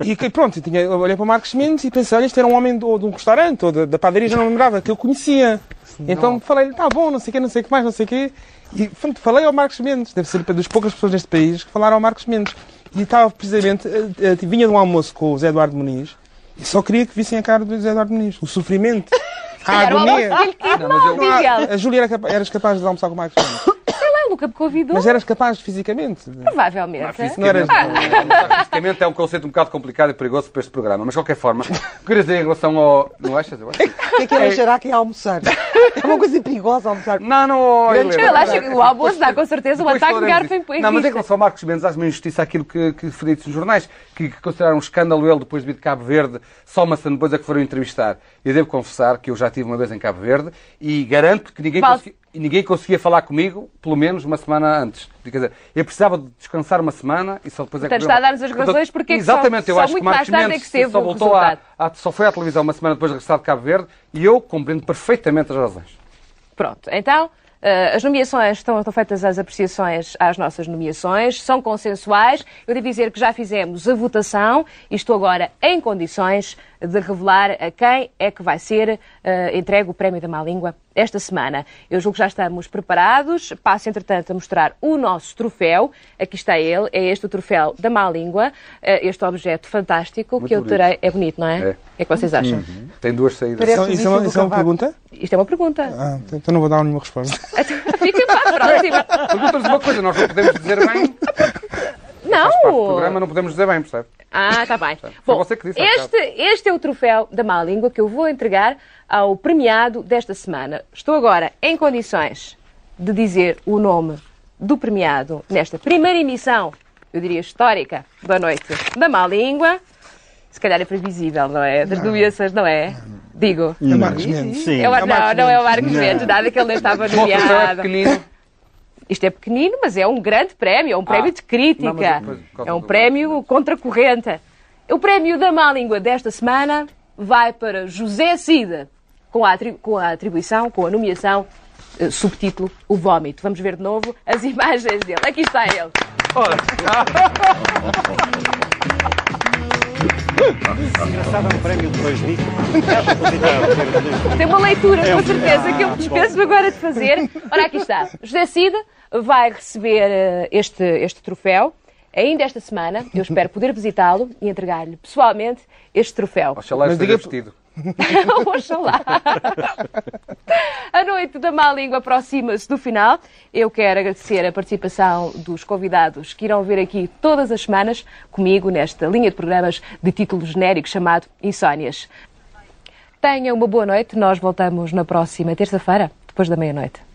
Speaker 4: e que- pronto, eu tinha, eu olhei para o Marcos Mendes e pensei, olha, este era um homem do, de um restaurante ou da, da padaria, já não lembrava, que eu conhecia. Então falei-lhe, tá bom, não sei o quê, não sei o que mais, não sei o quê. E pronto, falei ao Marcos Mendes, deve ser das poucas pessoas neste país que falaram ao Marcos Mendes. E estava precisamente, eh, eh, vinha de um almoço com o Zé Eduardo Muniz e só queria que vissem a cara do Zé Eduardo Muniz.
Speaker 1: (laughs)
Speaker 4: O sofrimento, a
Speaker 1: Era o
Speaker 4: agonia.
Speaker 1: almoço dele que ia mal,
Speaker 4: Não há-
Speaker 1: Miguel.
Speaker 4: a Júlia era capa- eras capaz de almoçar com o Marcos Mendes.
Speaker 1: Sei lá, nunca me convidou.
Speaker 4: Mas eras capaz fisicamente.
Speaker 1: Provavelmente.
Speaker 4: Não eras.
Speaker 3: Fisicamente é um conceito um bocado complicado e perigoso para este programa, mas de qualquer forma, o que eu queria dizer em relação ao. Não achas? Eu acho que-
Speaker 2: O que é que ele achará que ia almoçar? É uma coisa perigosa almoçar.
Speaker 3: Não, não, ó, Helena.
Speaker 1: Ela acha que o almoço dá com certeza um
Speaker 3: Depois
Speaker 1: ataque de
Speaker 3: falaremos
Speaker 1: garfo em
Speaker 3: disso. Não, mas é que
Speaker 1: em
Speaker 3: relação ao Marcos Mendes, acho uma injustiça aquilo que, que foi dito nos jornais, que, que consideraram um escândalo ele depois de vir de Cabo Verde, só uma semana depois é que foram entrevistar. Eu devo confessar que eu já estive uma vez em Cabo Verde e garanto que ninguém,
Speaker 1: Paulo.
Speaker 3: consegui- e ninguém conseguia falar comigo, pelo menos uma semana antes. Quer dizer, eu precisava de descansar uma semana e só depois é que...
Speaker 1: Portanto, está a dar-nos as razões
Speaker 3: Portanto,
Speaker 1: porque é que só-
Speaker 3: Exatamente, eu
Speaker 1: só
Speaker 3: acho
Speaker 1: muito
Speaker 3: que
Speaker 1: mais
Speaker 3: Marcos
Speaker 1: tarde é
Speaker 3: Mendes
Speaker 1: que se teve
Speaker 3: só
Speaker 1: o
Speaker 3: voltou à,
Speaker 1: resultado.
Speaker 3: à- só foi à televisão uma semana depois de regressar de Cabo Verde e eu compreendo perfeitamente as razões.
Speaker 1: Pronto, então eh, as nomeações estão, estão feitas as apreciações às nossas nomeações, são consensuais. Eu devo dizer que já fizemos a votação e estou agora em condições de revelar a quem é que vai ser eh, entregue o Prémio da Má Língua esta semana. Eu julgo que já estamos preparados. Passo, entretanto, a mostrar o nosso troféu. Aqui está ele, é este o troféu da Má Língua, eh, este objeto fantástico que eu
Speaker 3: bonito.
Speaker 1: terei. É bonito, não é?
Speaker 3: É. Uhum.
Speaker 1: que vocês acham?
Speaker 3: Tem duas saídas.
Speaker 2: Parece-
Speaker 4: Então, isso é uma, isso é uma pergunta?
Speaker 1: Isto é uma pergunta. (laughs)
Speaker 4: Ah, então não vou dar nenhuma resposta.
Speaker 1: Fica para a próxima.
Speaker 3: Pergunta-nos uma coisa, nós não podemos dizer bem, o
Speaker 1: Não!
Speaker 3: programa não podemos dizer bem, percebe?
Speaker 1: Ah, tá
Speaker 3: (laughs)
Speaker 1: bem. Bom,
Speaker 3: você que disse há
Speaker 1: este, este é o troféu da má língua que eu vou entregar ao premiado desta semana. Estou agora em condições de dizer o nome do premiado nesta primeira emissão, eu diria histórica, da noite da má língua. Se calhar é previsível, não é? Das doenças, não é? Digo.
Speaker 4: É Marcos Mendes.
Speaker 5: Sim.
Speaker 1: É o-
Speaker 4: o Marcos
Speaker 1: não, não é o Marcos
Speaker 5: Mendes.
Speaker 1: Mendes, dado que ele nem estava
Speaker 3: O outro já é
Speaker 1: nomeado.
Speaker 3: pequenino.
Speaker 1: Isto é pequenino, mas é um grande prémio, é um prémio de crítica.
Speaker 3: Ah, não, mas eu depois-
Speaker 1: é um prémio contra a corrente. O prémio da má língua desta semana vai para José Cida, com a, atri- com a atribuição, com a nomeação, eh, subtítulo O Vómito. Vamos ver de novo as (laughs) imagens dele. Aqui está ele.
Speaker 5: Engraçado, é um prémio de dois mil. É propositado ter dois mil.
Speaker 1: Tem uma leitura,
Speaker 5: É
Speaker 1: com
Speaker 5: um-
Speaker 1: certeza, que eu dispenso agora de fazer. Ora, aqui está. José Cida vai receber eh, este, este troféu. Ainda esta semana, eu espero poder visitá-lo e entregar-lhe pessoalmente este troféu.
Speaker 3: Oxalá
Speaker 4: Mas
Speaker 3: esteja
Speaker 4: diga-
Speaker 3: vestido.
Speaker 1: (laughs) Oxalá. A noite da má língua aproxima-se do final. Eu quero agradecer a participação dos convidados que irão vir aqui todas as semanas comigo nesta linha de programas de título genérico chamado Insónias. Tenha uma boa noite. Nós voltamos na próxima terça-feira, depois da meia-noite.